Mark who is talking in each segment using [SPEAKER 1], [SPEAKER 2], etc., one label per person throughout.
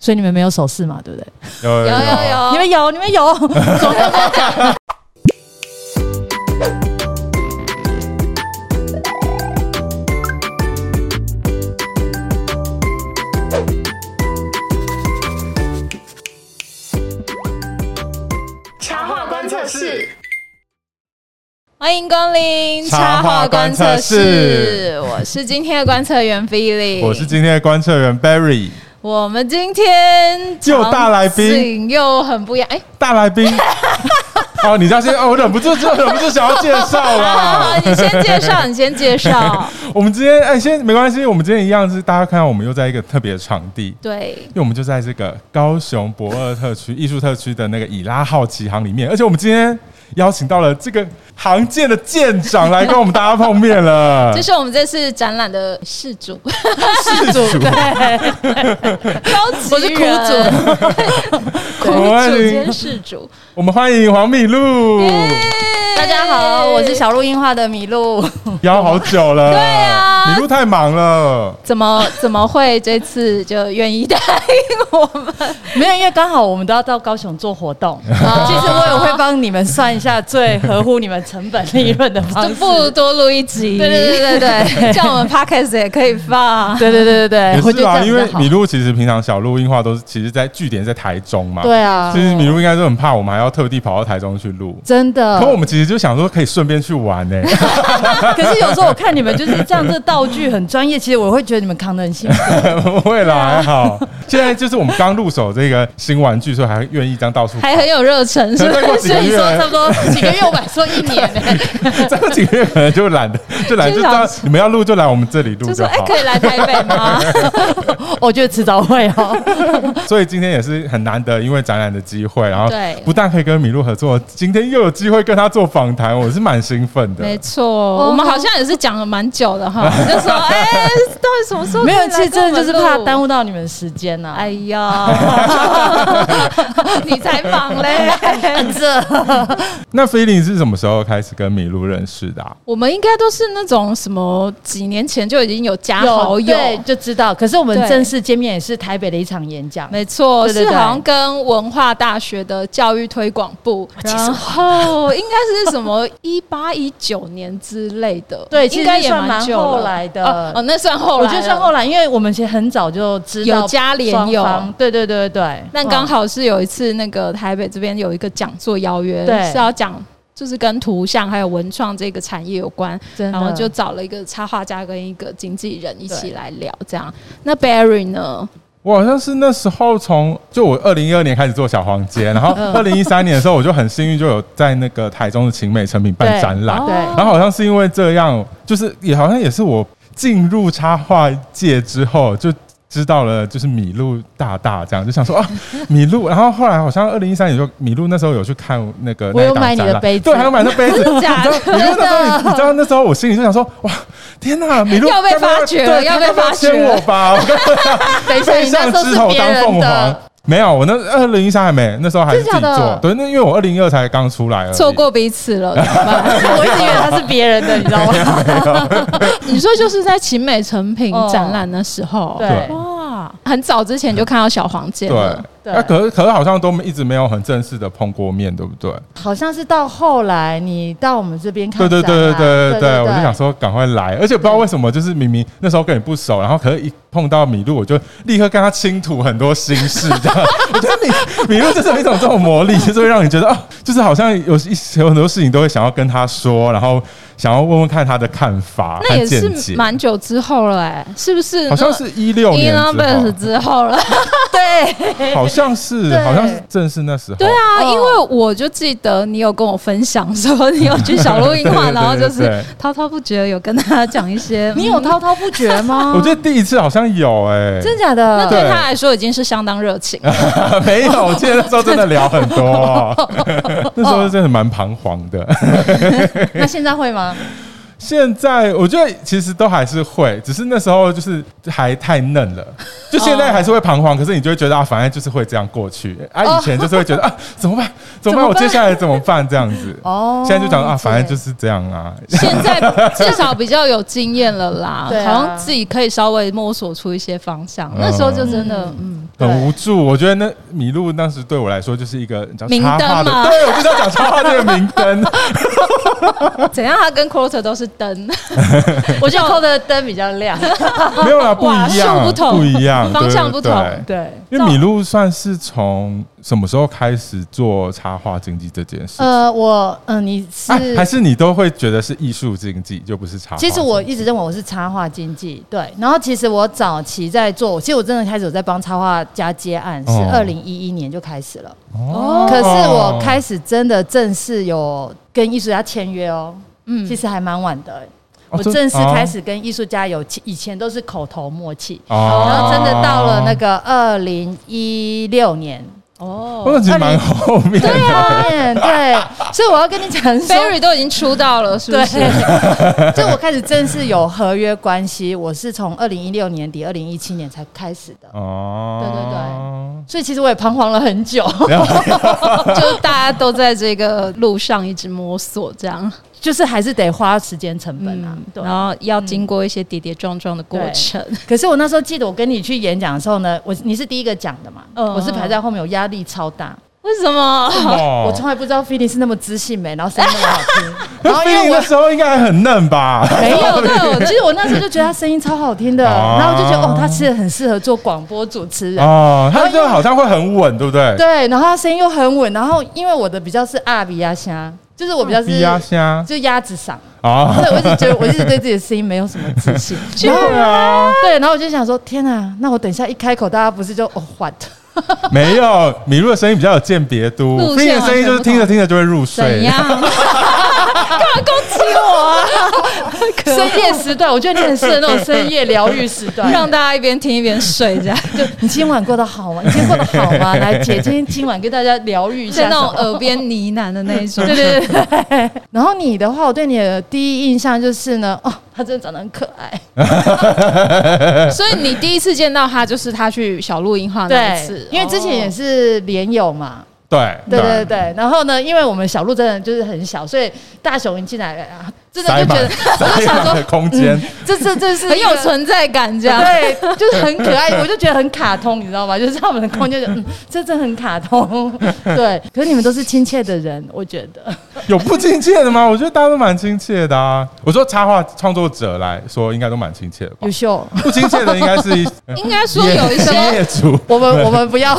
[SPEAKER 1] 所以你们没有手势嘛，对不对？
[SPEAKER 2] 有有
[SPEAKER 3] 有有有，
[SPEAKER 1] 你们有，你们 有，总共多讲。
[SPEAKER 3] 茶话观测室。欢迎光临
[SPEAKER 2] 茶话观测室，
[SPEAKER 3] 我是今天的观测员 Billy，
[SPEAKER 2] 我是今天的观测员 Barry，
[SPEAKER 3] 我们今天
[SPEAKER 2] 又大来宾
[SPEAKER 3] 场景又很不一样，哎、
[SPEAKER 2] 大来宾。 哦，你知道现在哦，我忍不住，就忍不住想要介绍
[SPEAKER 3] 好好 好，
[SPEAKER 2] 啦。
[SPEAKER 3] 啊你先介绍，你先介绍，
[SPEAKER 2] 我们今天哎，先没关系，我们今天一样是大家看到我们又在一个特别的场地，
[SPEAKER 3] 对
[SPEAKER 2] 因，为我们就在这个高雄博二特区艺术特区的那个以拉号启航里面，而且我们今天邀请到了这个航舰的舰长来跟我们大家碰面了
[SPEAKER 3] 这。是我们这次展览的事主，
[SPEAKER 2] 是主，
[SPEAKER 3] 高级
[SPEAKER 1] 我是苦主
[SPEAKER 3] 人，苦
[SPEAKER 2] 我爱
[SPEAKER 3] 主
[SPEAKER 2] 你
[SPEAKER 3] 兼事主，
[SPEAKER 2] 我们欢迎黄米露，
[SPEAKER 1] 大家好，我是小鹿樱花的麋鹿。
[SPEAKER 2] 邀好久了，对
[SPEAKER 3] 啊
[SPEAKER 2] 米露太忙了。
[SPEAKER 3] 怎么怎么会这次就愿意答应我们？
[SPEAKER 1] 没有，因为刚好我们都要到高雄做活 动，其实我也会帮你们算一下最合乎你们成本利润的方
[SPEAKER 3] 就
[SPEAKER 1] 式。
[SPEAKER 3] 不如多录一集。
[SPEAKER 1] 对对对对
[SPEAKER 3] 对，这样我们 podcast 也可以放。
[SPEAKER 1] 对对对对对，我觉
[SPEAKER 2] 也是
[SPEAKER 1] 得哎这样
[SPEAKER 2] 啊，
[SPEAKER 1] 比
[SPEAKER 2] 因
[SPEAKER 1] 较
[SPEAKER 2] 为
[SPEAKER 1] 好
[SPEAKER 2] 米露其实平常小录音话都是，其实在据点在台中嘛。
[SPEAKER 1] 对啊
[SPEAKER 2] 其，实米露应该是很怕我们还要特地跑到台中去录。
[SPEAKER 1] 真的
[SPEAKER 2] 可。我们其实就想说，可以顺便去玩欸呢、
[SPEAKER 1] 可是有时候我看你们就是这样，这个道具很专业，其实我会觉得你们扛得很辛苦。
[SPEAKER 2] 不会啦，还好。现在就是我们刚入手这个新玩具，所以还愿意这样到处跑。
[SPEAKER 3] 还很有热忱，是
[SPEAKER 2] 再
[SPEAKER 3] 不
[SPEAKER 2] 过几
[SPEAKER 3] 是？
[SPEAKER 2] 个月，
[SPEAKER 1] 多几个月，我还说一年呢、
[SPEAKER 2] 再过几个月可能就懒得，就懒得，就
[SPEAKER 3] 就想
[SPEAKER 2] 到你们要录就来我们这里录就
[SPEAKER 3] 就说哎、
[SPEAKER 2] 好。
[SPEAKER 3] 可以来台北吗？
[SPEAKER 1] 我觉得迟早会 哦。
[SPEAKER 2] 所以今天也是很难得，因为展览的机会，然后
[SPEAKER 3] 对
[SPEAKER 2] 不但可以跟米露合作，今天又有机会跟他做访谈，我是蛮兴奋的。
[SPEAKER 3] 没错，
[SPEAKER 1] 哦
[SPEAKER 3] 我们好像也是讲了蛮久的哈，就说哎、 到底什么时候可
[SPEAKER 1] 没
[SPEAKER 3] 以来
[SPEAKER 1] 有，其实真的就是怕耽误
[SPEAKER 3] 误。
[SPEAKER 1] 到你们时间啊呐、
[SPEAKER 3] 哎呀，你才忙嘞！
[SPEAKER 1] 这
[SPEAKER 2] 那 Feeling 是什么时候开始跟米露认识的、啊？
[SPEAKER 3] 我们应该都是那种什么几年前就已经有加好友，
[SPEAKER 1] 对就知道。可是我们
[SPEAKER 3] 对
[SPEAKER 1] 正式见面也是台北的一场演讲，
[SPEAKER 3] 没错，
[SPEAKER 1] 对对
[SPEAKER 3] 是
[SPEAKER 1] 对
[SPEAKER 3] 好像跟文化大学的教育推广部，
[SPEAKER 1] 其实
[SPEAKER 3] 然后应该是什么一八一九年之类的，
[SPEAKER 1] 对其
[SPEAKER 3] 应
[SPEAKER 1] 实
[SPEAKER 3] 该也
[SPEAKER 1] 算蛮
[SPEAKER 3] 久了
[SPEAKER 1] 后来的
[SPEAKER 3] 哦，哦那算后来
[SPEAKER 1] 我
[SPEAKER 3] 了，
[SPEAKER 1] 觉得算后来，因为我们其实很早就知道
[SPEAKER 3] 有加联友
[SPEAKER 1] 双方对对对对。
[SPEAKER 3] 但刚好是有一次那个台北这边有一个讲座邀约，
[SPEAKER 1] 对
[SPEAKER 3] 是要讲。就是跟图像还有文创这个产业有关，
[SPEAKER 1] 真的
[SPEAKER 3] 然后就找了一个插画家跟一个经纪人一起来聊这样。那 Barry 呢？
[SPEAKER 2] 我好像是那时候从就我二零一二年开始做小黄街， 然后
[SPEAKER 3] 嗯
[SPEAKER 2] 二零一三年的时候我就很幸运就有在那个台中的晴美成品办展览，
[SPEAKER 3] 哦
[SPEAKER 1] 对
[SPEAKER 2] 然后好像是因为这样，就是也好像也是我进入插画界之后就。知道了，就是米露大大这样，就想说 啊，米露。然后后来好像二零一三年就米露那时候有去看那个
[SPEAKER 1] 我
[SPEAKER 2] 那一
[SPEAKER 1] 有
[SPEAKER 2] 档
[SPEAKER 1] 买你的
[SPEAKER 2] 展览
[SPEAKER 1] 杯子
[SPEAKER 2] 对，还有买那杯子。 你知道
[SPEAKER 3] 假的
[SPEAKER 2] 米露那时候你，你知道那时候我心里就想说，哇，天哪，米露
[SPEAKER 3] 要被
[SPEAKER 2] 该不会
[SPEAKER 3] 发掘
[SPEAKER 2] 对
[SPEAKER 3] 要被
[SPEAKER 2] 该不会
[SPEAKER 3] 发
[SPEAKER 2] 签
[SPEAKER 3] 掘
[SPEAKER 2] 我吧，我该不会
[SPEAKER 1] 等一下，
[SPEAKER 2] 飞
[SPEAKER 1] 你那
[SPEAKER 2] 上
[SPEAKER 1] 时候
[SPEAKER 2] 枝
[SPEAKER 1] 是
[SPEAKER 2] 头
[SPEAKER 1] 别
[SPEAKER 2] 当凤
[SPEAKER 1] 人
[SPEAKER 2] 凰
[SPEAKER 1] 的，。
[SPEAKER 2] 没有，我那二零一三还没，那时候还是自己
[SPEAKER 1] 真的假的
[SPEAKER 2] 做。对，那因为我二零二才刚出来而已
[SPEAKER 3] 错。过彼此 了，怎么办
[SPEAKER 1] 我一直以为他是别人的，你知道吗？
[SPEAKER 3] 你说就是在秦美成品
[SPEAKER 1] 哦
[SPEAKER 3] 展览的时候，
[SPEAKER 1] 对
[SPEAKER 3] 哇，很早之前就看到小黄姐
[SPEAKER 2] 对
[SPEAKER 3] 了，，
[SPEAKER 1] 对
[SPEAKER 2] 那可是可是好像都一直没有很正式的碰过面，对不对？
[SPEAKER 1] 好像是到后来你到我们这边看
[SPEAKER 2] 对
[SPEAKER 1] 展
[SPEAKER 2] 对
[SPEAKER 1] 览，
[SPEAKER 2] 对对对
[SPEAKER 1] 对
[SPEAKER 2] 对对，我就想，说赶快来，而且不知道为什么，就是明明那时候跟你不熟，然后可是一碰到米露，我就立刻跟他倾吐很多心事，这样。我觉得米米露就是有一种这种魔力，就是会让你觉得哦，就是好像有一有很多事情都会想要跟他说，然后想要问问看他的看法
[SPEAKER 3] 那
[SPEAKER 2] 和
[SPEAKER 3] 也
[SPEAKER 2] 见
[SPEAKER 3] 是
[SPEAKER 2] 解。
[SPEAKER 3] 蛮久之后了、哎，是不是？
[SPEAKER 2] 好像是一六
[SPEAKER 3] i
[SPEAKER 2] 年
[SPEAKER 3] n o v
[SPEAKER 2] 之
[SPEAKER 3] e r
[SPEAKER 2] 后
[SPEAKER 3] s 之后了。
[SPEAKER 1] 对，
[SPEAKER 2] 好像是
[SPEAKER 1] 对
[SPEAKER 2] 好像是正是那时候。
[SPEAKER 3] 对
[SPEAKER 1] 哦
[SPEAKER 3] 啊，因为我就记得你有跟我分享说你有去小鹿樱
[SPEAKER 2] 对对
[SPEAKER 3] 花，
[SPEAKER 2] 对
[SPEAKER 3] 然后就
[SPEAKER 2] 对
[SPEAKER 3] 是
[SPEAKER 2] 对
[SPEAKER 3] 滔滔不绝有跟他讲一些。
[SPEAKER 1] 你有
[SPEAKER 3] 嗯
[SPEAKER 1] 滔滔不绝吗？
[SPEAKER 2] 我觉得第一次好像有哎、
[SPEAKER 1] 真假的，
[SPEAKER 3] 那对
[SPEAKER 2] 对
[SPEAKER 3] 他来说已经是相当热情。
[SPEAKER 2] 没有，我记得那时候真的聊很多、 那时候真的蛮彷徨的。
[SPEAKER 1] 那现在会吗？
[SPEAKER 2] 现在我觉得其实都还是会，只是那时候就是还太嫩了，就现在还是会彷
[SPEAKER 1] 哦
[SPEAKER 2] 徨，可是你就会觉得啊，反正就是会这样过去。啊，以前就是会觉得啊，怎么办？怎么办？我接下来怎么办？这样子。
[SPEAKER 1] 哦
[SPEAKER 2] 现在就讲啊，
[SPEAKER 1] 了解
[SPEAKER 2] 反正就是这样啊。
[SPEAKER 3] 现在至少比较有经验了啦，
[SPEAKER 1] 对啊
[SPEAKER 3] 好像自己可以稍微摸索出一些方向。那时候就真的，嗯，
[SPEAKER 2] 很
[SPEAKER 1] 对
[SPEAKER 2] 无助。我觉得那米露当时对我来说就是一个你知道
[SPEAKER 3] 明
[SPEAKER 2] 插画
[SPEAKER 3] 灯
[SPEAKER 2] 的，
[SPEAKER 3] 吗
[SPEAKER 2] 对我就是要讲插画这个明灯。
[SPEAKER 3] 怎样？它跟 quarter 都是灯，
[SPEAKER 1] 我觉得扣的灯比较亮。
[SPEAKER 2] 没有啦，不
[SPEAKER 3] 哇
[SPEAKER 2] 一样，
[SPEAKER 3] 树不同
[SPEAKER 2] 一样，
[SPEAKER 3] 方向不同
[SPEAKER 2] 对对对
[SPEAKER 1] 对，
[SPEAKER 2] 因为米露算是从什么时候开始做插画经济这件事？
[SPEAKER 1] 呃，我嗯、你是、
[SPEAKER 2] 哎还是你都会觉得是艺术经济，就不是插画哦经
[SPEAKER 1] 其
[SPEAKER 2] 济？
[SPEAKER 1] 实我一直认为我是插画经济，对。然后其实我早期在做，其实我真的开始有在帮插画家接案，是
[SPEAKER 2] 哦
[SPEAKER 1] 二零一一年就开始了。
[SPEAKER 2] 哦
[SPEAKER 1] 可是我开始真的正式有跟艺术家签约哦，
[SPEAKER 3] 嗯
[SPEAKER 1] 其，实还蛮晚的、欸。
[SPEAKER 2] 哦
[SPEAKER 1] 我
[SPEAKER 2] 真
[SPEAKER 1] 正式
[SPEAKER 2] 哦
[SPEAKER 1] 开始跟艺术家有以前都是口头默契，
[SPEAKER 2] 哦
[SPEAKER 1] 然后真的到了那，个二零一六 年哦，
[SPEAKER 2] 我其实蛮后面
[SPEAKER 1] 对
[SPEAKER 2] 的。
[SPEAKER 1] 啊，对，所以我要跟你讲说
[SPEAKER 3] Berry 都已经出道了，是不是？
[SPEAKER 1] 对， 就我开始正式有合约关系，我是从二零一六年底、二零一七年才开始的，
[SPEAKER 2] 哦，
[SPEAKER 1] 所以其实我也彷徨了很久，
[SPEAKER 3] 就大家都在这个路上一直摸索，这样，
[SPEAKER 1] 就是还是得花时间成本啊。对
[SPEAKER 3] 然。后要经过一些跌跌撞撞的过程，
[SPEAKER 1] 可是我那时候记得，我跟你去演讲的时候呢，我你是第一个讲的嘛，
[SPEAKER 3] 嗯
[SPEAKER 1] 我是排在后面，我压力超大，
[SPEAKER 3] 为什么？
[SPEAKER 2] 对哦
[SPEAKER 1] 我从来不知道 f e l i 是那么知性美，然后声音那么好听，然
[SPEAKER 2] 那
[SPEAKER 1] 后
[SPEAKER 2] 菲
[SPEAKER 1] 因为
[SPEAKER 2] 林
[SPEAKER 1] 我
[SPEAKER 2] 的时候应该还很嫩吧？
[SPEAKER 1] 没有对，我其实我那时候就觉得他声音超好听的，
[SPEAKER 2] 哦
[SPEAKER 1] 然后我就觉得哦，他其实很适合做广播主持人。
[SPEAKER 2] 哦，
[SPEAKER 1] 然
[SPEAKER 2] 他
[SPEAKER 1] 后因
[SPEAKER 2] 这
[SPEAKER 1] 为
[SPEAKER 2] 个好像会很稳，对不对？
[SPEAKER 1] 对，然后他声音又很稳，然后因为我的比较是阿比亚虾，就是我比较
[SPEAKER 2] 低压
[SPEAKER 1] 是
[SPEAKER 2] 虾
[SPEAKER 1] 就鸭子嗓，
[SPEAKER 2] 啊，
[SPEAKER 1] 对我一直觉得我一直对自己的声音没有什么自 信。
[SPEAKER 2] 对啊，
[SPEAKER 1] 对，然后我就想说，天啊，那我等一下一开口，大家不是就哦 what
[SPEAKER 2] 没有米露的声音比较有鉴别度，
[SPEAKER 3] 路线
[SPEAKER 2] 菲林的声音就是听着听着就会入
[SPEAKER 3] 怎
[SPEAKER 2] 睡
[SPEAKER 3] 样？。干嘛攻击我啊？可恶
[SPEAKER 1] 深夜时段，我觉得你很适合那种深夜疗愈时段。
[SPEAKER 3] 让大家一边听 一边睡，这样
[SPEAKER 1] 就你今晚过得好吗？你今天过得好吗？来，姐今天今晚跟大家疗愈一
[SPEAKER 3] 在
[SPEAKER 1] 下
[SPEAKER 3] 那种
[SPEAKER 1] 什么
[SPEAKER 3] 耳边呢喃的那一种。
[SPEAKER 1] 对 对对对。 然后你的话，我对你的第一印象就是呢，哦，他真的长得很可爱。
[SPEAKER 3] 所以你第一次见到他，就是他去小录音化那一次哦
[SPEAKER 1] 对，，因为之前也
[SPEAKER 3] 是
[SPEAKER 1] 是连友嘛。
[SPEAKER 2] 对
[SPEAKER 1] 对对对，然后呢，因为我们小鹿真的就是很小，所以大熊一进来啊，真的
[SPEAKER 2] 塞
[SPEAKER 1] 就觉嗯
[SPEAKER 2] 满
[SPEAKER 1] 得
[SPEAKER 2] 塞满的空间，
[SPEAKER 1] 这这这是
[SPEAKER 3] 很
[SPEAKER 1] 一个
[SPEAKER 3] 有存在感，这样。
[SPEAKER 1] 对，就是很可爱，我就觉得很卡通，你知道吗？就是他们的空间就，嗯，这真的很卡通。对，可是你们都是亲切的人，我觉得。
[SPEAKER 2] 有不亲切的吗？我觉得大家都蛮亲切的啊。我说插画创作者来说，应该都蛮亲切的吧
[SPEAKER 1] 优？秀，
[SPEAKER 2] 不亲切的应该 是
[SPEAKER 3] 应该说有一些
[SPEAKER 2] 业主
[SPEAKER 1] 我们我们不要
[SPEAKER 3] 有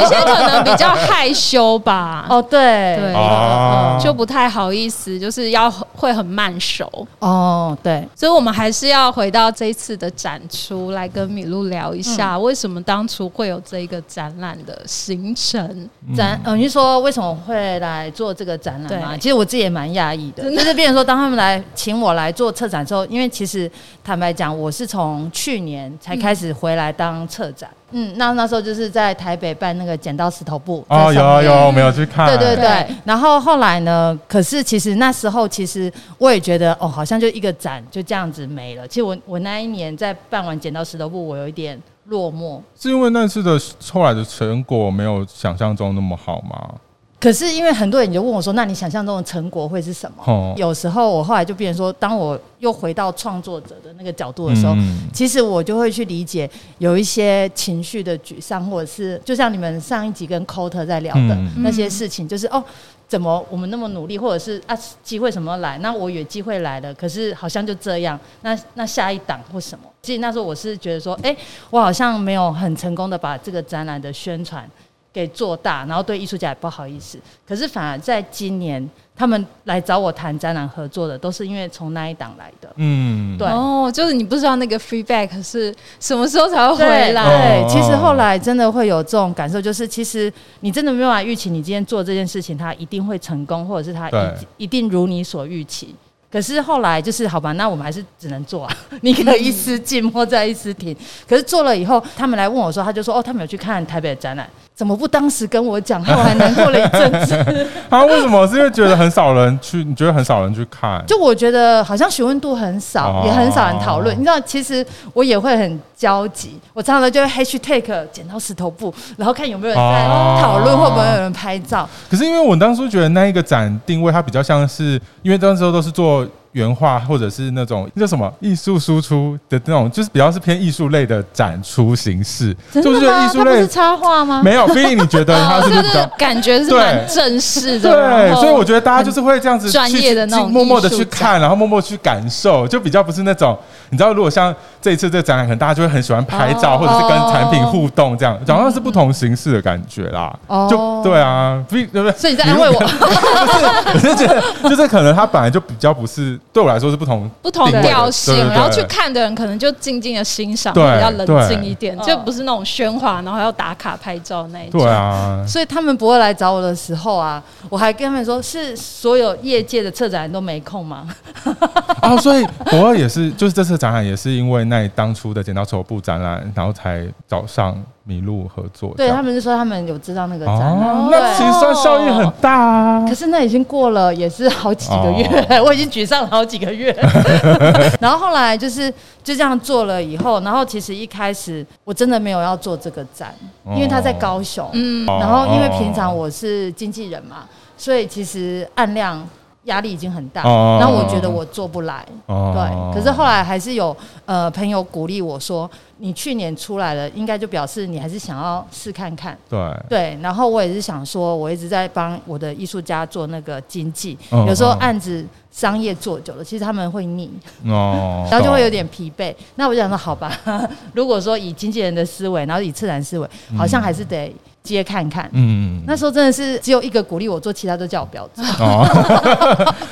[SPEAKER 3] 一些可能比较害羞吧，
[SPEAKER 1] 哦，对嗯
[SPEAKER 3] 对
[SPEAKER 2] 哦
[SPEAKER 3] 就不太好意思，就是要会很慢熟。
[SPEAKER 1] 哦对，
[SPEAKER 3] 所以我们还是要回到这一次的展出，来跟米露聊一下，为什么当初会有这一个展览的行程？
[SPEAKER 1] 展，嗯，你是说为什么会来做这个展览吗？
[SPEAKER 3] 对
[SPEAKER 1] 其实我自己也蛮讶异的，就是变成说，当他们来请我来做策展之后，因为其实坦白讲，我是从去年才
[SPEAKER 2] 嗯
[SPEAKER 1] 开始回来当策展，嗯，那那时候就是在台北办那个剪刀石头布，
[SPEAKER 2] 哦，
[SPEAKER 1] 在
[SPEAKER 2] 有
[SPEAKER 1] 上面
[SPEAKER 2] 啊
[SPEAKER 1] 嗯
[SPEAKER 2] 有啊，我们有去看，
[SPEAKER 1] 对对对
[SPEAKER 3] 对，
[SPEAKER 1] 然后后来呢？可是其实那时候，其实我也觉得哦，好像就一个展就这样子没了。其实我我那一年在办完剪刀石头布，我有一点落寞。
[SPEAKER 2] 是因为那次的后来的成果没有想象中那么好吗？
[SPEAKER 1] 可是因为很多人就问我说：“那你想象中的成果会是什么？”
[SPEAKER 2] 哦
[SPEAKER 1] 有时候我后来就变成说，当我又回到创作者的那个角度的时候，
[SPEAKER 2] 嗯
[SPEAKER 1] 其实我就会去理解有一些情绪的沮丧，或者是就像你们上一集跟 Coter 在聊的
[SPEAKER 2] 嗯
[SPEAKER 1] 那些事情，就是哦，怎么我们那么努力，或者是啊机会什么来？那我有机会来了，可是好像就这样。那那下一档或什么？其实那时候我是觉得说，哎、我好像没有很成功的把这个展览的宣传。给做大，然后对艺术家也不好意思。可是反而在今年，他们来找我谈展览合作的，都是因为从那一档来的。
[SPEAKER 2] 嗯，
[SPEAKER 1] 对
[SPEAKER 3] 哦，就是你不知道那个 feedback 是什么时候才会回
[SPEAKER 1] 对
[SPEAKER 3] 来。
[SPEAKER 2] 哦
[SPEAKER 1] 对，其实后来真的会有这种感受，就是其实你真的没有办法预期，你今天做这件事情，它一定会成功，或者是它
[SPEAKER 2] 对
[SPEAKER 1] 一一定如你所预期。可是后来就是好吧，那我们还是只能做啊。你可以一丝静默，再一丝停。可是做了以后，他们来问我说，他就说哦，他们有去看台北的展览，怎么不当时跟我讲？害我还难过了一阵子。
[SPEAKER 2] 啊，为什么？是因为觉得很少人去，你觉得很少人去看？
[SPEAKER 1] 就我觉得好像询问度很少，
[SPEAKER 2] 哦
[SPEAKER 1] 也很少人讨论。你知道，其实我也会很焦急，我常常就会 hashtag 剪刀石头布，然后看有没有人在
[SPEAKER 2] 哦
[SPEAKER 1] 讨论，会不会有 人拍照。
[SPEAKER 2] 可是因为我当初觉得那一个展定位它比较像是，因为当时候都是做原画或者是那种那叫什么艺术输出的那种，就是比较是偏艺术类的展出形式。所
[SPEAKER 1] 真
[SPEAKER 2] 以我
[SPEAKER 1] 的
[SPEAKER 2] 就觉得
[SPEAKER 1] 吗？
[SPEAKER 2] 艺术
[SPEAKER 1] 它不
[SPEAKER 2] 类
[SPEAKER 1] 是插画吗？
[SPEAKER 2] 没有，菲利，你觉得它是
[SPEAKER 3] 哦
[SPEAKER 2] 不
[SPEAKER 3] 就
[SPEAKER 2] 是比
[SPEAKER 3] 是
[SPEAKER 2] 较？
[SPEAKER 3] 感觉是蛮正式的，哦然
[SPEAKER 2] 对，
[SPEAKER 3] 后
[SPEAKER 2] 所以我觉得大家就是会这样子
[SPEAKER 3] 很专业的
[SPEAKER 2] 去
[SPEAKER 3] 那种
[SPEAKER 2] 去默默的
[SPEAKER 3] 艺术
[SPEAKER 2] 去看，然后默默去感受，就比较不是那种你知道，如果像这一次这展览，可能大家就会很喜欢拍照，
[SPEAKER 3] 哦
[SPEAKER 2] 或者是跟产品互动这样，好像是不同形式的感觉啦。
[SPEAKER 1] 哦
[SPEAKER 2] 就对啊，所以对不对？
[SPEAKER 1] 所以你在安慰我，
[SPEAKER 2] 我是觉得，就是可能它本来就比较不是对我来说是不同
[SPEAKER 3] 不同
[SPEAKER 2] 定位的
[SPEAKER 3] 调性
[SPEAKER 2] 对对，对
[SPEAKER 3] 然后去看的人可能就静静的欣赏，比
[SPEAKER 2] 对
[SPEAKER 3] 较冷静一点，
[SPEAKER 1] 对
[SPEAKER 3] 就不是那种喧哗，然后要打卡拍照那一种。
[SPEAKER 2] 对 啊，
[SPEAKER 1] 所以他们不会来找我的时候啊，我还跟他们说，是所有业界的策展人都没空吗？
[SPEAKER 2] 哦，所以博二也是，就是这次展览也是因为那当初的剪刀手布展览，然后才找上麋鹿合作这
[SPEAKER 1] 对
[SPEAKER 2] 样。
[SPEAKER 1] 他们就说他们有知道那个展览，
[SPEAKER 2] 哦，
[SPEAKER 1] 对
[SPEAKER 2] 那其实算效益很大啊
[SPEAKER 1] 可。是那已经过了，也是好几个月，
[SPEAKER 2] 哦
[SPEAKER 1] 我已经沮丧了好几个月。 然后后来就是就这样做了以后，然后其实一开始我真的没有要做这个展，
[SPEAKER 2] 哦
[SPEAKER 1] 因为他在高雄，
[SPEAKER 3] 嗯，
[SPEAKER 1] 然后因为平常我是经纪人嘛，所以其实案量压力已经很大，
[SPEAKER 2] 哦
[SPEAKER 1] 然后我觉得我做不来，
[SPEAKER 2] 哦
[SPEAKER 1] 对。可是后来还是有呃朋友鼓励我说，你去年出来了，应该就表示你还是想要试看看。
[SPEAKER 2] 对
[SPEAKER 1] 对，然后我也是想说，我一直在帮我的艺术家做那个经济，
[SPEAKER 2] 嗯
[SPEAKER 1] 有时候
[SPEAKER 2] 嗯
[SPEAKER 1] 案子商业做久了，其实他们会腻，
[SPEAKER 2] 哦，
[SPEAKER 1] 然后就会有
[SPEAKER 2] 懂
[SPEAKER 1] 点疲惫。那我就想说，好吧， 如果说以经纪人的思维，然后以策展思维，好像还是得接看看。
[SPEAKER 2] 嗯
[SPEAKER 1] 那时候真的是只有一个鼓励我做，其他都叫我不要做。
[SPEAKER 2] 哦，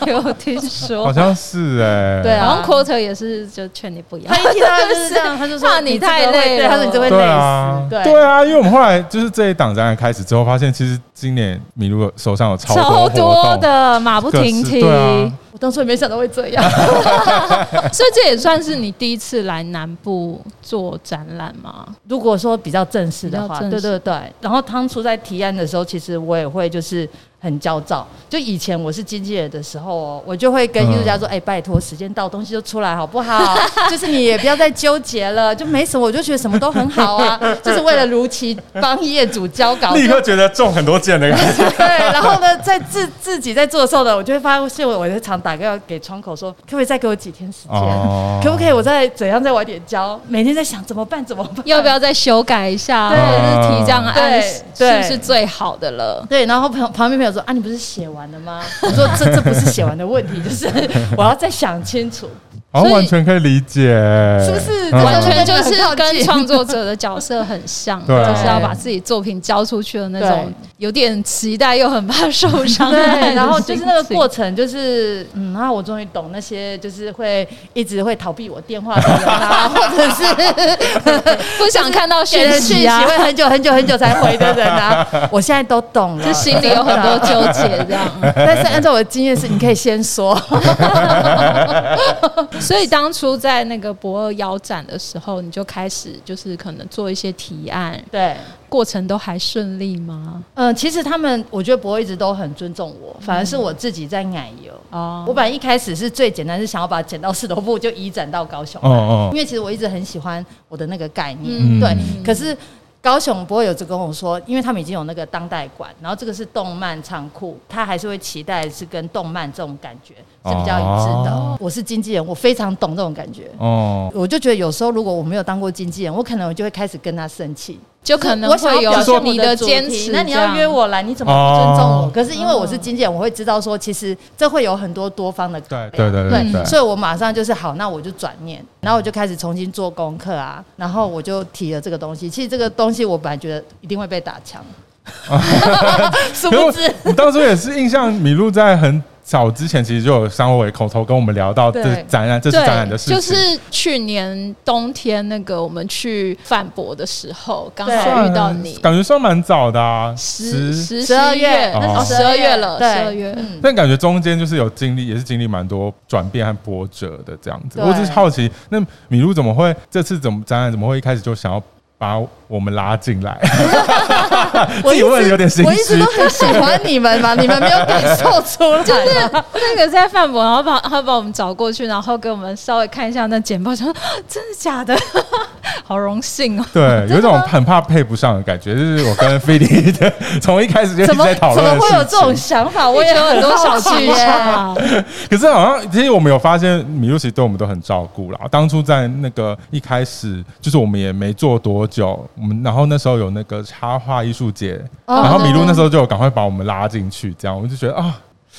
[SPEAKER 3] 有听
[SPEAKER 2] 好
[SPEAKER 3] 说，
[SPEAKER 2] 像是哎，
[SPEAKER 1] 对啊
[SPEAKER 3] 好像 quarter 也是就劝你不要
[SPEAKER 1] 他。一听到就是这样，他 就
[SPEAKER 3] 怕
[SPEAKER 1] 说
[SPEAKER 3] 你
[SPEAKER 1] 这个
[SPEAKER 3] 太
[SPEAKER 1] 会
[SPEAKER 3] 累
[SPEAKER 1] 对，他说你
[SPEAKER 3] 了
[SPEAKER 1] 就会累
[SPEAKER 2] 对啊
[SPEAKER 1] 死，，
[SPEAKER 2] 对啊，因为我们后来就是这一档展览开始之后，发现其实今年麋鹿手上有超多
[SPEAKER 3] 超
[SPEAKER 2] 活
[SPEAKER 3] 多
[SPEAKER 2] 动，
[SPEAKER 3] 的马不
[SPEAKER 2] 各
[SPEAKER 3] 停
[SPEAKER 2] 式
[SPEAKER 3] 蹄，
[SPEAKER 2] 对啊
[SPEAKER 1] 我当初也没想到会这样。
[SPEAKER 3] 所以这也算是你第一次来南部做展览吗？
[SPEAKER 1] 如果说比较正式的
[SPEAKER 3] 比
[SPEAKER 1] 话，
[SPEAKER 3] 较正
[SPEAKER 1] 对
[SPEAKER 3] 式
[SPEAKER 1] 对对。然后当初在提案的时候，其实我也会就是很焦躁。就以前我是经纪人的时候哦，我就会跟
[SPEAKER 2] 嗯
[SPEAKER 1] 艺术家说：“哎、拜托，时间到，东西就出来好不好？ 就是你也不要再纠结了，就没什么，我就觉得什么都很好 啊。就是为了如期帮业主交稿，
[SPEAKER 2] 立刻觉得中很多箭的感觉。
[SPEAKER 1] 对，然后呢，在自自己在做的时候呢，我就会发现我我在常打电话给窗口说，可不可以再给我几天时间？
[SPEAKER 2] 哦
[SPEAKER 1] 可不可以我再怎样再晚点交？每天在想怎么办怎么办？
[SPEAKER 3] 要不要再修改一下，或
[SPEAKER 1] 对
[SPEAKER 3] 者是提这样的案
[SPEAKER 1] 对
[SPEAKER 3] 是是
[SPEAKER 1] 哦对
[SPEAKER 3] 不是最好的了？
[SPEAKER 1] 对，然后旁旁边朋友说啊，你不是写完了吗？ 我说这这不是写完的问题，就是 我要再想清楚，
[SPEAKER 2] 好像
[SPEAKER 3] 所以
[SPEAKER 2] 哦完全可以理解，
[SPEAKER 1] 是不是？
[SPEAKER 2] 嗯
[SPEAKER 3] 完全就
[SPEAKER 1] 真的
[SPEAKER 3] 是
[SPEAKER 1] 很靠近
[SPEAKER 3] 跟创作者的角色很 像，啊
[SPEAKER 2] 对
[SPEAKER 3] 就是要把自己作品交出去的那种
[SPEAKER 1] 对，
[SPEAKER 3] 有点期待又很怕受伤 的那种心
[SPEAKER 1] 对，
[SPEAKER 3] 情。
[SPEAKER 1] 然后就是那个过程，就是嗯，然后我终于懂那些就是会一直会逃避我电话的人啊，或者是
[SPEAKER 3] 不想看到
[SPEAKER 1] 给
[SPEAKER 3] 讯
[SPEAKER 1] 人讯
[SPEAKER 3] 息
[SPEAKER 1] 息
[SPEAKER 3] 啊，
[SPEAKER 1] 会很久很久很久才回的人 啊，我现在都懂了，
[SPEAKER 3] 就心里有很多纠结这样。
[SPEAKER 1] 但是按照我的经验是，你可以先说，
[SPEAKER 3] 所以当初在那个博二腰展的时候，你就开始就是可能做一些提案，
[SPEAKER 1] 对。
[SPEAKER 3] 过程都还顺利吗？
[SPEAKER 1] 嗯，其实他们，我觉得博一直都很尊重我，反而是我自己在奶油。
[SPEAKER 3] 哦
[SPEAKER 1] 我本来一开始是最简单，是想要把剪刀石头布就移展到高雄，
[SPEAKER 2] 哦哦
[SPEAKER 1] 因为其实我一直很喜欢我的那个概念，
[SPEAKER 2] 嗯
[SPEAKER 1] 对。可是高雄博友就跟我说，因为他们已经有那个当代馆，然后这个是动漫仓库，他还是会期待是跟动漫这种感觉是比较一致的。
[SPEAKER 2] 哦
[SPEAKER 1] 我是经纪人，我非常懂这种感觉。
[SPEAKER 2] 哦，
[SPEAKER 1] 我就觉得有时候如果我没有当过经纪人，我可能就会开始跟他生气，
[SPEAKER 3] 就可能
[SPEAKER 1] 我想
[SPEAKER 3] 会
[SPEAKER 1] 要表
[SPEAKER 3] 有
[SPEAKER 1] 现
[SPEAKER 3] 你
[SPEAKER 1] 我的主
[SPEAKER 3] 坚
[SPEAKER 1] 题
[SPEAKER 3] 持。
[SPEAKER 1] 那你要约，我来，你怎么不尊重
[SPEAKER 2] 哦
[SPEAKER 1] 我？可是因为我是经纪人，我会知道说，其实这会有很多多方的考
[SPEAKER 2] 对
[SPEAKER 1] 量
[SPEAKER 2] 对对对对，
[SPEAKER 1] 所以我马上就是好，那我就转念，然后我就开始重新做功课啊，然后我就提了这个东西。其实这个东西我本来觉得一定会被打枪， 殊不知
[SPEAKER 2] 你当初也是印象，麋鹿在很早之前其实就有稍微口头跟我们聊到这
[SPEAKER 1] 对
[SPEAKER 2] 展览，这是展览的
[SPEAKER 3] 对，
[SPEAKER 2] 事情。
[SPEAKER 3] 就是去年冬天那个我们去饭博的时候，刚好
[SPEAKER 2] 算
[SPEAKER 3] 遇到你，
[SPEAKER 2] 感觉算蛮早的啊，
[SPEAKER 3] 十
[SPEAKER 2] 十。哦
[SPEAKER 3] 十
[SPEAKER 1] 十二月，
[SPEAKER 3] 那
[SPEAKER 1] 那是
[SPEAKER 3] 是十二月了，十
[SPEAKER 1] 对
[SPEAKER 3] 二月。
[SPEAKER 1] 嗯
[SPEAKER 2] 但感觉中间就是有经历，也是经历蛮多转变和波折的这样子。
[SPEAKER 1] 对
[SPEAKER 2] 我只是好奇，那米露怎么会这次怎么展览怎么会一开始就想要把我们拉进来？ 自己问得有点心
[SPEAKER 1] 我一直
[SPEAKER 2] 虚
[SPEAKER 1] 都。很喜欢你们嘛，你们没有感受出来， 就是
[SPEAKER 3] 那个在饭博，然后把他把我们找过去，然后给我们稍微看一下那简报，说啊真的假的， 好荣幸哦。
[SPEAKER 2] 对，有一
[SPEAKER 1] 真的
[SPEAKER 2] 种
[SPEAKER 1] 吗
[SPEAKER 2] 很怕配不上的感觉，就是我跟菲利的 从一开始就一
[SPEAKER 1] 怎
[SPEAKER 2] 直
[SPEAKER 1] 么
[SPEAKER 2] 在讨
[SPEAKER 1] 怎
[SPEAKER 2] 论
[SPEAKER 1] 么
[SPEAKER 2] 的
[SPEAKER 1] 会有
[SPEAKER 2] 事
[SPEAKER 1] 这种
[SPEAKER 2] 情。
[SPEAKER 1] 想法？我也
[SPEAKER 3] 有很多小剧
[SPEAKER 1] 剧耶。
[SPEAKER 3] 场，
[SPEAKER 2] 可是好像其实我们有发现，米露其实对我们都很照顾啦。当初在那个一开始，就是我们也没做多久，我们然后那时候有那个插画艺术节，
[SPEAKER 1] 哦
[SPEAKER 2] 然后
[SPEAKER 1] 对
[SPEAKER 2] 米露
[SPEAKER 1] 对
[SPEAKER 2] 那时候就有赶快把我们拉进去，这样我们就觉得啊，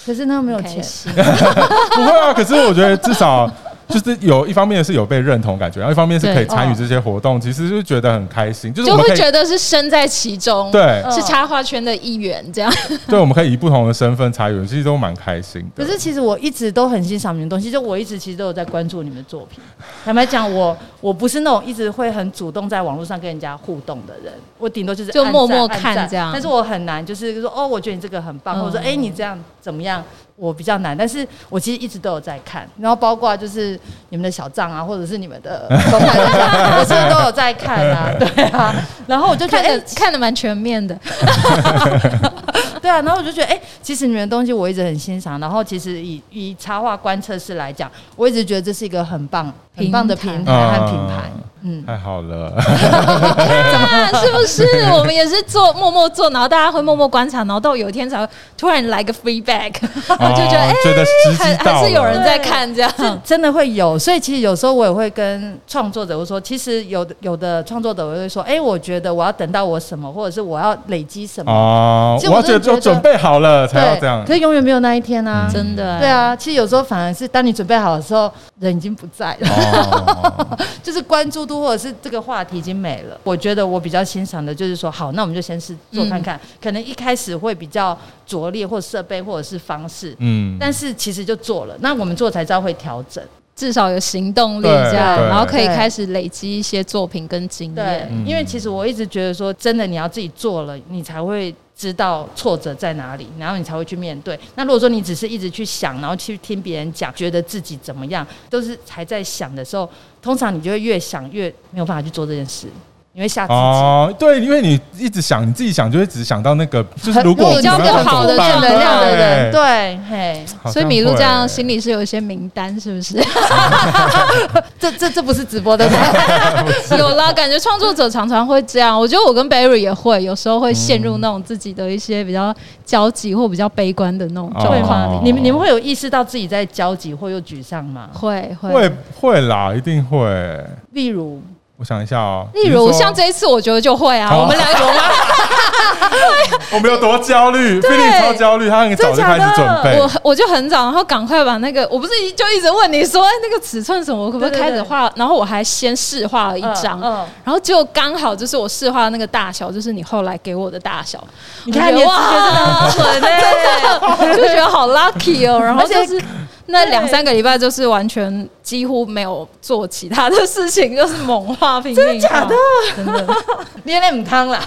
[SPEAKER 1] 可是那个没有钱
[SPEAKER 3] 开，心哦
[SPEAKER 2] 不会啊，可是我觉得至少就是有一方面是有被认同感觉，啊然后一方面是可以参与这些活动，其实就觉得很开心，就是我
[SPEAKER 3] 就
[SPEAKER 2] 们
[SPEAKER 3] 会
[SPEAKER 2] 可以
[SPEAKER 3] 觉得是身在其中，，
[SPEAKER 2] 对
[SPEAKER 1] 嗯
[SPEAKER 3] 是插画圈的一员这样。
[SPEAKER 2] 对，我们可以以不同的身份参与，其实都蛮开心的
[SPEAKER 1] 可。是其实我一直都很欣赏你们的东西，就我一直其实都有在关注你们的作品。坦白讲，我我不是那种一直会很主动在网络上跟人家互动的人，我顶多就是
[SPEAKER 3] 就
[SPEAKER 1] 按赞
[SPEAKER 3] 默默看
[SPEAKER 1] 按赞
[SPEAKER 3] 这样
[SPEAKER 1] 但是我很难，就是说哦，我觉得你这个很棒，
[SPEAKER 3] 嗯
[SPEAKER 1] 或者说哎、你这样怎么样，我比较难。但是我其实一直都有在看，然后包括就是你们的小账啊，或者是你们的动 态分享，我其实都有在看啊，对啊。然后我就觉
[SPEAKER 3] 看
[SPEAKER 1] 得哎
[SPEAKER 3] 的、看的蛮全面的，
[SPEAKER 1] 对啊，然后我就觉得，哎、其实你们的东西我一直很欣赏。然后其实以以插画观测师来讲，我一直觉得这是一个很棒、很棒的平
[SPEAKER 3] 平
[SPEAKER 1] 台和
[SPEAKER 2] 嗯
[SPEAKER 1] 品牌。嗯，
[SPEAKER 2] 太好了，
[SPEAKER 3] 啊，是不 是？我们也是做默默做，然后大家会默默观察，然后到有一天才会突然来个 feedback，然后 就觉得哎
[SPEAKER 2] 哦、觉得时
[SPEAKER 3] 还
[SPEAKER 2] 机
[SPEAKER 3] 还
[SPEAKER 2] 到
[SPEAKER 3] 是有人
[SPEAKER 2] 了
[SPEAKER 3] 在看这样。
[SPEAKER 1] 这真的会有。所以其实有时候我也会跟创作者我说，其实有的有的创作者我会说，哎、我觉得我要等到我什么，或者是我要累积什么。
[SPEAKER 2] 哦
[SPEAKER 1] 其，实
[SPEAKER 2] 我
[SPEAKER 1] 我
[SPEAKER 2] 要
[SPEAKER 1] 真
[SPEAKER 2] 觉
[SPEAKER 1] 的
[SPEAKER 2] 得
[SPEAKER 1] 觉
[SPEAKER 2] 我
[SPEAKER 1] 得
[SPEAKER 2] 准备好了才要
[SPEAKER 1] 对
[SPEAKER 2] 这样，嗯
[SPEAKER 1] 可是永远没有那一天啊。
[SPEAKER 3] 真的，
[SPEAKER 1] 对，啊，其实有时候反而是当你准备好的时候，人已经不在了。
[SPEAKER 2] 哦，
[SPEAKER 1] 就是关注度或者是这个话题已经没了。我觉得我比较欣赏的就是说，好，那我们就先试做看看，
[SPEAKER 2] 嗯
[SPEAKER 1] 可能一开始会比较拙劣，或设备或者是方式。
[SPEAKER 2] 嗯，
[SPEAKER 1] 但是其实就做了，那我们做才知道会调整。
[SPEAKER 3] 至少有行动力
[SPEAKER 2] 对
[SPEAKER 3] 这样，
[SPEAKER 2] 对
[SPEAKER 3] 然后可以
[SPEAKER 1] 对
[SPEAKER 3] 开始累积一些作品跟经
[SPEAKER 1] 对
[SPEAKER 3] 验。，
[SPEAKER 2] 嗯
[SPEAKER 1] 因为其实我一直觉得说，真的你要自己做了，你才会知道挫折在哪里，然后你才会去面对。那如果说你只是一直去想，然后去听别人讲，觉得自己怎么样，都是还在想的时候，通常你就会越想越没有办法去做这件事，你会吓自己。
[SPEAKER 2] 哦，对，因为你一直想，你自己想就会只想到那个，就是如果
[SPEAKER 1] 很
[SPEAKER 2] 我怎么
[SPEAKER 3] 比较
[SPEAKER 2] 样
[SPEAKER 3] 不好的
[SPEAKER 2] 怎么办
[SPEAKER 1] 正能量的人，
[SPEAKER 2] 对
[SPEAKER 1] 对，嘿，
[SPEAKER 2] 好像
[SPEAKER 3] 所以米露这样
[SPEAKER 2] 会
[SPEAKER 3] 心里是有一些名单，是 不是？
[SPEAKER 1] 这这这不是直播的，
[SPEAKER 2] 哦
[SPEAKER 3] 有啦，感觉创作者常常会这样。我觉得我跟 Barry 也会，有时候会陷入那种自己的一些比较焦急或比较悲观的那种 状
[SPEAKER 1] 会
[SPEAKER 3] 况。
[SPEAKER 1] 吗
[SPEAKER 2] 哦？
[SPEAKER 1] 你们你们会有意识到自己在焦急或又沮丧吗？
[SPEAKER 3] 会
[SPEAKER 2] 会会啦，一定会。
[SPEAKER 1] 例如，
[SPEAKER 2] 我想一下哦，
[SPEAKER 3] 例如
[SPEAKER 2] 你是说
[SPEAKER 3] 像这一次，我觉得就会啊，
[SPEAKER 2] 哦
[SPEAKER 3] 我们两个。
[SPEAKER 2] 我们有多焦虑，菲利超焦虑，他很早就开始准备。
[SPEAKER 3] 我我就很早，然后赶快把那个，我不是一就一直问你说，哎，那个尺寸什么，我可不可以
[SPEAKER 1] 对对
[SPEAKER 3] 开始画？然后我还先试画了一张，
[SPEAKER 1] 嗯嗯
[SPEAKER 3] 然后结果刚好就是我试画的那个大小，就是你后来给我的大小。
[SPEAKER 1] 你看
[SPEAKER 3] 我
[SPEAKER 1] 你
[SPEAKER 3] 觉
[SPEAKER 1] 的直
[SPEAKER 3] 得
[SPEAKER 1] 觉真的
[SPEAKER 3] 哇，
[SPEAKER 1] 很准欸
[SPEAKER 3] 真的就觉得好 lucky 哦。然后就是那
[SPEAKER 1] 对
[SPEAKER 3] 两三个礼拜，就是完全几乎没有做其他的事情，就是猛画拼命画。真的假的？真的。
[SPEAKER 1] 你有点母汤 啦，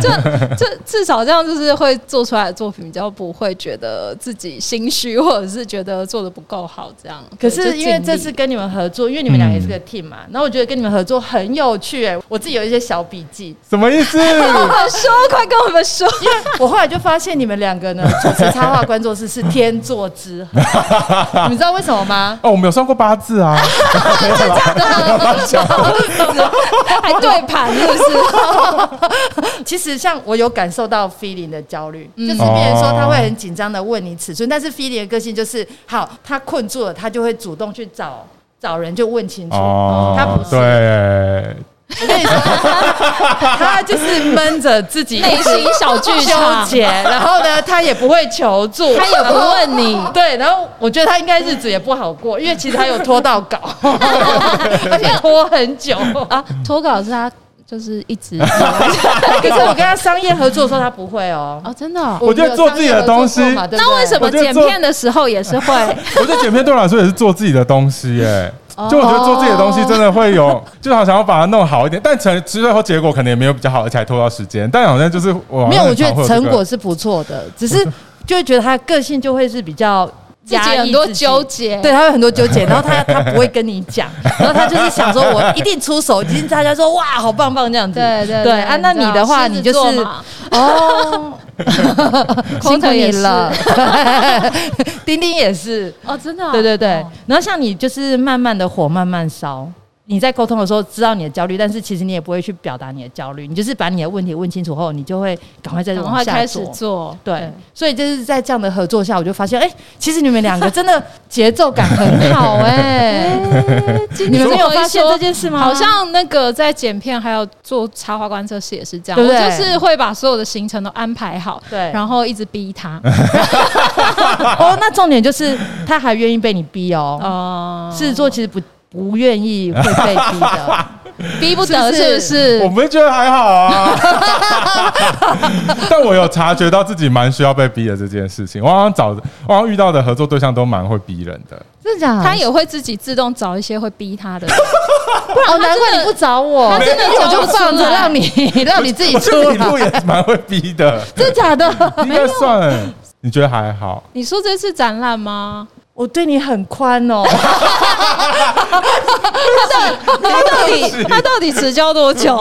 [SPEAKER 3] 就就至少这样，就是会做出来的作品比较不会觉得自己心虚，或者是觉得做的不够好这样。
[SPEAKER 1] 可
[SPEAKER 3] 对
[SPEAKER 1] 是
[SPEAKER 3] 就
[SPEAKER 1] 因为
[SPEAKER 3] 尽
[SPEAKER 1] 这
[SPEAKER 3] 力
[SPEAKER 1] 次跟你们合作，因为你们两个也
[SPEAKER 2] 嗯
[SPEAKER 1] 是个 team 嘛，然后我觉得跟你们合作很有趣，哎，我自己有一些小笔记，
[SPEAKER 2] 什么意思？
[SPEAKER 3] 跟我们哦说，快跟我们说，
[SPEAKER 1] 因为我后来就发现你们两个呢，主持插画观众室是天作之 合，你们知道为什么吗？
[SPEAKER 2] 哦，我们有算过八 字啊，
[SPEAKER 3] 还对盘是不是？
[SPEAKER 1] 其实像我有感受到 feeling 的焦虑，
[SPEAKER 3] 嗯
[SPEAKER 1] 就是别人说
[SPEAKER 2] 哦
[SPEAKER 1] 他会很紧张的问你尺寸，但是 feeling 的个性就是好，他困住了，他就会主动去找找人就问清楚，
[SPEAKER 2] 哦，
[SPEAKER 1] 他不是。
[SPEAKER 2] 对，
[SPEAKER 1] 我跟你说，他就是闷着自己
[SPEAKER 3] 内心小剧
[SPEAKER 1] 纠
[SPEAKER 3] 场，
[SPEAKER 1] 结，然后呢，他也不会求助，
[SPEAKER 3] 他也不问你。
[SPEAKER 1] 对，然后我觉得他应该日子也不好 过，因为其实他有拖到稿，而且拖很久。
[SPEAKER 3] 啊，脱稿是他就是一直
[SPEAKER 1] 可是我跟他商业合作的时候，他不会哦。
[SPEAKER 3] 哦，真的哦、
[SPEAKER 2] 我觉得做自己的东西
[SPEAKER 1] 我们有商业合作过嘛对不对
[SPEAKER 3] 那为什么剪片的时候也是会？
[SPEAKER 2] 我觉得剪片对我来说也是做自己的东西耶。
[SPEAKER 1] 哦
[SPEAKER 2] 就我觉得做自己的东西真的会有，就是好想要把它弄好一点，但成最后结果可能也没有比较好，而且还拖到时间。但好像就是我
[SPEAKER 1] 没有，我觉得成果是不错的，只是就会觉得他个性就会是比较
[SPEAKER 3] 自己
[SPEAKER 1] 压抑
[SPEAKER 3] 很多
[SPEAKER 1] 自己
[SPEAKER 3] 纠。结，
[SPEAKER 1] 对，他会很多纠结，然后他他不会跟你讲， 然后他就是想说，我一定出手，今天大家说哇，好棒棒这样子。
[SPEAKER 3] 对对
[SPEAKER 1] 对啊，那你的话，你就是 哦，辛苦
[SPEAKER 3] Quarter
[SPEAKER 1] 你
[SPEAKER 3] 也是
[SPEAKER 1] 了， 丁丁也是，
[SPEAKER 3] 哦，真的、哦
[SPEAKER 1] 对对对。然后像你就是慢慢的火慢慢烧，你在沟通的时候知道你的焦虑，但是其实你也不会去表达你的焦虑，你就是把你的问题问清楚后，你就会赶快再
[SPEAKER 3] 赶
[SPEAKER 1] 往
[SPEAKER 3] 快
[SPEAKER 1] 下
[SPEAKER 3] 开始
[SPEAKER 1] 做。
[SPEAKER 3] 做，
[SPEAKER 1] 对，所以就是在这样的合作下，我就发现，哎、其实你们两个真的节奏感很 好、哎，
[SPEAKER 3] 对，
[SPEAKER 1] 你们没有
[SPEAKER 3] 这么一
[SPEAKER 1] 发现
[SPEAKER 3] 说
[SPEAKER 1] 这件事吗？
[SPEAKER 3] 好像那个在剪片还有做插花观测试也是这样，
[SPEAKER 1] 对不对
[SPEAKER 3] 我就是会把所有的行程都安排好，
[SPEAKER 1] 对，
[SPEAKER 3] 然后一直 逼他。
[SPEAKER 1] 哦，那重点就是他还愿意被你逼 哦。
[SPEAKER 3] 哦，
[SPEAKER 1] 狮子座其实不不愿意会被逼的，
[SPEAKER 3] 逼不得
[SPEAKER 1] 是
[SPEAKER 3] 是
[SPEAKER 1] 不是
[SPEAKER 3] 不是？
[SPEAKER 2] 我们觉得还好 啊，但我有察觉到自己蛮需要被逼的这件事情。我好像找，我好像遇到的合作对象都蛮会逼人的。
[SPEAKER 1] 真的假的？
[SPEAKER 3] 他也会自己自动找一些会逼他 的，
[SPEAKER 1] 不然哦，难怪你不找我，
[SPEAKER 3] 他真的
[SPEAKER 1] 因为我
[SPEAKER 3] 找
[SPEAKER 1] 就
[SPEAKER 3] 不出
[SPEAKER 1] 放着
[SPEAKER 3] 来
[SPEAKER 1] 让你 让你自己
[SPEAKER 2] 我觉
[SPEAKER 1] 出来
[SPEAKER 2] 得李璐也蛮会 逼的，
[SPEAKER 1] 真的假的？
[SPEAKER 2] 应该算。你觉得还好？
[SPEAKER 3] 你说这次展览 吗？
[SPEAKER 1] 我对你很宽哦，
[SPEAKER 3] 他到底他到底迟交多 久？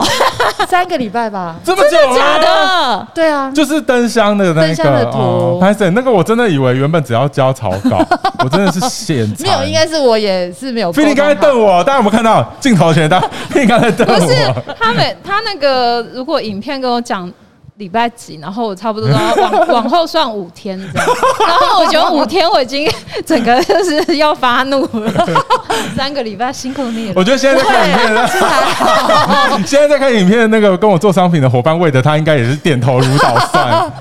[SPEAKER 1] 三个礼拜吧。
[SPEAKER 2] 这么久了？
[SPEAKER 3] 假的？
[SPEAKER 1] 对啊，
[SPEAKER 2] 就是灯箱的那
[SPEAKER 1] 灯
[SPEAKER 2] 个
[SPEAKER 1] 箱的图
[SPEAKER 2] 哦拍摄、那个我真的以为原本只要交草稿，我真的是现场
[SPEAKER 1] 没有，应。该是我也是没有沟
[SPEAKER 2] 菲
[SPEAKER 1] 通好。
[SPEAKER 2] 利刚才瞪我，大家有没有看到镜头前？大家菲利刚才瞪
[SPEAKER 3] 不是
[SPEAKER 2] 我，
[SPEAKER 3] 他每他那个如果影片跟我讲。礼拜几，然后我差不多都要往往后算五天这样，然后我觉得五天我已经整个就是要发怒 了。三个礼拜辛苦你
[SPEAKER 1] 哦
[SPEAKER 2] 我
[SPEAKER 3] 了，
[SPEAKER 2] 觉得现在在看影片的，现在在看影片的那个跟我做商品的伙伴魏德，他应该也是点头如捣蒜。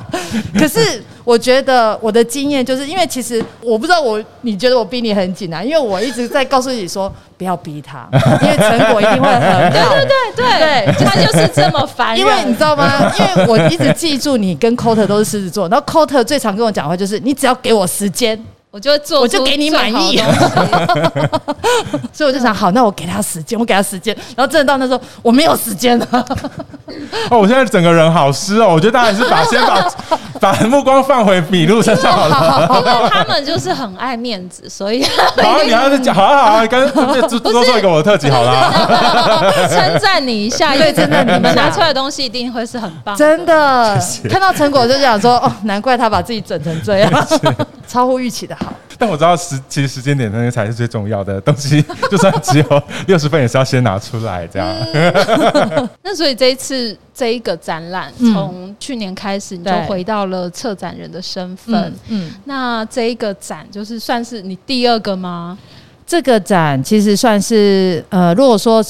[SPEAKER 1] 可是我觉得我的经验就是因为其实我不知道我你觉得我逼你很紧啊，因为我一直在告诉你说不要逼他，因为成果一定会很好。
[SPEAKER 3] 对啊对对，他就是这么烦人。
[SPEAKER 1] 因为你知道吗？因为我一直记住你跟 Cotter 都是狮子座，然后 Cotter 最常跟我讲话就是你只要给我时间，
[SPEAKER 3] 我就会做出
[SPEAKER 1] 我就给你满意
[SPEAKER 3] 最好的东西
[SPEAKER 1] 所以我就想好，那我给他时间，我给他时间，然后真的到那时候我没有时间了，
[SPEAKER 2] 哦，我现在整个人好湿哦，我觉得大家还是把先把把目光放回米露身上好了。
[SPEAKER 3] 因为他们就是很爱面子，所以
[SPEAKER 2] 好啊，你还是讲，好啊好啊，跟多多做一个我的特辑好啦。
[SPEAKER 3] 称赞你一下，
[SPEAKER 1] 对称赞你一下
[SPEAKER 3] 们拿出来的东西一定会是很棒。
[SPEAKER 1] 真的看到成果就想说哦，难怪他把自己整成这样，超乎预期的好。
[SPEAKER 2] 但我知道时其实时间点那个才是最重要的东 西，就算只有六十分也是要先拿出来这样。
[SPEAKER 1] 嗯
[SPEAKER 3] 那所以这一次这一个展览，
[SPEAKER 1] 嗯
[SPEAKER 3] 从去年开始你就
[SPEAKER 1] 对
[SPEAKER 3] 回到了策展人的身份。
[SPEAKER 1] 嗯嗯。
[SPEAKER 3] 那这一个展就是算是你第二个吗？
[SPEAKER 1] 这个展其实算是呃，如果说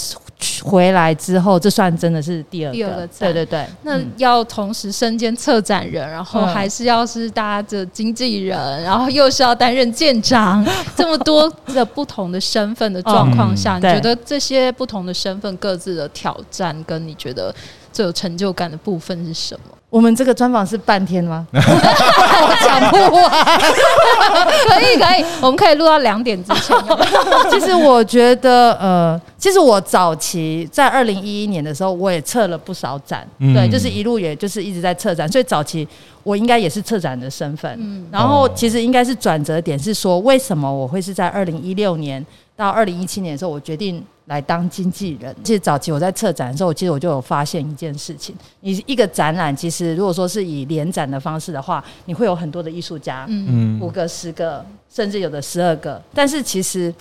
[SPEAKER 1] 回来之后，这算真的是第二个，
[SPEAKER 3] 第二个
[SPEAKER 1] 对
[SPEAKER 3] 展
[SPEAKER 1] 对对。
[SPEAKER 3] 那要同时身兼策展人，然后
[SPEAKER 1] 嗯
[SPEAKER 3] 还是要是搭着经纪人，然后又是要担任 舰长，这么多的不同的身份的状况下，
[SPEAKER 1] 嗯
[SPEAKER 3] 你
[SPEAKER 1] 对
[SPEAKER 3] 觉得这些不同的身份各自的挑战，跟你觉得最有成就感的部分是什 么？
[SPEAKER 1] 我们这个专访是半天 吗？我讲不完。
[SPEAKER 3] 可以可以，我们可以录到两点之 前。有没有
[SPEAKER 1] 其实我觉得，呃，其实我早期在二零一一年的时候，我也测了不少展，
[SPEAKER 2] 嗯
[SPEAKER 1] 对，就是一路也就是一直在策展，所以早期我应该也是策展的身份。然后
[SPEAKER 2] 哦
[SPEAKER 1] 其实应该是转折点是说，为什么我会是在二零一六年到二零一七年的时候，我决定来当经纪人。其实早期我在策展的时候，其实我就有发现一件事情：你一个展览，其实如果说是以联展的方式的话，你会有很多的艺术家，
[SPEAKER 3] 嗯，
[SPEAKER 2] 嗯
[SPEAKER 1] 五，个、十个，甚至有的十二个。但是其实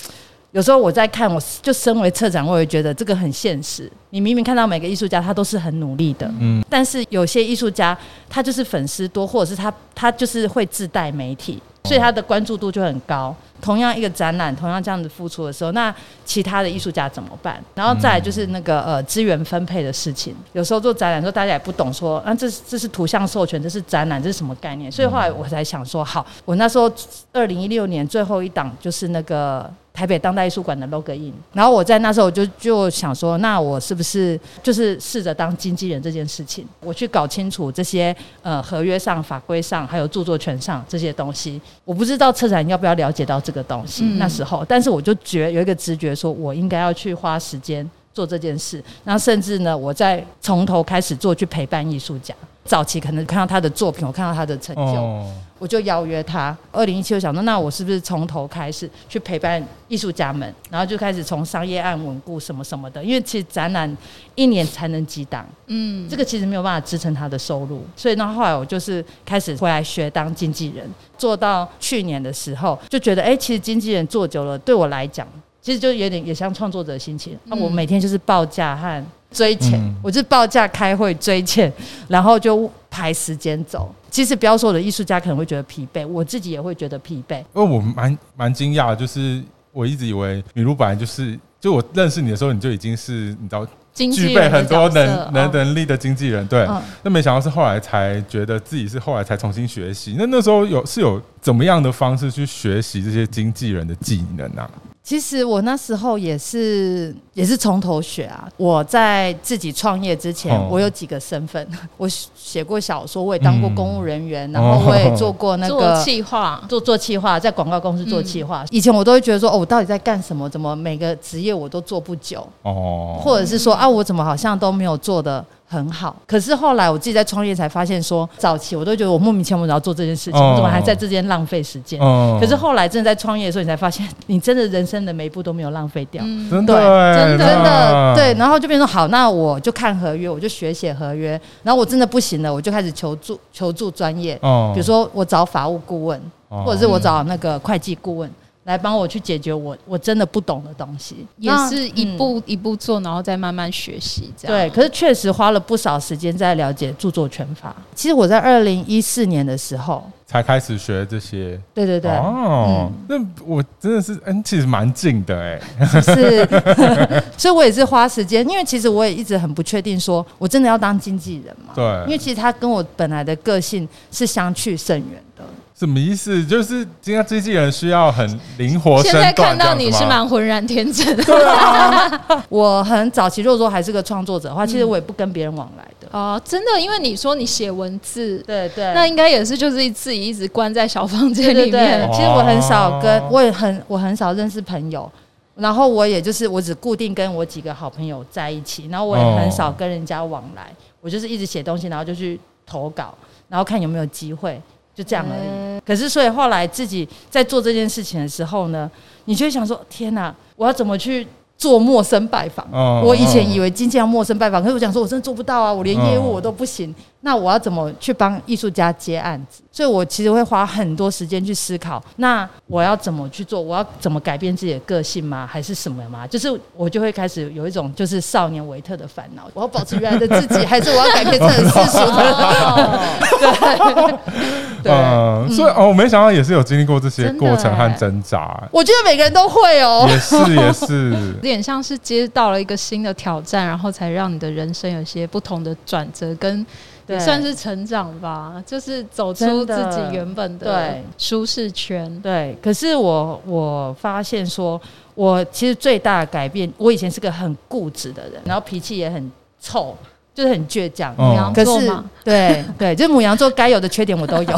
[SPEAKER 1] 有时候我在看，我就身为策展，我也觉得这个很现实。你明明看到每个艺术家，他都是很努力的，
[SPEAKER 2] 嗯
[SPEAKER 1] 但是有些艺术家他就是粉丝多，或者是他他就是会自带媒体，
[SPEAKER 2] 哦
[SPEAKER 1] 所以他的关注度就很高。同样一个展览，同样这样子付出的时候，那其他的艺术家怎么办？然后再来就是那个呃资源分配的事情，有时候做展览的时候大家也不懂说，啊这是这是图像授权，这是展览，这是什么概念？所以后来我才想说，好，我那时候二零一六年最后一档就是那个台北当代艺术馆的 logo in，然后我在那时候我就就想说，那我是不是就是试着当经纪人这件事情，我去搞清楚这些呃合约上、法规上，还有著作权上这些东西。我不知道策展要不要了解到这个东西，
[SPEAKER 3] 嗯
[SPEAKER 1] 那时候，但是我就觉有一个直觉，说我应该要去花时间做这件事，然后甚至呢，我再从头开始做，去陪伴艺术家。早期可能看到他的作品，我看到他的成就，
[SPEAKER 2] 哦，
[SPEAKER 1] 我就邀约他。二零一七，我想说，那我是不是从头开始去陪伴艺术家们，然后就开始从商业案稳固什么什么的？因为其实展览一年才能几档，嗯，这个其实没有办法支撑他的收入，所以那后来我就是开始回来学当经纪人，做到去年的时候，就觉得哎、诶其实经纪人做久了，对我来讲。其实就有点也像创作者的心情。那、我每天就是报价和追钱， 我就是报价开会追钱，然后就排时间走。其实不要说我的艺术家可能会觉得疲惫，我自己也会觉得疲惫。
[SPEAKER 2] 因为哦我蛮蛮惊讶的，就是我一直以为米露本来就是，就我认识你的时候，你就已经是你知道
[SPEAKER 3] 经纪
[SPEAKER 2] 具备
[SPEAKER 3] 人的
[SPEAKER 2] 很多
[SPEAKER 3] 角色哦
[SPEAKER 2] 能能能力的经纪人，对
[SPEAKER 1] 嗯。
[SPEAKER 2] 那没想到是后来才觉得自己是后来才重新学习。那那时候有是有怎么样的方式去学习这些经纪人的技能啊？
[SPEAKER 1] 其实我那时候也是也是从头学啊。我在自己创业之前，
[SPEAKER 2] 哦
[SPEAKER 1] 我有几个身份， 我写过小说，我也当过
[SPEAKER 2] 嗯
[SPEAKER 1] 公务人员，然后我也做过那个
[SPEAKER 3] 做企划，
[SPEAKER 1] 哦做做企划，在广告公司做企划。以前我都会觉得说，哦，我到底在干什么？怎么每个职业我都做不久，
[SPEAKER 2] 哦，
[SPEAKER 1] 或者是说啊，我怎么好像都没有做的很好？可是后来我自己在创业才发现说，早期我都觉得我莫名其妙我要做这件事情，
[SPEAKER 2] 哦
[SPEAKER 1] 我怎么还在这间浪费时间？
[SPEAKER 2] 嗯
[SPEAKER 1] 可是后来真的在创业的时候，你才发现， 你真的人生的每一步都没有浪费掉。
[SPEAKER 3] 嗯，
[SPEAKER 2] 真
[SPEAKER 1] 对
[SPEAKER 2] 的欸
[SPEAKER 3] 真的
[SPEAKER 1] 真的
[SPEAKER 2] 那
[SPEAKER 1] 对，然后就变成说好，那我就看合约，我就学写合约，然后我真的不行了，我就开始求助求助专业，
[SPEAKER 2] 哦
[SPEAKER 1] 比如说我找法务顾问，
[SPEAKER 2] 哦
[SPEAKER 1] 或者是我找那个会计顾问来帮我去解决我我真的不懂的东西，
[SPEAKER 3] 也
[SPEAKER 1] 那
[SPEAKER 3] 是一。
[SPEAKER 1] 嗯
[SPEAKER 3] 步啊一步做，然后再慢慢学习这样。哦
[SPEAKER 1] 对，可是确实花了不少时间在了解著作权法。其实我在二零一四年的时候，
[SPEAKER 2] 嗯才开始学这些。
[SPEAKER 1] 对对对，嗯
[SPEAKER 2] 哦，那我真的是，嗯，其实蛮近的哎。
[SPEAKER 1] 是， 所以我也是花时间，因为其实我也一直很不确定说，我真的要当经纪人嘛？
[SPEAKER 2] 对
[SPEAKER 1] 因为其实他跟我本来的个性是相去甚远的。
[SPEAKER 2] 什么意思？就是今天经纪人需要很灵活身
[SPEAKER 3] 现
[SPEAKER 2] 段，
[SPEAKER 3] 在看到
[SPEAKER 2] 这
[SPEAKER 3] 你
[SPEAKER 2] 样
[SPEAKER 3] 是
[SPEAKER 2] 子吗？
[SPEAKER 3] 蛮浑然天成的
[SPEAKER 1] 我很早期，如果说还是个创作者的话，其实我也不跟别人往来的。
[SPEAKER 3] 哦，真的，因为你说你写文字，
[SPEAKER 1] 对对，
[SPEAKER 3] 那应该也是就是自己一直关在小房间
[SPEAKER 1] 对
[SPEAKER 3] 里
[SPEAKER 1] 对对
[SPEAKER 3] 面，，
[SPEAKER 1] 其实我很少跟
[SPEAKER 2] 哦，
[SPEAKER 1] 我也很我很少认识朋友，然后我也就是我只固定跟我几个好朋友在一起，然后我也很少跟人家往来，我就是一直写东西，然后就去投稿，然后看有没有机会，就这样而已。
[SPEAKER 3] 嗯
[SPEAKER 1] 可是所以后来自己在做这件事情的时候呢，你就会想说：天哪，我要怎么去？做陌生拜访
[SPEAKER 2] 哦
[SPEAKER 1] 我以前
[SPEAKER 2] 哦
[SPEAKER 1] 以为经纪要陌生拜访，可是我想说，我真的做不到啊，我连业务我都不
[SPEAKER 2] 哦
[SPEAKER 1] 行。那我要怎么去帮艺术家接案子？所以我其实会花很多时间去思考，那我要怎么去做？我要怎么改变自己的个性吗？还是什么吗？就是我就会开始有一种就是少年维特的烦恼，我要保持原来的自己，还是我要改变成世俗的？对对，
[SPEAKER 2] 嗯，所以哦，我没想到也是有经历过这些
[SPEAKER 3] 真的
[SPEAKER 2] 过程和
[SPEAKER 3] 欸
[SPEAKER 2] 挣扎，
[SPEAKER 1] 我觉得每个人都会哦。
[SPEAKER 2] 也是也是
[SPEAKER 3] 有。点像是接到了一个新的挑战，然后才让你的人生有一些不同的转折，跟
[SPEAKER 1] 对
[SPEAKER 3] 也算是成长吧，就是走出
[SPEAKER 1] 真
[SPEAKER 3] 自
[SPEAKER 1] 的
[SPEAKER 3] 己原本的
[SPEAKER 1] 对
[SPEAKER 3] 舒适圈。
[SPEAKER 1] 对，可是我我发现说，我其实最大的改变，我以前是个很固执的人，然后脾气也很臭，就是很倔强。
[SPEAKER 2] 哦
[SPEAKER 3] 母羊
[SPEAKER 1] 可
[SPEAKER 3] 座
[SPEAKER 1] 是
[SPEAKER 3] 嘛，
[SPEAKER 1] 对 对，就是母羊座该有的缺点我都 有。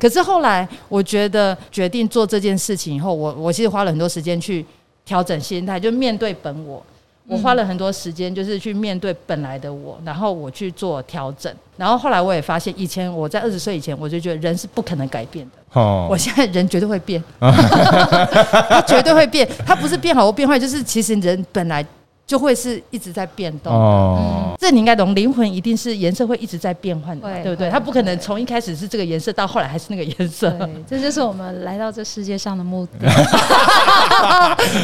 [SPEAKER 1] 可是后来我觉得决定做这件事情以后，我我其实花了很多时间去调整心态，就面对本我。我花了很多时间，就是去面对本来的我，然后我去做调整。然后后来我也发现，以前我在二十岁以前，我就觉得人是不可能改变的。我
[SPEAKER 2] 哦，
[SPEAKER 1] 现在人绝对会 变，他绝对会变，他不是变好或变坏，就是其实人本来就会是一直在变动。
[SPEAKER 2] 哦，
[SPEAKER 1] 这你应该懂，灵魂一定是颜色会一直在变换的嘛，
[SPEAKER 3] 会
[SPEAKER 1] 对不对？
[SPEAKER 3] 会
[SPEAKER 1] 它不可能
[SPEAKER 3] 会
[SPEAKER 1] 从一开始是这个颜色，到后来还是那个颜色。
[SPEAKER 3] 对，这就是我们来到这世界上的目 的，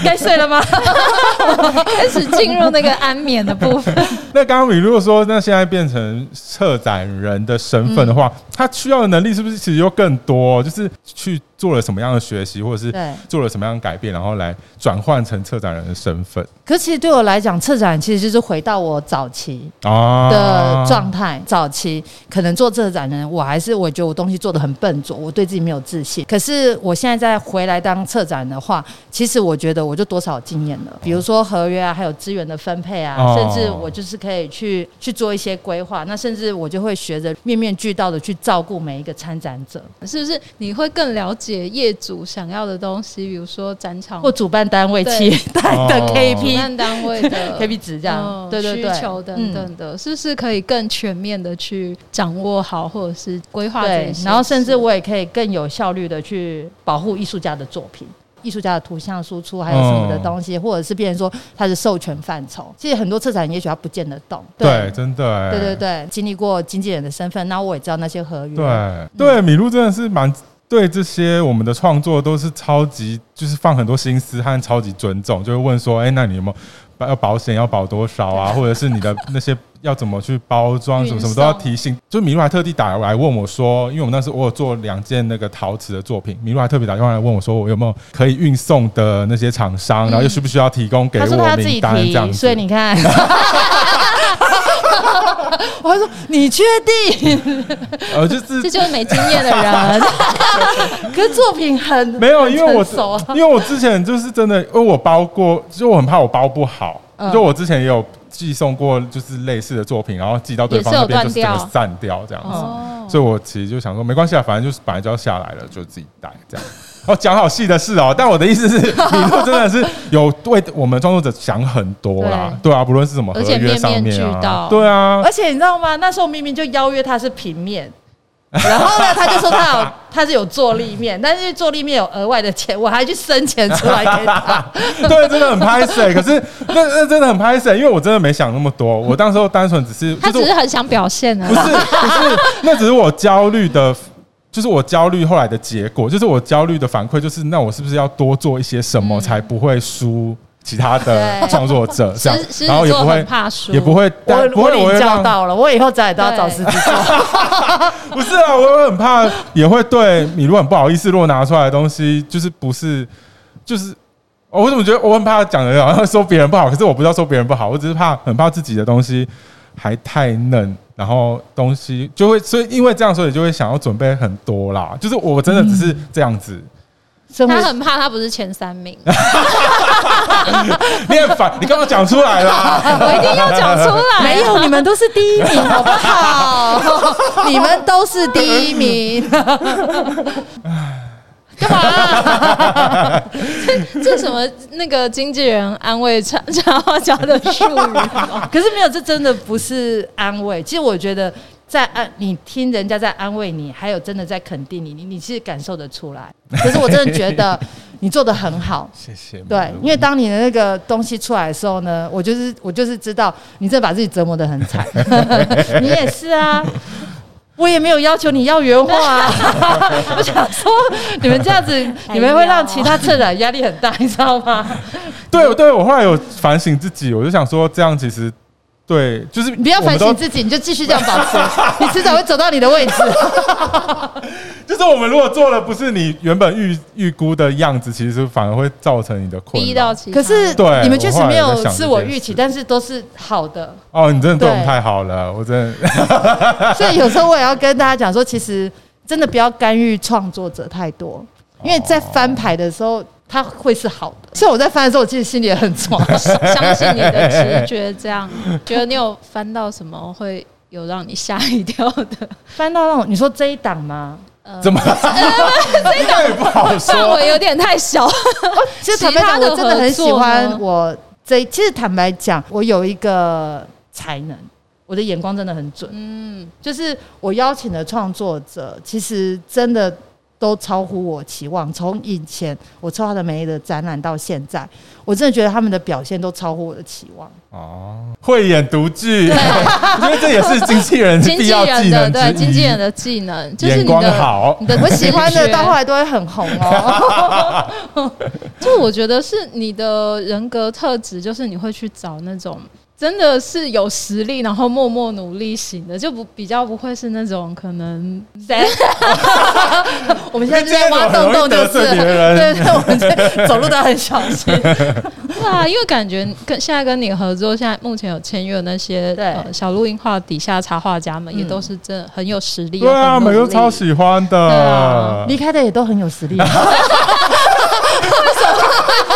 [SPEAKER 1] 该睡了吗？
[SPEAKER 3] 开始进入那个安眠的部分。
[SPEAKER 2] 那刚刚你如果说，那现在变成策展人的身份的话，
[SPEAKER 1] 嗯
[SPEAKER 2] 他需要的能力是不是其实又更多？就是去做了什么样的学习，或者是
[SPEAKER 1] 对
[SPEAKER 2] 做了什么样的改变，然后来转换成策展人的身份
[SPEAKER 1] 可其实对我来讲，策展其实就是回到我早期
[SPEAKER 2] 啊
[SPEAKER 1] 的状态。早期可能做策展人，我还是我觉得我东西做的很笨拙，我对自己没有自信。可是我现在再回来当策展的话，其实我觉得我就多少有经验了，比如说合约啊，还有资源的分配啊，
[SPEAKER 2] 哦
[SPEAKER 1] 甚至我就是可以去去做一些规划。那甚至我就会学着面面俱到的去照顾每一个参展者。
[SPEAKER 3] 是不是你会更了解业主想要的东西，比如说展场
[SPEAKER 1] 或主办单位期
[SPEAKER 3] 对
[SPEAKER 1] 待的
[SPEAKER 2] 哦
[SPEAKER 3] 主
[SPEAKER 1] KP、
[SPEAKER 3] 办单 位的
[SPEAKER 1] KP 值这样，
[SPEAKER 3] 嗯
[SPEAKER 1] 对对对，
[SPEAKER 3] 需求等
[SPEAKER 1] 嗯
[SPEAKER 3] 等的，是不是可以更全面的去掌握好，或者是规划这
[SPEAKER 1] 对
[SPEAKER 3] 件事，情？
[SPEAKER 1] 然后甚至我也可以更有效率的去保护艺术家的作品。艺术家的图像输出，还有什么
[SPEAKER 2] 嗯
[SPEAKER 1] 的东西，或者是变成说它的授权范畴，其实很多策展人也许他不见得懂。
[SPEAKER 2] 对，真的欸，
[SPEAKER 1] 对嗯对对，经历过经纪人的身份，那我也知道那些合约。
[SPEAKER 2] 对对，米露真的是蛮对这些我们的创作都是超级，就是放很多心思和超级尊重，就会问说，哎、那你有没有保要保险要保多少 啊？或者是你的那些要怎么去包装，什么什么都要
[SPEAKER 3] 运送
[SPEAKER 2] 提醒。就米露还特地打来问我说，因为我们那时候我有做两件那个陶瓷的作品，米露还特别打电话来问我说，我有没有可以运送的那些厂商，然后又需不需要提供给
[SPEAKER 1] 嗯他说他
[SPEAKER 2] 我
[SPEAKER 1] 要自己
[SPEAKER 2] 名单这样
[SPEAKER 1] 提，
[SPEAKER 2] 子。
[SPEAKER 1] 所以你看， 我还说你确定？
[SPEAKER 2] 呃， 就是
[SPEAKER 3] 这就是没经验 的人，
[SPEAKER 1] 可是作品很
[SPEAKER 2] 没有，因为我
[SPEAKER 1] 很成熟啊
[SPEAKER 2] 因为我之前就是真的，因为我包过，就我很怕我包不好，
[SPEAKER 1] 嗯
[SPEAKER 2] 就我之前也有寄送过就是类似的作品，然后寄到对方
[SPEAKER 3] 也是
[SPEAKER 2] 那
[SPEAKER 3] 有
[SPEAKER 2] 边就是整个
[SPEAKER 3] 断掉
[SPEAKER 2] 散掉这样子，
[SPEAKER 3] 哦
[SPEAKER 2] 所以我其实就想说没关系啊，反正就是本来就要下来了，就自己带这样。 哦，讲好戏的事哦，但我的意 思是，米露真的是有为我们创作者想很多啦，对啊，不论是什么合
[SPEAKER 3] 而且
[SPEAKER 2] 约上
[SPEAKER 3] 面面
[SPEAKER 2] 面
[SPEAKER 3] 俱
[SPEAKER 2] 啊
[SPEAKER 3] 到，
[SPEAKER 2] 对啊，
[SPEAKER 1] 而且你知道吗？那时候明明就邀约他是平面，然后呢，他就说他 有他是有坐立面，但是坐立面有额外的钱，我还去生钱出来给 他。
[SPEAKER 2] 对，真的很拍死、可是那那真的很拍死、因为我真的没想那么多，我当时候单纯只是，
[SPEAKER 3] 他
[SPEAKER 2] 就是
[SPEAKER 3] 只是很想表现
[SPEAKER 2] 不
[SPEAKER 3] 而
[SPEAKER 2] 是
[SPEAKER 3] 已。
[SPEAKER 2] 不是，那只是我焦虑的，就是我焦虑后来的结果，就是我焦虑的反馈，就是那我是不是要多做一些什么，才不会输其他的
[SPEAKER 3] 嗯对
[SPEAKER 2] 创作者这样
[SPEAKER 3] 狮狮，子
[SPEAKER 2] 然后也
[SPEAKER 3] 座
[SPEAKER 2] 不会
[SPEAKER 3] 很怕输
[SPEAKER 2] 也不会，
[SPEAKER 1] 我
[SPEAKER 2] 但不
[SPEAKER 1] 我
[SPEAKER 2] 会我会
[SPEAKER 1] 领教
[SPEAKER 2] 让
[SPEAKER 1] 到了，我以后再也都要找
[SPEAKER 3] 对
[SPEAKER 1] 司机做。
[SPEAKER 2] 不是啊，我会很怕，也会对米露很不好意思。如果拿出来的东西就是不是，就是我怎么觉得我很怕讲的好像说别人不好，可是我不知道说别人不好，我只是怕很怕自己的东西还太嫩，然后东西就会，所以因为这样，所以就会想要准备很多啦。就是我真的只是这样子，
[SPEAKER 1] 生
[SPEAKER 3] 他
[SPEAKER 1] 活
[SPEAKER 3] 很怕他不是前 三名，
[SPEAKER 2] 你很烦，你刚刚讲出来啦。
[SPEAKER 3] 呃我一定要讲出来。
[SPEAKER 1] 没有，你们都是第一名，好不 好？你们都是第一名。
[SPEAKER 3] 干嘛？ 这这什么那个经纪人安慰插插花家的术语 吗？
[SPEAKER 1] 可是没有，这真的不是安慰。其实我觉得，在安你听人家在安慰你，还有真的在肯定你，你你是感受得出来。可是我真的觉得你做的很好。
[SPEAKER 2] 谢谢米露。
[SPEAKER 1] 对，因为当你的那个东西出来的时候呢，我就是我就是知道你真的把自己折磨得很 惨，你也是啊，我也没有要求你要原话 啊，我想说你们这样
[SPEAKER 2] 哎
[SPEAKER 1] 子，你们会让其他策展压力很大，你知道吗？
[SPEAKER 2] 对对，我后来有反省自己，我就想说这样其实对，就是
[SPEAKER 1] 你不要
[SPEAKER 2] 我们
[SPEAKER 1] 反
[SPEAKER 2] 都
[SPEAKER 1] 省自己，你就继续这样保 持，你迟早会走到你的位置。
[SPEAKER 2] 就是我们如果做了不是你原本预预估的样子，其实反而会造成你的困扰
[SPEAKER 3] 逼到其他
[SPEAKER 1] 可是
[SPEAKER 2] 对
[SPEAKER 1] 你们确实没
[SPEAKER 2] 我后
[SPEAKER 1] 有
[SPEAKER 2] 来在想
[SPEAKER 1] 是我
[SPEAKER 2] 这件
[SPEAKER 1] 预期，
[SPEAKER 2] 事
[SPEAKER 1] 但是都是好的，
[SPEAKER 2] 哦，你真的对我们
[SPEAKER 1] 对
[SPEAKER 2] 太好了，我真 的
[SPEAKER 1] 所以有时候我也要跟大家讲说，其实真的不要干预创作者太多，因为在翻牌的时候。他会是好的， 所以我在翻的时候，我其实心里也很爽。
[SPEAKER 3] 相信你的直觉，这样觉得你有翻到什么会有让你吓一跳的？
[SPEAKER 1] 翻到那种，你说这一档吗？
[SPEAKER 3] 呃
[SPEAKER 2] 怎么这个也不好
[SPEAKER 3] 范
[SPEAKER 2] 说。
[SPEAKER 3] 围有点太小，
[SPEAKER 1] 其实坦白讲，
[SPEAKER 3] 其他的
[SPEAKER 1] 我真的很喜
[SPEAKER 3] 合作呢
[SPEAKER 1] 欢我这。其实坦白讲，我有一个才能，我的眼光真的很准。
[SPEAKER 3] 嗯，
[SPEAKER 1] 就是我邀请的创作者，其实真的都超乎我期望。从以前我策划的每一个展览到现在，我真的觉得他们的表现都超乎我的期望。
[SPEAKER 2] 哦，会演独 剧，我 觉得这也是经纪人
[SPEAKER 3] 经
[SPEAKER 2] 必
[SPEAKER 3] 纪
[SPEAKER 2] 要技
[SPEAKER 3] 人的
[SPEAKER 2] 能
[SPEAKER 3] 对
[SPEAKER 2] 之
[SPEAKER 3] 经
[SPEAKER 2] 一。
[SPEAKER 3] 纪人的技能，就是
[SPEAKER 2] 眼
[SPEAKER 3] 你
[SPEAKER 2] 光
[SPEAKER 3] 的，
[SPEAKER 2] 好，
[SPEAKER 3] 你的
[SPEAKER 1] 我喜欢
[SPEAKER 3] 直
[SPEAKER 1] 的
[SPEAKER 3] 觉
[SPEAKER 1] 到后来都会很红 哦。
[SPEAKER 3] 就我觉得是你的人格特质，就是你会去找那种真的是有实力，然后默默努力型的，就不比较不会是那种可能
[SPEAKER 1] 谁？我们现在就在挖
[SPEAKER 2] 这样
[SPEAKER 1] 洞洞就
[SPEAKER 2] 子很容易得
[SPEAKER 1] 是
[SPEAKER 2] 罪别
[SPEAKER 1] 了，
[SPEAKER 2] 人
[SPEAKER 1] 对对，我们在走路都很小 心。
[SPEAKER 3] 对啊，因为感觉跟现在跟你合作，现在目前有签约的那些
[SPEAKER 1] 对
[SPEAKER 3] 呃小录音画底下插画家们，
[SPEAKER 1] 嗯
[SPEAKER 3] 也都是真的很有实力，
[SPEAKER 2] 对啊，
[SPEAKER 3] 又很努
[SPEAKER 2] 每
[SPEAKER 3] 力
[SPEAKER 2] 个都超喜欢
[SPEAKER 3] 对啊
[SPEAKER 2] 的。
[SPEAKER 1] 离开的也都很有实 力。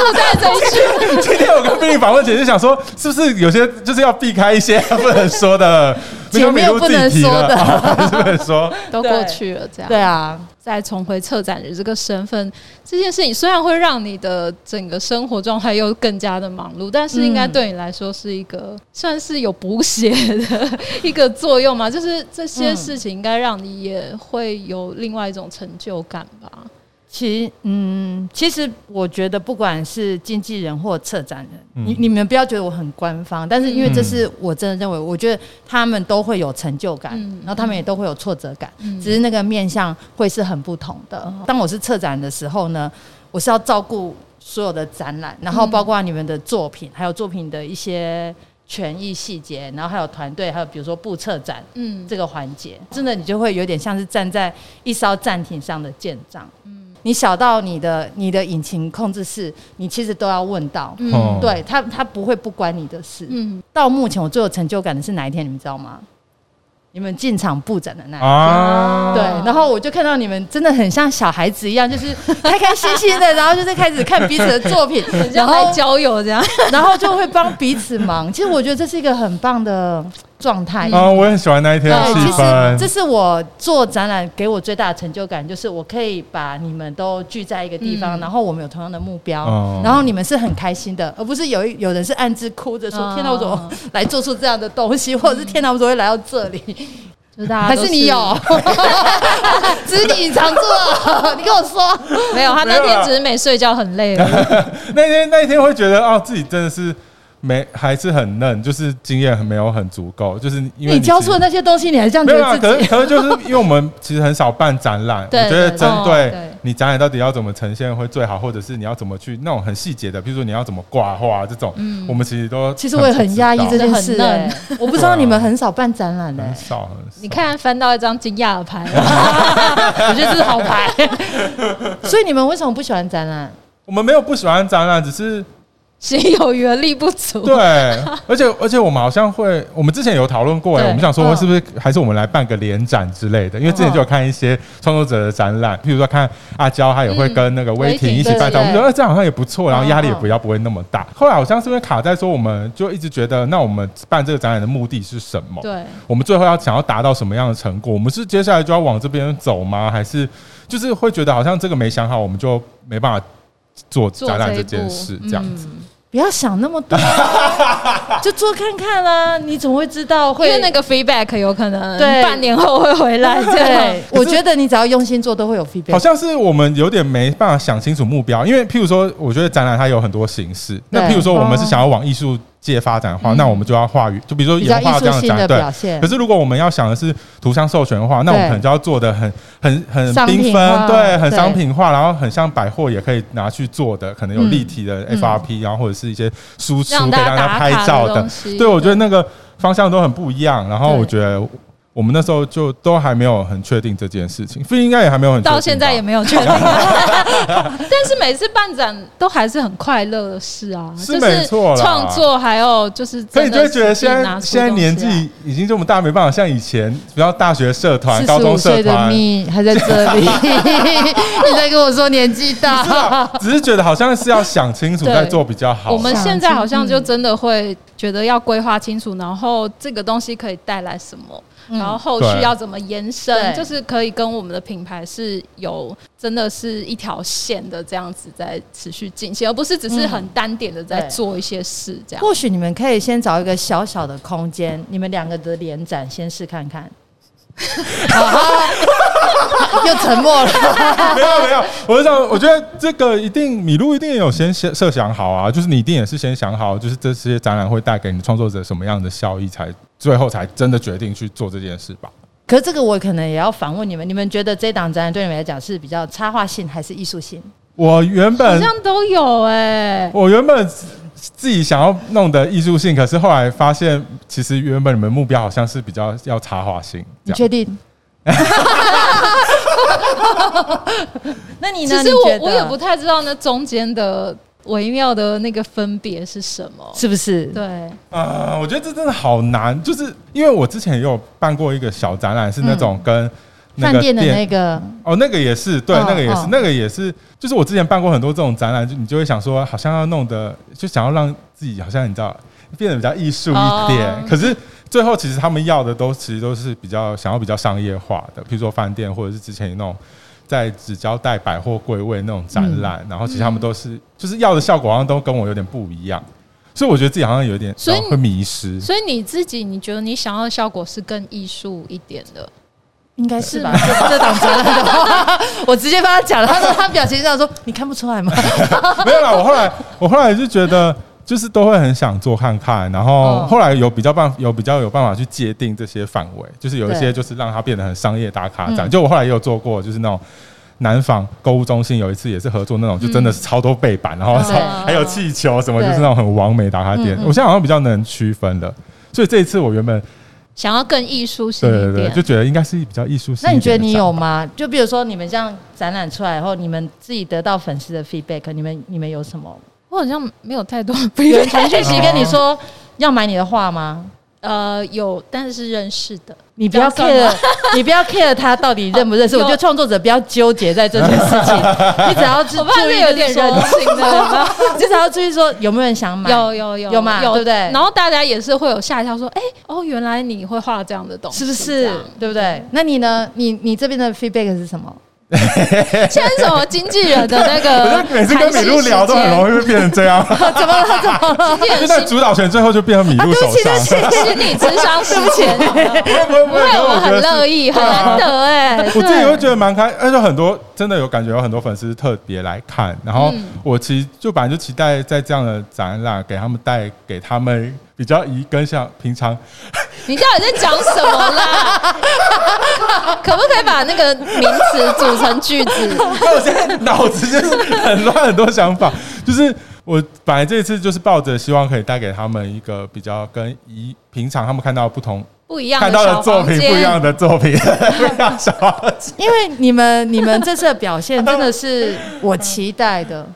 [SPEAKER 2] 今天我跟 b i 访问姐就想说，是不是有些就是要避开一些不能说 的，没
[SPEAKER 1] 姐
[SPEAKER 2] 想到
[SPEAKER 1] 妹
[SPEAKER 2] 米露自己提
[SPEAKER 1] 不
[SPEAKER 2] 了
[SPEAKER 1] 能说
[SPEAKER 2] 还是 不能说。
[SPEAKER 3] 都
[SPEAKER 1] 对
[SPEAKER 3] 过去了，这样
[SPEAKER 1] 对啊，
[SPEAKER 3] 再重回策展人这个身份，这件事情虽然会让你的整个生活状态又更加的忙碌，但是应该
[SPEAKER 1] 嗯
[SPEAKER 3] 对你来说是一个算是有补血的 一个作用 嘛？就是这些
[SPEAKER 1] 嗯
[SPEAKER 3] 事情应该让你也会有另外一种成就感吧？
[SPEAKER 1] 其嗯，其实我觉得不管是经纪人或策展人，
[SPEAKER 2] 嗯
[SPEAKER 1] 你你们不要觉得我很官方，但是因为这
[SPEAKER 2] 嗯
[SPEAKER 1] 是我真的认为，我觉得他们都会有成就感，
[SPEAKER 3] 嗯
[SPEAKER 1] 然后他们也都会有挫折感，
[SPEAKER 3] 嗯哦
[SPEAKER 1] 只是那个面向会是很不同的。当我是策展的时候呢，我是要照顾所有的展览，然
[SPEAKER 3] 嗯
[SPEAKER 1] 后包括你们的作品，还有作品的一些权益细节，然后还有团队，还有比如说布策展，
[SPEAKER 3] 嗯，
[SPEAKER 1] 这个环节，真的你就会有点像是站在一艘舰艇上的舰长。嗯，你小到你的你的引擎控制室，你其实都要问到。
[SPEAKER 3] 嗯
[SPEAKER 2] 哦
[SPEAKER 1] 对他，他不会不关你的事。
[SPEAKER 3] 嗯，
[SPEAKER 1] 到目前我最有成就感的是哪一天，你们知道吗？你们进场布展的那一天。
[SPEAKER 2] 啊，
[SPEAKER 1] 对，然后我就看到你们真的很像小孩子一样，就是 开开心心的，然后就是开始看彼此的作品，然
[SPEAKER 3] 然
[SPEAKER 1] 后
[SPEAKER 3] 后交友这样，
[SPEAKER 1] 然后就会帮彼此忙。其实我觉得这是一个很棒的状态，
[SPEAKER 2] 啊，我也很喜欢那一天的
[SPEAKER 1] 嗯对，
[SPEAKER 2] 气
[SPEAKER 1] 其实这
[SPEAKER 2] 氛，
[SPEAKER 1] 是我做展览给我最大的成就感，就是我可以把你们都聚在一个地方，
[SPEAKER 3] 嗯
[SPEAKER 1] 然后我们有同样的目标，
[SPEAKER 2] 哦
[SPEAKER 1] 然后你们是很开心的，而不是有一有人是暗自哭着说：“
[SPEAKER 3] 哦
[SPEAKER 1] 天哪，我怎么来做出这样的东西？”或者是“天哪，我怎么会来到这里？”
[SPEAKER 3] 就是大家
[SPEAKER 1] 还
[SPEAKER 3] 都
[SPEAKER 1] 是你有，只是你常做，你跟我说。
[SPEAKER 3] 没有？他
[SPEAKER 2] 没
[SPEAKER 3] 那
[SPEAKER 2] 有啦
[SPEAKER 3] 天只是没睡觉，很 累而已。
[SPEAKER 2] 那天那一天会觉得哦，自己真的是没还是很嫩，就是经验没有很足够，就是 因为
[SPEAKER 1] 你教
[SPEAKER 2] 其
[SPEAKER 1] 出
[SPEAKER 2] 实
[SPEAKER 1] 的那些东西，你还这样
[SPEAKER 2] 没
[SPEAKER 1] 觉
[SPEAKER 2] 有啊，
[SPEAKER 1] 得
[SPEAKER 2] 可
[SPEAKER 1] 自
[SPEAKER 2] 是
[SPEAKER 1] 己？
[SPEAKER 2] 可是就是因为我们其实很少办展览，我
[SPEAKER 1] 对
[SPEAKER 2] 觉得
[SPEAKER 1] 对
[SPEAKER 2] 针对
[SPEAKER 3] 哦对
[SPEAKER 2] 你展览到底要怎么呈现会最好，或者是你要怎么去那种很细节的，比如说你要怎么挂画这种，我们其实都
[SPEAKER 1] 嗯其实我也
[SPEAKER 2] 不
[SPEAKER 1] 很
[SPEAKER 2] 知
[SPEAKER 1] 压抑
[SPEAKER 2] 道
[SPEAKER 1] 这件事、
[SPEAKER 3] 真的很
[SPEAKER 1] 欸
[SPEAKER 3] 嫩，
[SPEAKER 1] 我不知道你们很少办展 览呢、欸
[SPEAKER 2] 很少很少。
[SPEAKER 3] 你看翻到一张惊讶的牌，
[SPEAKER 1] 我觉得这是好牌。所以你们为什么不喜欢展览？
[SPEAKER 2] 我们没有不喜欢展览，只是
[SPEAKER 3] 心有余而力不足。
[SPEAKER 2] 对，而且而且我们好像会，我们之前有讨论过哎，
[SPEAKER 1] 对
[SPEAKER 2] 我们想说
[SPEAKER 1] 嗯
[SPEAKER 2] 是不是还是我们来办个联展之类的，因为之前就有看一些创作者的展览，譬如说看阿娇，她也会跟那个威婷
[SPEAKER 3] 嗯
[SPEAKER 2] 一起办展，
[SPEAKER 1] 对
[SPEAKER 2] 我们觉得哎这样好像也不错，然后
[SPEAKER 1] 嗯
[SPEAKER 2] 压力也不要不会那么大。后来好像是因为卡在说，我们就一直觉得，那我们办这个展览的目的是什么？
[SPEAKER 3] 对，
[SPEAKER 2] 我们最后要想要达到什么样的成果？我们是接下来就要往这边走吗？还是就是会觉得好像这个没想好，我们就没办法做
[SPEAKER 3] 做
[SPEAKER 2] 展览
[SPEAKER 3] 一
[SPEAKER 2] 这
[SPEAKER 3] 步
[SPEAKER 2] 件事这样子？
[SPEAKER 3] 嗯
[SPEAKER 1] 不要想那么 多，就做看看啦。你总会知道
[SPEAKER 3] 因
[SPEAKER 1] 会
[SPEAKER 3] 为那个 feedback 有可能
[SPEAKER 1] 对
[SPEAKER 3] 半年后会回来，这样
[SPEAKER 1] 对，我觉得你只要用心做，都会有 feedback。
[SPEAKER 2] 好像是我们有点没办法想清楚目标，因为譬如说，我觉得展览它有很多形式。那
[SPEAKER 1] 对
[SPEAKER 2] 譬如说，我们是想要往艺术界发展的话，
[SPEAKER 3] 嗯
[SPEAKER 2] 那我们就要画，就比如说
[SPEAKER 1] 比较
[SPEAKER 2] 演
[SPEAKER 1] 艺
[SPEAKER 2] 化这
[SPEAKER 1] 术
[SPEAKER 2] 样的
[SPEAKER 1] 性
[SPEAKER 2] 展
[SPEAKER 1] 的
[SPEAKER 2] 览。对
[SPEAKER 1] 表现
[SPEAKER 2] 可。是如果我们要想的是图像授权的话，那我们
[SPEAKER 1] 对
[SPEAKER 2] 可能就要做的很很很
[SPEAKER 1] 商品
[SPEAKER 2] 缤
[SPEAKER 1] 化
[SPEAKER 2] 纷，对，很
[SPEAKER 1] 对
[SPEAKER 2] 商品化，然后很像百货也可以拿去做的，可能有
[SPEAKER 1] 嗯
[SPEAKER 2] 立体的
[SPEAKER 1] 嗯
[SPEAKER 2] FRP，然后或者是一些输出
[SPEAKER 3] 让
[SPEAKER 2] 可以
[SPEAKER 3] 大家
[SPEAKER 2] 让大家
[SPEAKER 3] 打
[SPEAKER 2] 拍
[SPEAKER 3] 卡
[SPEAKER 2] 照
[SPEAKER 3] 的
[SPEAKER 2] 的
[SPEAKER 3] 东。西。
[SPEAKER 2] 对，我觉得那个方向都很不一样。然后
[SPEAKER 1] 对
[SPEAKER 2] 我觉得我们那时候就都还没有很确定这件事情，飞应该也还没有很确定吧
[SPEAKER 3] 到现在也没有确 定。但是每次办展都还是很快乐的事啊，
[SPEAKER 2] 是
[SPEAKER 3] 就
[SPEAKER 2] 没错啦
[SPEAKER 3] 创作还有就是
[SPEAKER 2] 所以
[SPEAKER 3] 真
[SPEAKER 2] 你
[SPEAKER 3] 的
[SPEAKER 2] 就会觉得
[SPEAKER 3] 实际
[SPEAKER 2] 现在、
[SPEAKER 3] 拿出
[SPEAKER 2] 现在
[SPEAKER 3] 东西啊
[SPEAKER 2] 年
[SPEAKER 3] 来
[SPEAKER 2] 纪已经这么大，没办法像以前，比较大学社团、
[SPEAKER 1] 四
[SPEAKER 2] 高
[SPEAKER 1] 十五
[SPEAKER 2] 中社
[SPEAKER 1] 岁的
[SPEAKER 2] 团，
[SPEAKER 1] 你还在这 里，你在跟我说年纪
[SPEAKER 2] 是啊
[SPEAKER 1] 大，
[SPEAKER 2] 只是觉得好像是要想清楚
[SPEAKER 3] 对
[SPEAKER 2] 再做比较好。
[SPEAKER 3] 我们现在好像就真的会觉得要规划清楚，然后这个东西可以带来什么，
[SPEAKER 1] 嗯
[SPEAKER 3] 然后后续
[SPEAKER 2] 对
[SPEAKER 3] 要怎么延伸，
[SPEAKER 1] 对
[SPEAKER 3] 就是可以跟我们的品牌是有真的是一条线的这样子在持续进行，而不是只是很单点的在
[SPEAKER 1] 对
[SPEAKER 3] 做一些事这样。
[SPEAKER 1] 或许你们可以先找一个小小的空间，你们两个的联展先试看看。 又沉默了。
[SPEAKER 2] 没 有没有，我是想，我觉得这个一定米露一定也有先设设想好啊，就是你一定也是先想好，就是这些展览会带给你创作者什么样的效益才，最后才真的决定去做这件事吧。
[SPEAKER 1] 可是这个我可能也要反问你们，你们觉得这档展览对你们来讲是比较插画性还是艺术性？
[SPEAKER 2] 我原
[SPEAKER 3] 好
[SPEAKER 2] 本
[SPEAKER 3] 像都有哎、
[SPEAKER 2] 我原本自己想要弄的艺术性，可是后来发现，其实原本你们目标好像是比较要插画性，这
[SPEAKER 1] 你
[SPEAKER 2] 样
[SPEAKER 1] 确定？ 那你
[SPEAKER 3] 其
[SPEAKER 1] 呢？
[SPEAKER 3] 实
[SPEAKER 1] 你觉得
[SPEAKER 3] 我我也不太知道那中间的微妙的那个分别是什么。
[SPEAKER 1] 是不是？
[SPEAKER 3] 对，
[SPEAKER 2] 啊、我觉得这真的好难，就是因为我之前也有办过一个小展览，是那种跟那
[SPEAKER 1] 嗯饭
[SPEAKER 2] 个
[SPEAKER 1] 店的那个
[SPEAKER 2] 哦，那个也是，对，
[SPEAKER 1] 哦
[SPEAKER 2] 那个也是，
[SPEAKER 1] 哦
[SPEAKER 2] 那个也是，就是我之前办过很多这种展览，就你就会想说，好像要弄得，就想要让自己好像你知道变得比较艺术一点，
[SPEAKER 3] 哦
[SPEAKER 2] 可是最后其实他们要的都其实都是比较想要比较商业化的，譬如说饭店或者是之前那种。在纸胶带百货柜位那种展览，
[SPEAKER 3] 嗯
[SPEAKER 2] 然后其实他们都是、就是要的效果，好像都跟我有点不一样，所以我觉得自己好像有点
[SPEAKER 3] 所以
[SPEAKER 2] 然后会迷失。
[SPEAKER 3] 所以你自己，你觉得你想要的效果是更艺术一点的，
[SPEAKER 1] 应该是吧？这这档展览的 话，我直接帮他讲了。他说他表情上说：“你看不出 来吗
[SPEAKER 2] 没有啦，我后来我后来就觉得，就是都会很想做看看，然后
[SPEAKER 1] 嗯
[SPEAKER 2] 后来有比较办有比较有办法去界定这些范围，就是有一些
[SPEAKER 1] 对
[SPEAKER 2] 就是让它变得很商业打卡展。
[SPEAKER 1] 嗯
[SPEAKER 2] 就我后来也有做过，就是那种。南纺购物中心有一次也是合作那种，就真的是超多背板，然后超
[SPEAKER 1] 嗯对
[SPEAKER 2] 还有气球什么，就
[SPEAKER 1] 对
[SPEAKER 2] 是那种很完美打卡点。
[SPEAKER 1] 嗯嗯
[SPEAKER 2] 我现在好像比较能区分了，所以这一次我原本
[SPEAKER 3] 想要更艺术性
[SPEAKER 2] 对
[SPEAKER 3] 一
[SPEAKER 2] 对对，
[SPEAKER 3] 点，
[SPEAKER 2] 就觉得应该是比较艺术性一点的展。
[SPEAKER 1] 那你觉得你有吗？就比如说你们这样展览出来后，你们自己得到粉丝的 feedback，你们你们有什么？
[SPEAKER 3] 我好像没有太多
[SPEAKER 1] 有人 传讯息跟你说要买你的画吗？
[SPEAKER 3] 呃有，但是认识的，
[SPEAKER 1] 你不要
[SPEAKER 3] 这样
[SPEAKER 1] care，你不要 care 他到底认不认识。
[SPEAKER 3] 有
[SPEAKER 1] 我觉得创作者不要纠结在这件事情，你只要 是
[SPEAKER 3] 我怕
[SPEAKER 1] 注
[SPEAKER 3] 这
[SPEAKER 1] 意
[SPEAKER 3] 有点
[SPEAKER 1] 就是说
[SPEAKER 3] 人性的，
[SPEAKER 1] 至少要注意说有没有人想买。
[SPEAKER 3] 有有有
[SPEAKER 1] 有嘛对不对
[SPEAKER 3] 然后大家也是会有吓一跳，说：“哎、哦，原来你会画这样的东西，
[SPEAKER 1] 是不
[SPEAKER 3] 这
[SPEAKER 1] 是
[SPEAKER 3] 样？嗯
[SPEAKER 1] 对不对？那你呢？你你这边的 feedback 是什么？
[SPEAKER 3] 现在什么经纪人的那个
[SPEAKER 2] 我 就每次跟米露聊都很容易变成 这样，
[SPEAKER 1] 怎么了？怎么了？
[SPEAKER 2] 就在主导权最后就变成米
[SPEAKER 1] 啊，
[SPEAKER 2] 露
[SPEAKER 1] 对
[SPEAKER 2] 手
[SPEAKER 1] 不起，
[SPEAKER 2] 上
[SPEAKER 1] 对不。 起，
[SPEAKER 3] 心理智商时 间，
[SPEAKER 2] 不会不会不
[SPEAKER 3] 不会，
[SPEAKER 2] 会，
[SPEAKER 3] 我
[SPEAKER 2] 我觉
[SPEAKER 3] 很
[SPEAKER 2] 得是啊
[SPEAKER 3] 乐意，很难得哎、
[SPEAKER 2] 我自己
[SPEAKER 3] 对
[SPEAKER 2] 会觉得蛮开，而且很多真的有感觉有很多粉丝特别来看，然后
[SPEAKER 3] 嗯
[SPEAKER 2] 我其实就本来就期待在这样的展览给他们带给他们比较一跟像平 常
[SPEAKER 3] 你到底在讲什么啦？ 可不可以把那个名词组成句子？
[SPEAKER 2] 因为我现在脑子就是很乱，很多想法。 就是我本来这次就是抱着希望可以带给他们一个比较跟一平常他们看到的不同、
[SPEAKER 3] 不一样
[SPEAKER 2] 看
[SPEAKER 3] 的
[SPEAKER 2] 到的
[SPEAKER 3] 小
[SPEAKER 2] 作
[SPEAKER 3] 房
[SPEAKER 2] 品
[SPEAKER 3] 间，
[SPEAKER 2] 不一样的作品，不一样的小房 间
[SPEAKER 1] 因为你们你们这次的表现真的是我期待的，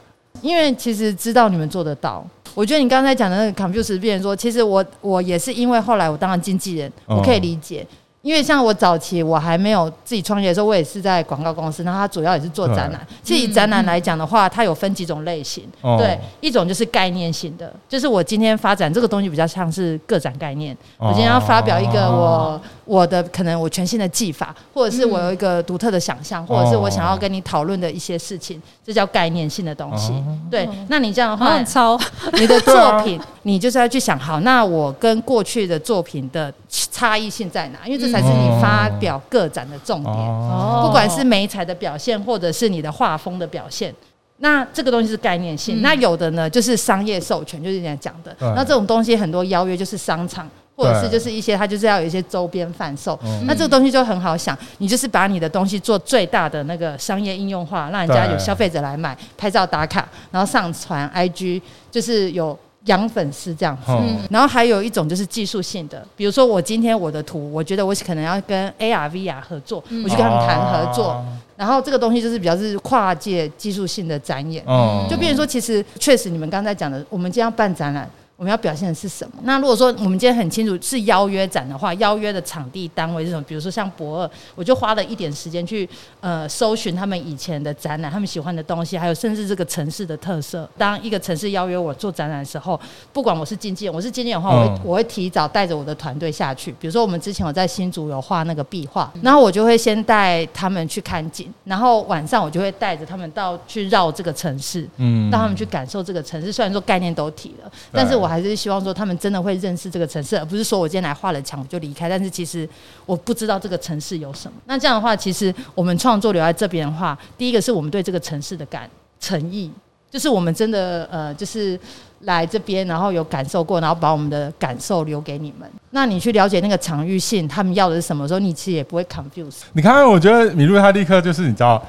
[SPEAKER 1] 因为其实知道你们做得到。我觉得你刚才讲的那个 confuse 变成说，其实我我也是因为后来我当了经纪人，
[SPEAKER 2] 哦
[SPEAKER 1] 我可以理解。因为像我早期我还没有自己创业的时候，我也是在广告公司，然后它主要也是做展览。
[SPEAKER 3] 嗯
[SPEAKER 1] 其实以展览来讲的话，它有分几种类型，
[SPEAKER 2] 哦
[SPEAKER 1] 对，一种就是概念型的，就是我今天发展这个东西比较像是个展概念，
[SPEAKER 2] 哦
[SPEAKER 1] 我今天要发表一个我我的可能我全新的技法，或者是我有一个独特的想
[SPEAKER 2] 嗯
[SPEAKER 1] 象，或者是我想要跟你讨论的一些事情，这叫概念性的东西
[SPEAKER 2] 哦。
[SPEAKER 1] 对，那你这样的
[SPEAKER 3] 好
[SPEAKER 1] 话
[SPEAKER 3] 像，超
[SPEAKER 1] 你的
[SPEAKER 2] 对啊
[SPEAKER 1] 作品，你就是要去想，好，那我跟过去的作品的差异性在哪？因为这才是你发表个展的重点，
[SPEAKER 2] 嗯哦，
[SPEAKER 1] 不管是美彩的表现，或者是你的画风的表现。那这个东西是概念性，
[SPEAKER 3] 嗯
[SPEAKER 1] 那有的呢就是商业授权，就是人家讲的
[SPEAKER 2] 对。
[SPEAKER 1] 那这种东西很多邀约就是商场，或者是
[SPEAKER 2] 对
[SPEAKER 1] 就是一些它就是要有一些周边贩售。
[SPEAKER 2] 嗯
[SPEAKER 1] 那这个东西就很好想，你就是把你的东西做最大的那个商业应用化，让人家
[SPEAKER 2] 对
[SPEAKER 1] 有消费者来买，拍照打卡，然后上传 IG，就是有养粉丝这样子。
[SPEAKER 2] 嗯
[SPEAKER 1] 然后还有一种就是技术性的，比如说我今天我的图，我觉得我可能要跟 AR、VR 合作，我去跟他们谈合作。
[SPEAKER 2] 啊
[SPEAKER 1] 然后这个东西就是比较是跨界技术性的展演，
[SPEAKER 2] 哦，嗯
[SPEAKER 1] 就变成说，其实确实你们刚才讲的，我们今天要办展览，我们要表现的是什么？那如果说我们今天很清楚是邀约展的话，邀约的场地单位是什么？比如说像博二，我就花了一点时间去呃搜寻他们以前的展览，他们喜欢的东西，还有甚至这个城市的特色。当一个城市邀约我做展览的时候，不管我是经纪人，我是经纪人的话，我会
[SPEAKER 2] 嗯
[SPEAKER 1] 我会提早带着我的团队下去。比如说，我们之前有在新竹有画那个壁画，然后我就会先带他们去看景，然后晚上我就会带着他们到去绕这个城市，
[SPEAKER 2] 嗯
[SPEAKER 1] 让他们去感受这个城市。虽然说概念都提了，但是我还是希望说他们真的会认识这个城市，而不是说我今天来画了墙我就离开。但是其实我不知道这个城市有什么。那这样的话，其实我们创作留在这边的话，第一个是我们对这个城市的感诚意，就是我们真的呃，就是来这边，然后有感受过，然后把我们的感受留给你们。那你去了解那个场域性，他们要的是什么时候，你其实也不会 confuse。
[SPEAKER 2] 你看，我觉得米露她立刻就是你知道，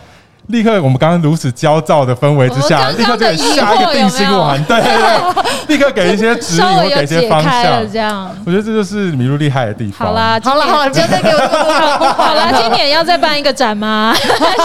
[SPEAKER 2] 立刻我们刚刚如此焦躁的氛围之下，
[SPEAKER 3] 我们
[SPEAKER 2] 立
[SPEAKER 3] 刚
[SPEAKER 2] 刻
[SPEAKER 3] 刚
[SPEAKER 2] 就
[SPEAKER 3] 的
[SPEAKER 2] 给下一个定心丸， 对对 对，立刻给一些指引
[SPEAKER 3] 稍
[SPEAKER 2] 或
[SPEAKER 3] 微
[SPEAKER 2] 给
[SPEAKER 3] 有
[SPEAKER 2] 一些
[SPEAKER 3] 解
[SPEAKER 2] 方
[SPEAKER 3] 开
[SPEAKER 2] 向哦
[SPEAKER 3] 了，这。样。
[SPEAKER 2] 我觉得这就是米露厉害的地方。
[SPEAKER 3] 好啦，，今
[SPEAKER 1] 好了
[SPEAKER 3] 年
[SPEAKER 1] 好了，不要再给我这么多了。
[SPEAKER 3] 好啦，今年要再办一个展 吗？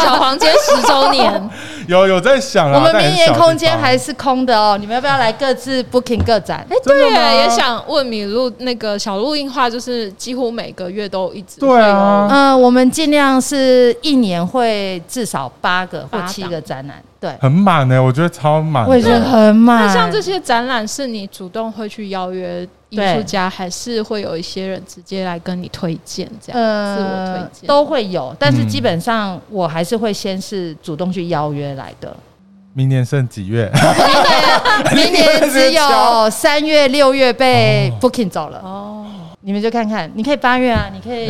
[SPEAKER 3] 小黄街十周年，
[SPEAKER 2] 有有在想啊，
[SPEAKER 1] 我们
[SPEAKER 2] 但也
[SPEAKER 1] 明
[SPEAKER 2] 是
[SPEAKER 1] 年
[SPEAKER 2] 小地
[SPEAKER 1] 空间
[SPEAKER 2] 方
[SPEAKER 1] 还是空的哦，你们要不要来各自 booking 各展？
[SPEAKER 3] 哎、
[SPEAKER 2] 真的
[SPEAKER 3] 对
[SPEAKER 2] 吗
[SPEAKER 3] 耶，也想问米露那个小鹿映画，就是几乎每个月都一直
[SPEAKER 2] 对啊
[SPEAKER 1] 嗯、我们尽量是一年会至少八个
[SPEAKER 3] 八
[SPEAKER 1] 或
[SPEAKER 3] 档
[SPEAKER 1] 七个展览，对，
[SPEAKER 2] 很满欸呢，我觉得超满的。
[SPEAKER 1] 我也觉得很
[SPEAKER 3] 会有。那
[SPEAKER 1] 满。
[SPEAKER 3] 像这些展览，是你主动会去邀约艺术
[SPEAKER 1] 对
[SPEAKER 3] 家，还是会有一些人直接来跟你推荐这样？自我推荐
[SPEAKER 1] 呃都会有，但是
[SPEAKER 2] 嗯
[SPEAKER 1] 基本上我还是会先是主动去邀约来的。
[SPEAKER 2] 明年剩几月？
[SPEAKER 1] 明年只有三月、六月被 booking 走了，
[SPEAKER 3] 哦，
[SPEAKER 1] 你们就看看，你可以八月啊，你可以，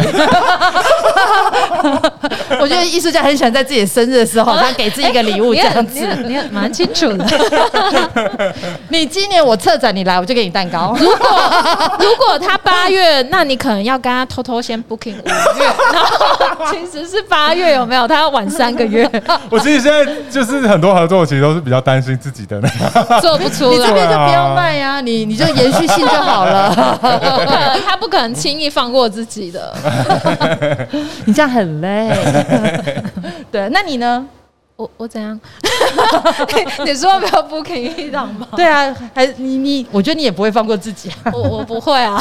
[SPEAKER 1] 我觉得艺术家很喜欢在自己的生日的时候，好像给自己一个礼物这样
[SPEAKER 3] 你
[SPEAKER 1] 子。
[SPEAKER 3] 很你很蛮清楚的。
[SPEAKER 1] 你今年我策展你来，我就给你蛋糕。
[SPEAKER 3] 如果他八月，那你可能要跟他偷偷先 booking 五 月，然后其实是八月有没有？他要晚三个 月，
[SPEAKER 2] 我其实现在就是很多合作，我其实都是比较担心自己的那个。
[SPEAKER 3] 做不出
[SPEAKER 1] 你这
[SPEAKER 3] 来。
[SPEAKER 1] 边就不要卖啊，你你就延续性就好了。
[SPEAKER 3] 不可能，他不可能轻易放过自己的。
[SPEAKER 1] 你这样很累。 对，那你呢？
[SPEAKER 3] 我我怎样？ 你说要不要 booking 一档吗？
[SPEAKER 1] 对啊，还你你，我觉得你也不会放过自己、啊。
[SPEAKER 3] 我我不会啊。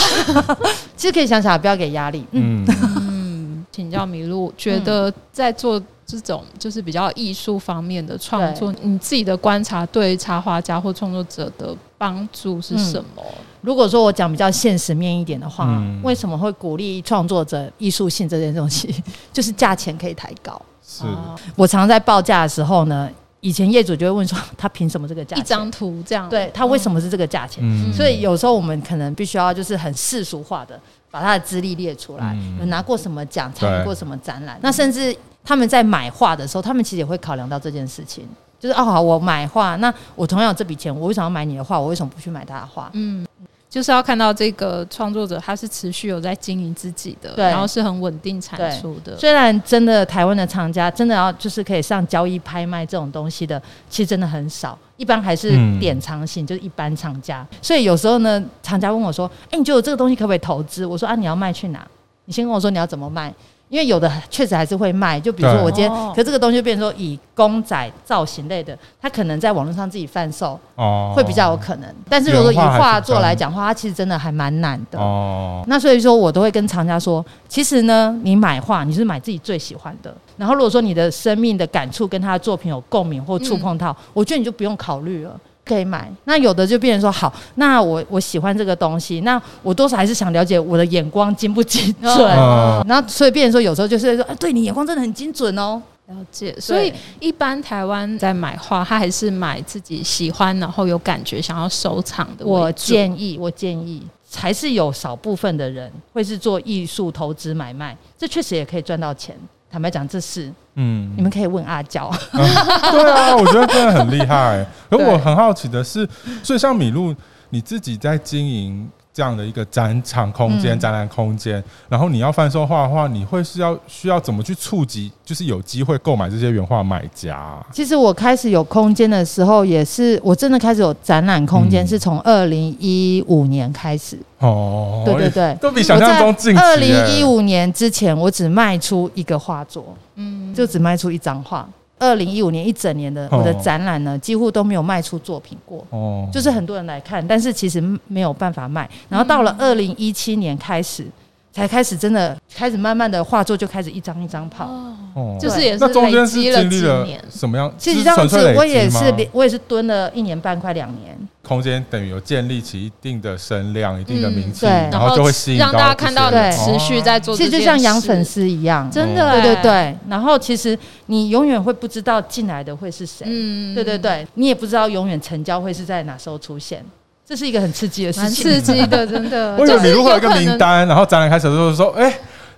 [SPEAKER 1] 其实可以想想，不要给压力。嗯，
[SPEAKER 2] 嗯，
[SPEAKER 3] 请教麋鹿，觉得在做这种就是比较艺术方面的创作，你自己的观察对插画家或创作者的帮助是什么？
[SPEAKER 1] 如果说我讲比较现实面一点的话，
[SPEAKER 2] 嗯
[SPEAKER 1] 为什么会鼓励创作者艺术性这件东西？ 就是价钱可以抬高。
[SPEAKER 2] 是
[SPEAKER 3] 哦
[SPEAKER 1] 我常在报价的时候呢，以前业主就会问说， 他凭什么这个价
[SPEAKER 3] 一
[SPEAKER 1] 钱？
[SPEAKER 3] 张图这样，
[SPEAKER 1] 对他为什么是这个价钱？
[SPEAKER 2] 嗯
[SPEAKER 1] 所以有时候我们可能必须要就是很世俗化的把他的资历列出来，
[SPEAKER 2] 嗯
[SPEAKER 1] 有拿过什么奖，
[SPEAKER 2] 对
[SPEAKER 1] 参与过什么展览，那甚至他们在买画的时候，他们其实也会考量到这件事情。就是哦，好，我买画，那我同样有这笔钱，我为什么要买你的画？我为什么不去买他的画？
[SPEAKER 3] 嗯，就是要看到这个创作者他是持续有在经营自己的，
[SPEAKER 1] 对
[SPEAKER 3] 然后是很稳定产出的。
[SPEAKER 1] 虽然真的台湾的厂家真的要就是可以上交易拍卖这种东西的，其实真的很少，一般还是
[SPEAKER 2] 嗯
[SPEAKER 1] 典藏型，就是一般厂家。所以有时候呢，厂家问我说：“哎、你觉得我这个东西可不可以投资？”我说：“啊，你要卖去哪？你先跟我说你要怎么卖。”因为有的确实还是会卖，就比如说
[SPEAKER 2] 对
[SPEAKER 1] 我今天，
[SPEAKER 3] 哦
[SPEAKER 1] 可这个东西就变成说以公仔造型类的，它可能在网络上自己贩售
[SPEAKER 2] 哦
[SPEAKER 1] 会比较有可能。但是如果说以
[SPEAKER 2] 原画还是
[SPEAKER 1] 画作
[SPEAKER 2] 比较
[SPEAKER 1] 来讲的话，它其实真的还蛮难的。
[SPEAKER 2] 哦，
[SPEAKER 1] 那所以说我都会跟藏家说，其实呢，你买画你是买自己最喜欢的。然后如果说你的生命的感触跟他的作品有共鸣或触碰到，我觉得你就不用考虑了。可以买，那有的就变成说好，那我我喜欢这个东西，那我多少还是想了解我的眼光精不精准，
[SPEAKER 2] 哦
[SPEAKER 1] 然后所以变成说有时候就是说，哎、对你眼光真的很精准哦，
[SPEAKER 3] 了解，所以一般台湾在买画，他还是买自己喜欢，然后有感觉想要收藏的为主。
[SPEAKER 1] 我建议，我建议还是有少部分的人会是做艺术投资买卖，这确实也可以赚到钱。坦白讲，这是
[SPEAKER 2] 嗯
[SPEAKER 1] 你们可以问阿娇，
[SPEAKER 2] 对啊，我觉得真的很 厉害。可
[SPEAKER 1] 对
[SPEAKER 2] 我很好奇的是，所以像米露，你自己在经营这样的一个展场空间、
[SPEAKER 1] 嗯
[SPEAKER 2] 展览空间，然后你要贩售画的话，你会是要需要怎么去触及，就是有机会购买这些原画买家啊？
[SPEAKER 1] 其实我开始有空间的时候，也是我真的开始有展览空间，
[SPEAKER 2] 嗯
[SPEAKER 1] 是从二零一五年开始。
[SPEAKER 2] 哦，
[SPEAKER 1] 对对对，
[SPEAKER 2] 都比想象中近期
[SPEAKER 1] 二
[SPEAKER 2] 耶。
[SPEAKER 1] 零一五年之前，我只卖出一个画作，嗯，就只卖出一张画。二零一五年一整年的
[SPEAKER 2] 哦
[SPEAKER 1] 我的展览呢，几乎都没有卖出作品过。
[SPEAKER 2] 哦，
[SPEAKER 1] 就是很多人来看，但是其实没有办法卖。然后到了
[SPEAKER 2] 嗯
[SPEAKER 1] 二零一七年开始，才开始真的开始慢慢的画作就开始一张一张跑。
[SPEAKER 2] 哦
[SPEAKER 3] 就是也是
[SPEAKER 2] 那中
[SPEAKER 3] 累
[SPEAKER 2] 间是
[SPEAKER 3] 积了
[SPEAKER 2] 经历
[SPEAKER 3] 几
[SPEAKER 2] 了
[SPEAKER 3] 年。
[SPEAKER 2] 什么样？
[SPEAKER 1] 其实
[SPEAKER 2] 是
[SPEAKER 1] 这样
[SPEAKER 2] 纯
[SPEAKER 1] 子
[SPEAKER 2] 粹累，积
[SPEAKER 1] 我也
[SPEAKER 2] 吗
[SPEAKER 1] 是连，我也是蹲了一年半，快两年。
[SPEAKER 2] 空间等于有建立起一定的声量、一定的名气，
[SPEAKER 1] 嗯对
[SPEAKER 2] 然后就会吸引
[SPEAKER 3] 让大家看到
[SPEAKER 2] 这
[SPEAKER 3] 你
[SPEAKER 2] 些人
[SPEAKER 3] 持续在做
[SPEAKER 1] 其
[SPEAKER 3] 这件
[SPEAKER 1] 实
[SPEAKER 3] 事，
[SPEAKER 1] 就像养粉丝一样，嗯
[SPEAKER 3] 真的、
[SPEAKER 1] 对
[SPEAKER 3] 欸，
[SPEAKER 1] 对，对。然后其实你永远会不知道进来的会是谁，
[SPEAKER 3] 嗯
[SPEAKER 1] 对对，对，你也不知道永远成交会是在哪时候出现，这是一个很刺激的事
[SPEAKER 3] 蛮
[SPEAKER 1] 情。，
[SPEAKER 3] 刺激的，真的。
[SPEAKER 2] 我以
[SPEAKER 3] 就
[SPEAKER 2] 为你
[SPEAKER 3] 是
[SPEAKER 2] 如果有一
[SPEAKER 3] 可
[SPEAKER 2] 个名
[SPEAKER 3] 能
[SPEAKER 2] 单，然后展览开始的时候就说：“哎、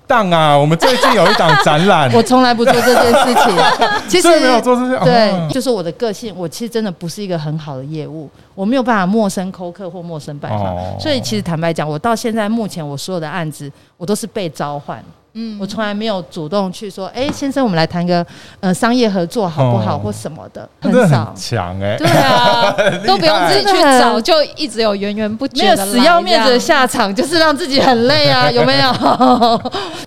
[SPEAKER 2] 档啊，我们最近有一档展览
[SPEAKER 1] 我从来不做这件事 情，其实
[SPEAKER 2] 所以没有做这些。”
[SPEAKER 1] 对，
[SPEAKER 2] 哦
[SPEAKER 1] 就是我的个性，我其实真的不是一个很好的业务，我没有办法陌生扣客或陌生拜访，
[SPEAKER 2] 哦
[SPEAKER 1] 所以其实坦白讲，我到现在目前我所有的案子，我都是被召唤，
[SPEAKER 3] 嗯
[SPEAKER 1] 我从来没有主动去说，哎、先生，我们来谈个呃商业合作好不好，
[SPEAKER 2] 哦
[SPEAKER 1] 或什么的，
[SPEAKER 2] 那
[SPEAKER 1] 很
[SPEAKER 2] 真的
[SPEAKER 1] 少
[SPEAKER 2] 很。强哎、
[SPEAKER 3] 对啊，都不 用自己去
[SPEAKER 1] 真的
[SPEAKER 3] 找，
[SPEAKER 1] 很
[SPEAKER 3] 就一直有源源不绝
[SPEAKER 1] 没
[SPEAKER 3] 的
[SPEAKER 1] 啊有
[SPEAKER 3] 来
[SPEAKER 1] 死要面子
[SPEAKER 3] 这
[SPEAKER 1] 的
[SPEAKER 3] 样
[SPEAKER 1] 下场，就是让自己很累啊，有没有？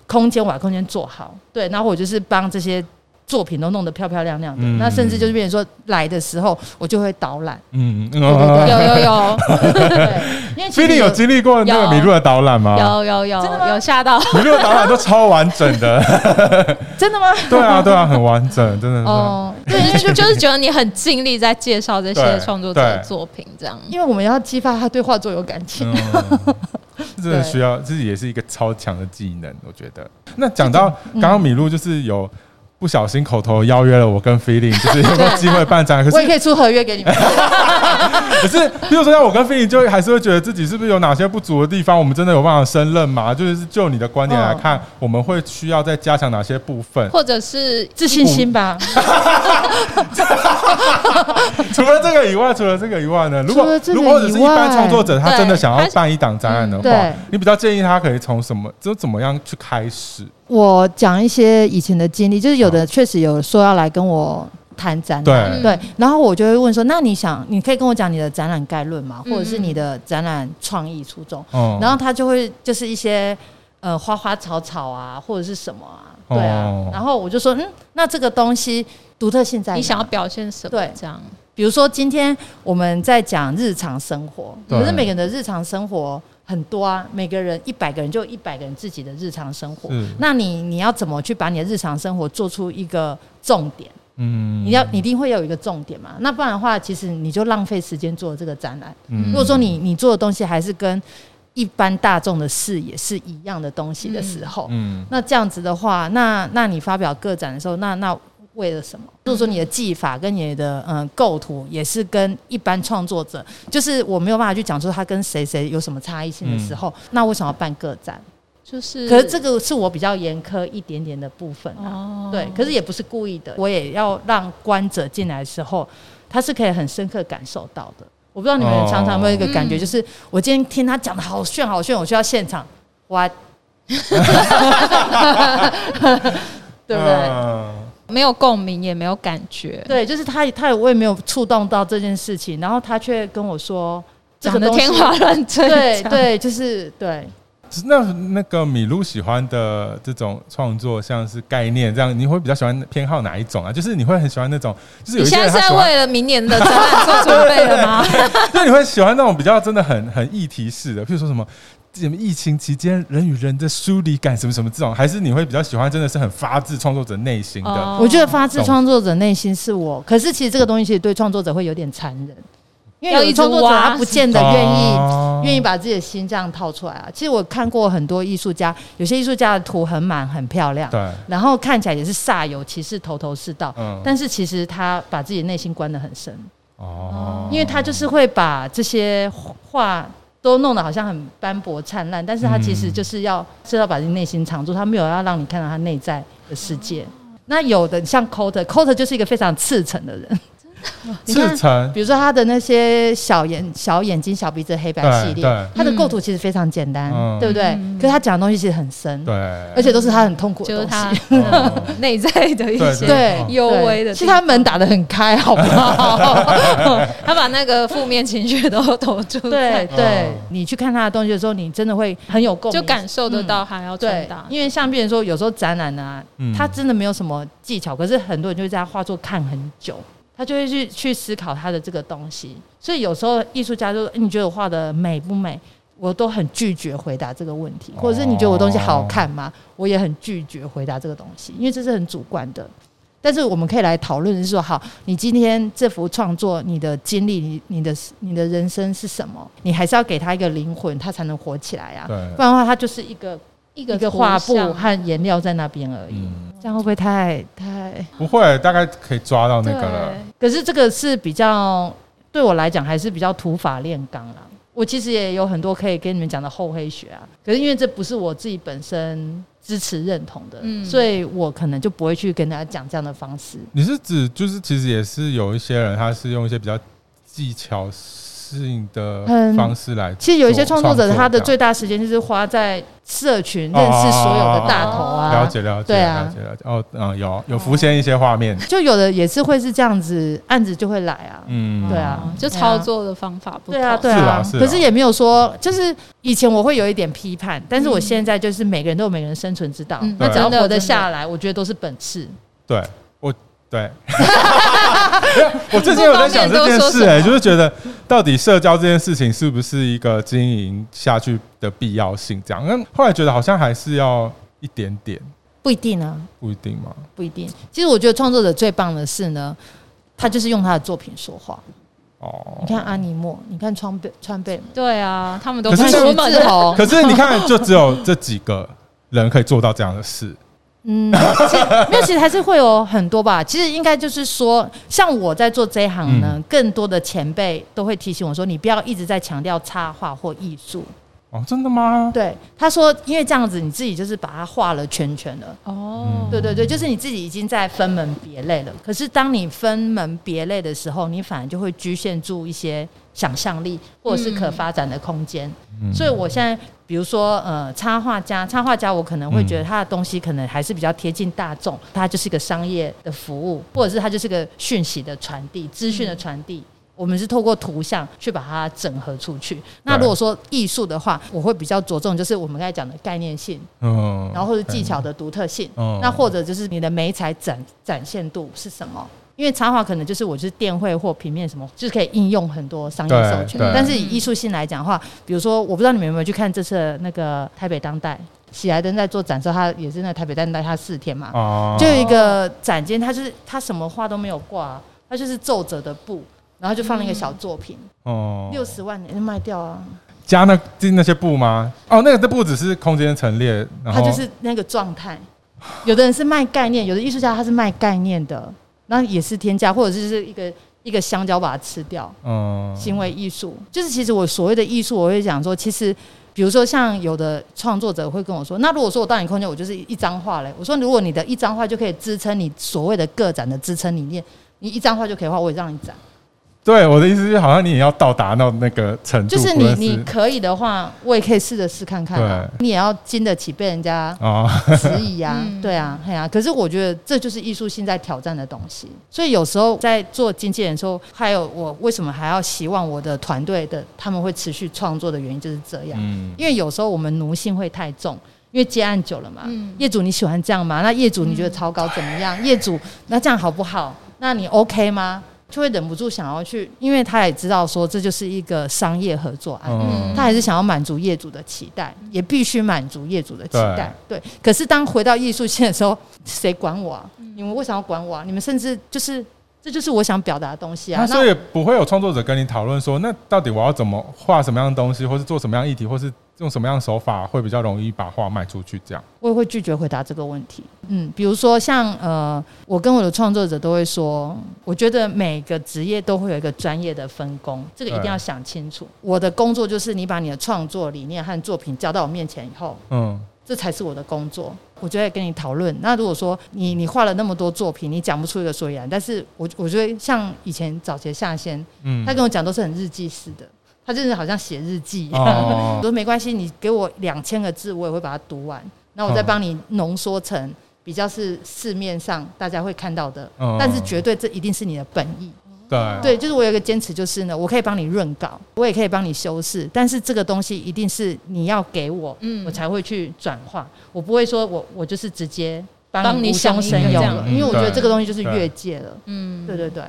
[SPEAKER 1] 空间我把空间做好，对，然后我就是帮这些作品都弄得漂漂亮亮的，
[SPEAKER 2] 嗯
[SPEAKER 1] 那甚至就是变成说来的时候，我就会导 览，
[SPEAKER 2] 嗯嗯
[SPEAKER 1] 对
[SPEAKER 2] 嗯。
[SPEAKER 3] 有有有
[SPEAKER 1] 对，因为
[SPEAKER 2] 菲
[SPEAKER 1] 其
[SPEAKER 2] 利
[SPEAKER 1] 实
[SPEAKER 2] 有经历过那个
[SPEAKER 3] 有
[SPEAKER 2] 米露的导览吗？
[SPEAKER 3] 有有有
[SPEAKER 1] 真的吗
[SPEAKER 3] 有吓到，
[SPEAKER 2] 米露的导览都超完整的，
[SPEAKER 1] 真的吗？
[SPEAKER 2] 对啊对啊，很完整，真的是。
[SPEAKER 1] 哦，
[SPEAKER 3] 就是就就是觉得你很尽力在介绍这些
[SPEAKER 2] 对
[SPEAKER 3] 创作者的
[SPEAKER 2] 对
[SPEAKER 3] 作品，这样。
[SPEAKER 1] 因为我们要激发他对画作有感情。
[SPEAKER 2] 嗯，真的
[SPEAKER 1] 嗯
[SPEAKER 2] 需要，这也是一个超强的技能，我觉得。那讲到刚刚米露，就是有不小心口头邀约了我跟 Feeling，就是有没有机会办展？可
[SPEAKER 1] 我也
[SPEAKER 2] 是
[SPEAKER 1] 可以出合约给你们。
[SPEAKER 2] 可是，比如说像我跟 Feeling，就还是会觉得自己是不是有哪些不足的地方，我们真的有办法胜任吗？就是就你的观点来看，我们会需要再加强哪些部 分？
[SPEAKER 3] 或者是
[SPEAKER 1] 自信心吧，
[SPEAKER 2] 除了这个以外，除了这个以外呢？如果
[SPEAKER 1] 除了这个
[SPEAKER 2] 如果或者是一般
[SPEAKER 1] 以外
[SPEAKER 2] 创作者，他
[SPEAKER 3] 对
[SPEAKER 2] 真的想
[SPEAKER 3] 他
[SPEAKER 2] 要
[SPEAKER 3] 是
[SPEAKER 2] 办一档展览的
[SPEAKER 1] 嗯对
[SPEAKER 2] 话，你比较建议他可以从什么，就怎么样去开始？
[SPEAKER 1] 我讲一些以前的经历，就是有的确实有说要来跟我谈展览，
[SPEAKER 2] 嗯对，
[SPEAKER 1] 对，然后我就会问说，那你想，你可以跟我讲你的展览概论吗？
[SPEAKER 3] 嗯
[SPEAKER 1] 或者是你的展览创意初衷？
[SPEAKER 2] 嗯
[SPEAKER 1] 然后他就会就是一些呃花花草草啊，或者是什么啊，对啊，
[SPEAKER 2] 哦
[SPEAKER 1] 然后我就说，嗯，那这个东西独特性在哪
[SPEAKER 3] 你想要表现什么？
[SPEAKER 1] 对
[SPEAKER 3] 这样
[SPEAKER 1] 比如说今天我们在讲日常生活，
[SPEAKER 2] 对
[SPEAKER 1] 可是每个人的日常生活很多啊，每个人一百个人就一百个人自己的日常生活
[SPEAKER 2] 是。
[SPEAKER 1] 那你你要怎么去把你的日常生活做出一个重点？
[SPEAKER 2] 嗯
[SPEAKER 1] 你要你一定会有一个重点嘛？那不然的话，其实你就浪费时间做这个展览。
[SPEAKER 2] 嗯
[SPEAKER 1] 如果说你你做的东西还是跟一般大众的视野是一样的东西的时候，
[SPEAKER 2] 嗯
[SPEAKER 1] 那这样子的话，那那你发表个展的时候，那那为了什么？如果说你的技法跟你的嗯构图也是跟一般创作者，就是我没有办法去讲出他跟谁谁有什么差异性的时候，
[SPEAKER 2] 嗯
[SPEAKER 1] 那为什么要办个展？
[SPEAKER 3] 就是，
[SPEAKER 1] 可是这个是我比较严苛一点点的部分啊。
[SPEAKER 3] 哦
[SPEAKER 1] 对，可是也不是故意的，我也要让观者进来的时候，他是可以很深刻感受到的。我不知道你们
[SPEAKER 2] 哦
[SPEAKER 1] 常常有没有一个感觉，
[SPEAKER 3] 嗯
[SPEAKER 1] 就是我今天听他讲的好炫好炫，我去到现场，哇，对不对？
[SPEAKER 2] 嗯
[SPEAKER 3] 没有共鸣，也没有感觉。
[SPEAKER 1] 对，就是他，他也我也没有触动到这件事情，然后他却跟我说这
[SPEAKER 3] 讲
[SPEAKER 1] 个
[SPEAKER 3] 的
[SPEAKER 1] 东西
[SPEAKER 3] 天花乱坠，
[SPEAKER 1] 对
[SPEAKER 3] 这样，
[SPEAKER 1] 对，就是对。
[SPEAKER 2] 那那个米露喜欢的这种创作，像是概念这样，你会比较喜欢偏好哪一种啊？就是你会很喜欢那种，就是有
[SPEAKER 3] 你
[SPEAKER 2] 一
[SPEAKER 3] 现
[SPEAKER 2] 些
[SPEAKER 3] 在
[SPEAKER 2] 人他
[SPEAKER 3] 是在
[SPEAKER 2] 喜欢，
[SPEAKER 3] 为了明年的展览做准备了吗？
[SPEAKER 2] 就是你会喜欢那种比较真的很很议题式的，譬如说什么什么疫情期间人与人的疏离感什么什么这种，还是你会比较喜欢真的是很发自创作者内心的？
[SPEAKER 3] 哦
[SPEAKER 1] 我觉得发自
[SPEAKER 2] 懂
[SPEAKER 1] 创作者内心是我，可是其实这个东西其实对创作者会有点残忍，因为
[SPEAKER 3] 要
[SPEAKER 1] 有
[SPEAKER 3] 一
[SPEAKER 1] 的
[SPEAKER 3] 直
[SPEAKER 1] 创作者
[SPEAKER 3] 挖
[SPEAKER 1] 他不见得愿意
[SPEAKER 2] 哦
[SPEAKER 1] 愿意把自己的心这样掏出来啊。其实我看过很多艺术家，有些艺术家的图很满很漂亮，
[SPEAKER 2] 对，
[SPEAKER 1] 然后看起来也是煞有其事、头头是道，
[SPEAKER 2] 嗯
[SPEAKER 1] 但是其实他把自己内心关得很深，
[SPEAKER 2] 哦
[SPEAKER 1] 因为他就是会把这些话。都弄得好像很斑驳灿烂，但是他其实
[SPEAKER 2] 嗯
[SPEAKER 1] 就是要是要把自己内心藏住，他没有要让你看到他内在的世界。那有的像 Coter，Coter 就是一个非常赤诚的人， 你看
[SPEAKER 2] 赤诚
[SPEAKER 1] 比如说他的那些小眼、小眼睛、小鼻子的黑白系列
[SPEAKER 2] 对对，
[SPEAKER 1] 他的构图其实非常简单，
[SPEAKER 2] 嗯
[SPEAKER 1] 对不对？
[SPEAKER 3] 嗯
[SPEAKER 1] 可是他讲的东西其实很深，
[SPEAKER 2] 对，
[SPEAKER 1] 嗯而且都是他很痛苦的
[SPEAKER 3] 就
[SPEAKER 1] 东
[SPEAKER 3] 是
[SPEAKER 1] 西。
[SPEAKER 3] 他
[SPEAKER 2] 哦
[SPEAKER 3] 内在的一
[SPEAKER 2] 对
[SPEAKER 3] 些
[SPEAKER 1] 对
[SPEAKER 2] 嗯
[SPEAKER 3] 幽微的地方，
[SPEAKER 1] 是他门打得很开，好不好？
[SPEAKER 3] 哦 他把那个负面情绪都投注 在
[SPEAKER 1] 对对
[SPEAKER 2] 嗯，
[SPEAKER 1] 你去看他的东西的时候，你真的会很有共鸣，嗯
[SPEAKER 3] 就感受得到他要传
[SPEAKER 1] 对
[SPEAKER 3] 达，。
[SPEAKER 1] 因为像别人说，有时候展览啊
[SPEAKER 2] 嗯，
[SPEAKER 1] 他真的没有什么技巧，可是很多人就会在他画作看很久，他就会去去思考他的这个东西。所以有时候艺术家就说欸你觉得我画的美不美？我都很拒绝回答这个问题，
[SPEAKER 2] 哦
[SPEAKER 1] 或者是你觉得我东西好看吗？我也很拒绝回答这个东西，因为这是很主观的。但是我们可以来讨论，是说，好，你今天这幅创作，你的经历，你你的你的人生是什么？你还是要给他一个灵魂，他才能活起来啊。
[SPEAKER 2] 对
[SPEAKER 1] 不然的话，它就是一个
[SPEAKER 3] 一
[SPEAKER 1] 一个啊
[SPEAKER 3] 图
[SPEAKER 1] 画布
[SPEAKER 3] 像
[SPEAKER 1] 和颜料在那边而已。
[SPEAKER 2] 嗯
[SPEAKER 1] 这样会不会太太？
[SPEAKER 2] 不会，大概可以抓到那
[SPEAKER 3] 对
[SPEAKER 2] 个了。
[SPEAKER 1] 可是这个是比较对我来讲还是比较土法炼钢啦。我其实也有很多可以跟你们讲的厚黑学啊，可是因为这不是我自己本身支持认同的，
[SPEAKER 3] 嗯
[SPEAKER 1] 所以我可能就不会去跟大家讲这样的方式。
[SPEAKER 2] 你是指就是其实也是有一些人，他是用一些比较技巧性的
[SPEAKER 1] 嗯
[SPEAKER 2] 方式来做、
[SPEAKER 1] 其实有一些创作者，他的最
[SPEAKER 2] 创
[SPEAKER 1] 大时间就是花在社群认识所有的大头
[SPEAKER 2] 作
[SPEAKER 1] 啊，
[SPEAKER 2] 这样了解了解、
[SPEAKER 1] 对啊
[SPEAKER 2] 了解了解哦嗯有有浮现一些画面
[SPEAKER 1] 就有的也是会是这样子，案子就会来啊。
[SPEAKER 2] 嗯
[SPEAKER 1] 对啊
[SPEAKER 3] 就操作的方法不同，
[SPEAKER 1] 对啊，对
[SPEAKER 2] 是
[SPEAKER 1] 啊
[SPEAKER 2] 啦，是啦
[SPEAKER 1] 可是也没有说，就是以前我会有一点批判，但是我现在就是每个人都有每个人生存之道
[SPEAKER 3] 嗯，
[SPEAKER 1] 那只要
[SPEAKER 3] 对啊
[SPEAKER 1] 活得下来，我觉得都是本事。
[SPEAKER 2] 对我对。我最近有在 想这件事、哎，就是觉得到底社交这件事情是不是一个经营下去的必要性？这样，那后来觉得好像还是要一点点，
[SPEAKER 1] 不一定啊，
[SPEAKER 2] 不一定嘛。
[SPEAKER 1] 不一定。其实我觉得创作者最棒的是呢，他就是用他的作品说话。
[SPEAKER 2] 哦
[SPEAKER 1] 你，看阿尼莫，你看川贝川贝，
[SPEAKER 3] 对啊，他们都
[SPEAKER 2] 可是
[SPEAKER 3] 不哦
[SPEAKER 2] 这
[SPEAKER 3] 出
[SPEAKER 1] 徐
[SPEAKER 2] 样
[SPEAKER 3] 门
[SPEAKER 1] 志
[SPEAKER 3] 的，
[SPEAKER 1] 宏，
[SPEAKER 2] 可是你看，就只有这几个人可以做到这样的事，
[SPEAKER 1] 嗯，其实没有，其实还是会有很多吧。 其实应该就是说，像我在做这一行呢，
[SPEAKER 2] 嗯
[SPEAKER 1] 更多的前辈都会提醒我说，你不要一直在强调插画或艺术。
[SPEAKER 2] 哦，真的吗？
[SPEAKER 1] 对，他说，因为这样子你自己就是把它画了圈圈了。
[SPEAKER 3] 哦，
[SPEAKER 2] 嗯
[SPEAKER 1] 对对对，就是你自己已经在分门别类了。可是当你分门别类的时候，你反而就会局限住一些想象力或者是可发展的空间。
[SPEAKER 2] 嗯
[SPEAKER 1] 所以我现在，比如说呃，插画家，插画家我可能会觉得他的东西可能还是比较贴近大众，他就是一个商业的服务，或者是他就是个讯息的传递、资讯的传递。我们是透过图像去把它整合出去。那如果说艺术的话，我会比较着重就是我们刚才讲的概念性，
[SPEAKER 2] 嗯，
[SPEAKER 1] 然后或者技巧的独特性，
[SPEAKER 2] 嗯
[SPEAKER 1] 那或者就是你的美彩展展现度是什么？因为插画可能就是我就是电绘或平面什么，就是可以应用很多商业
[SPEAKER 2] 对
[SPEAKER 1] 授权
[SPEAKER 2] 对。
[SPEAKER 1] 但是以艺术性来讲的话，比如说我不知道你们有没有去看这次的那个台北当代喜来登在做展的时候，他也是那台北当代他四天嘛，
[SPEAKER 2] 哦
[SPEAKER 1] 啊就有一个展间，他就是他什么画都没有挂，他就是皱褶的布，然后就放了一个小作品，
[SPEAKER 2] 哦
[SPEAKER 1] 六十万就卖掉啊，
[SPEAKER 2] 加那那些布吗？哦，那个的布只是空间陈列，然
[SPEAKER 1] 他
[SPEAKER 2] 后
[SPEAKER 1] 就是那个状态。有的人是卖概念，有的艺术家他是卖概念的，那也是天价，或者就是一个一个香蕉把它吃掉，
[SPEAKER 2] 嗯
[SPEAKER 1] 行为艺术。就是其实我所谓的艺术，我会讲说，其实比如说像有的创作者会跟我说，那如果说我到你空间，我就是一张画嘞。我说如果你的一张画就可以支撑你所谓的个展的支撑理念，你一张画就可以画，我也让你展。
[SPEAKER 2] 对，我的意思是，好像你也要到达到那个程度，
[SPEAKER 1] 就是
[SPEAKER 2] 不
[SPEAKER 1] 你
[SPEAKER 2] 论
[SPEAKER 1] 你可以的话，我也可以试着试看看、啊，你也要经得起被人家
[SPEAKER 2] 哦，
[SPEAKER 1] 质疑啊，
[SPEAKER 3] 嗯
[SPEAKER 1] 对啊，嘿啊。可是我觉得这就是艺术性在挑战的东西。所以有时候在做经纪人的时候，还有我为什么还要希望我的团队的他们会持续创作的原因就是这样，
[SPEAKER 2] 嗯，
[SPEAKER 1] 因为有时候我们奴性会太重。因为接案久了嘛，
[SPEAKER 3] 嗯
[SPEAKER 1] 业主你喜欢这样吗？那业主你觉得草稿怎么样？业主那这样好不好？那你 OK 吗？就会忍不住想要去，因为他也知道说这就是一个商业合作案，
[SPEAKER 2] 嗯
[SPEAKER 1] 他还是想要满足业主的期待，也必须满足业主的期待。对，可是当回到艺术线的时候，谁管我啊？你们为什么要管我啊？你们甚至就是这就是我想表达的东西啊
[SPEAKER 2] 那。所以不会有创作者跟你讨论说，那到底我要怎么画什么样的东西，或是做什么样议题，或是用什么样的手法会比较容易把画卖出去？这样，
[SPEAKER 1] 我也会拒绝回答这个问题。嗯，比如说像呃，我跟我的创作者都会说，我觉得每个职业都会有一个专业的分工，这个一定要想清楚。我的工作就是你把你的创作理念和作品交到我面前以后，
[SPEAKER 2] 嗯，
[SPEAKER 1] 这才是我的工作。我就会跟你讨论。那如果说你你画了那么多作品，你讲不出一个所以然，但是我我觉得像以前早期的下线，
[SPEAKER 2] 嗯
[SPEAKER 1] 他跟我讲都是很日记式的，他就是好像写日记一样。
[SPEAKER 2] 哦
[SPEAKER 1] 我说没关系，你给我两千个字，我也会把它读完。那我再
[SPEAKER 2] 嗯
[SPEAKER 1] 帮你浓缩成比较是市面上大家会看到的，
[SPEAKER 2] 嗯
[SPEAKER 1] 但是绝对这一定是你的本意。
[SPEAKER 2] 对，
[SPEAKER 1] 对，就是我有一个坚持，就是呢，我可以帮你润稿，我也可以帮你修饰，但是这个东西一定是你要给我，
[SPEAKER 3] 嗯
[SPEAKER 1] 我才会去转化，我不会说我我就是直接帮
[SPEAKER 3] 帮
[SPEAKER 1] 你
[SPEAKER 3] 你
[SPEAKER 1] 无
[SPEAKER 3] 想
[SPEAKER 1] 中
[SPEAKER 3] 一个
[SPEAKER 1] 生
[SPEAKER 3] 这
[SPEAKER 1] 有
[SPEAKER 3] 样
[SPEAKER 1] 了，因为我觉得这个东西就是
[SPEAKER 2] 嗯对
[SPEAKER 1] 越界了。
[SPEAKER 3] 嗯，
[SPEAKER 1] 对对对，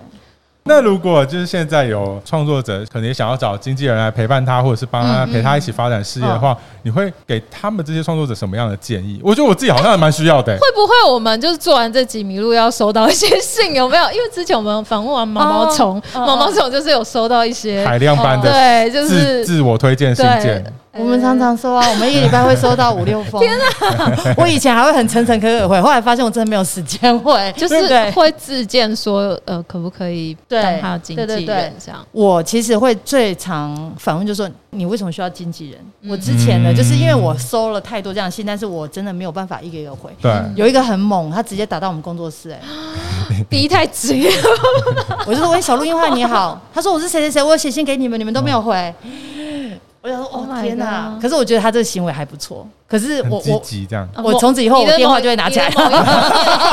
[SPEAKER 2] 那如果就是现在有创作者可能也想要找经纪人来陪伴他，或者是帮他
[SPEAKER 3] 嗯嗯
[SPEAKER 2] 陪他一起发展事业的
[SPEAKER 1] 嗯
[SPEAKER 2] 话，你会给他们这些创作者什么样的建议？我觉得我自己好像还蛮需要 的、欸。
[SPEAKER 3] 会不会我们就是做完这集迷路要收到一些信有没有？因为之前我们访问完毛毛虫，
[SPEAKER 1] 哦
[SPEAKER 3] 毛毛虫就是有收到一些，
[SPEAKER 2] 海量般的
[SPEAKER 3] 对，就
[SPEAKER 2] 自
[SPEAKER 3] 是
[SPEAKER 2] 自我推荐信件，
[SPEAKER 1] 我们常常收啊，我们一个礼拜会收到五六封。天哪！我以前还会很诚诚可可回，后来发现我真的没有时间 回，
[SPEAKER 3] 就
[SPEAKER 1] 对不
[SPEAKER 3] 是
[SPEAKER 1] 对
[SPEAKER 3] 会自荐说，呃，可不可以当他的经
[SPEAKER 1] 对
[SPEAKER 3] 纪
[SPEAKER 1] 对对
[SPEAKER 3] 人这样？
[SPEAKER 1] 我其实会最常反问，就是说你为什么需要经纪人？我之前呢，
[SPEAKER 2] 嗯
[SPEAKER 1] 就是因为我收了太多这样的信，但是我真的没有办法一个一个回。
[SPEAKER 2] 对，
[SPEAKER 1] 有一个很猛，他直接打到我们工作室、 哎，
[SPEAKER 3] 逼太急了，
[SPEAKER 1] 我就说：“喂，小鹿樱花你好。”他说：“我是谁谁谁，我有写信给你们，你们都没有回。”我想说：“哦
[SPEAKER 3] Oh my
[SPEAKER 1] 天哪！”
[SPEAKER 3] God
[SPEAKER 1] 可是我觉得他这个行为还不错。可是
[SPEAKER 2] 很
[SPEAKER 1] 我
[SPEAKER 2] 积
[SPEAKER 1] 我
[SPEAKER 2] 极这样。
[SPEAKER 1] 我从此以后我电话就会拿起来
[SPEAKER 3] 你的某一方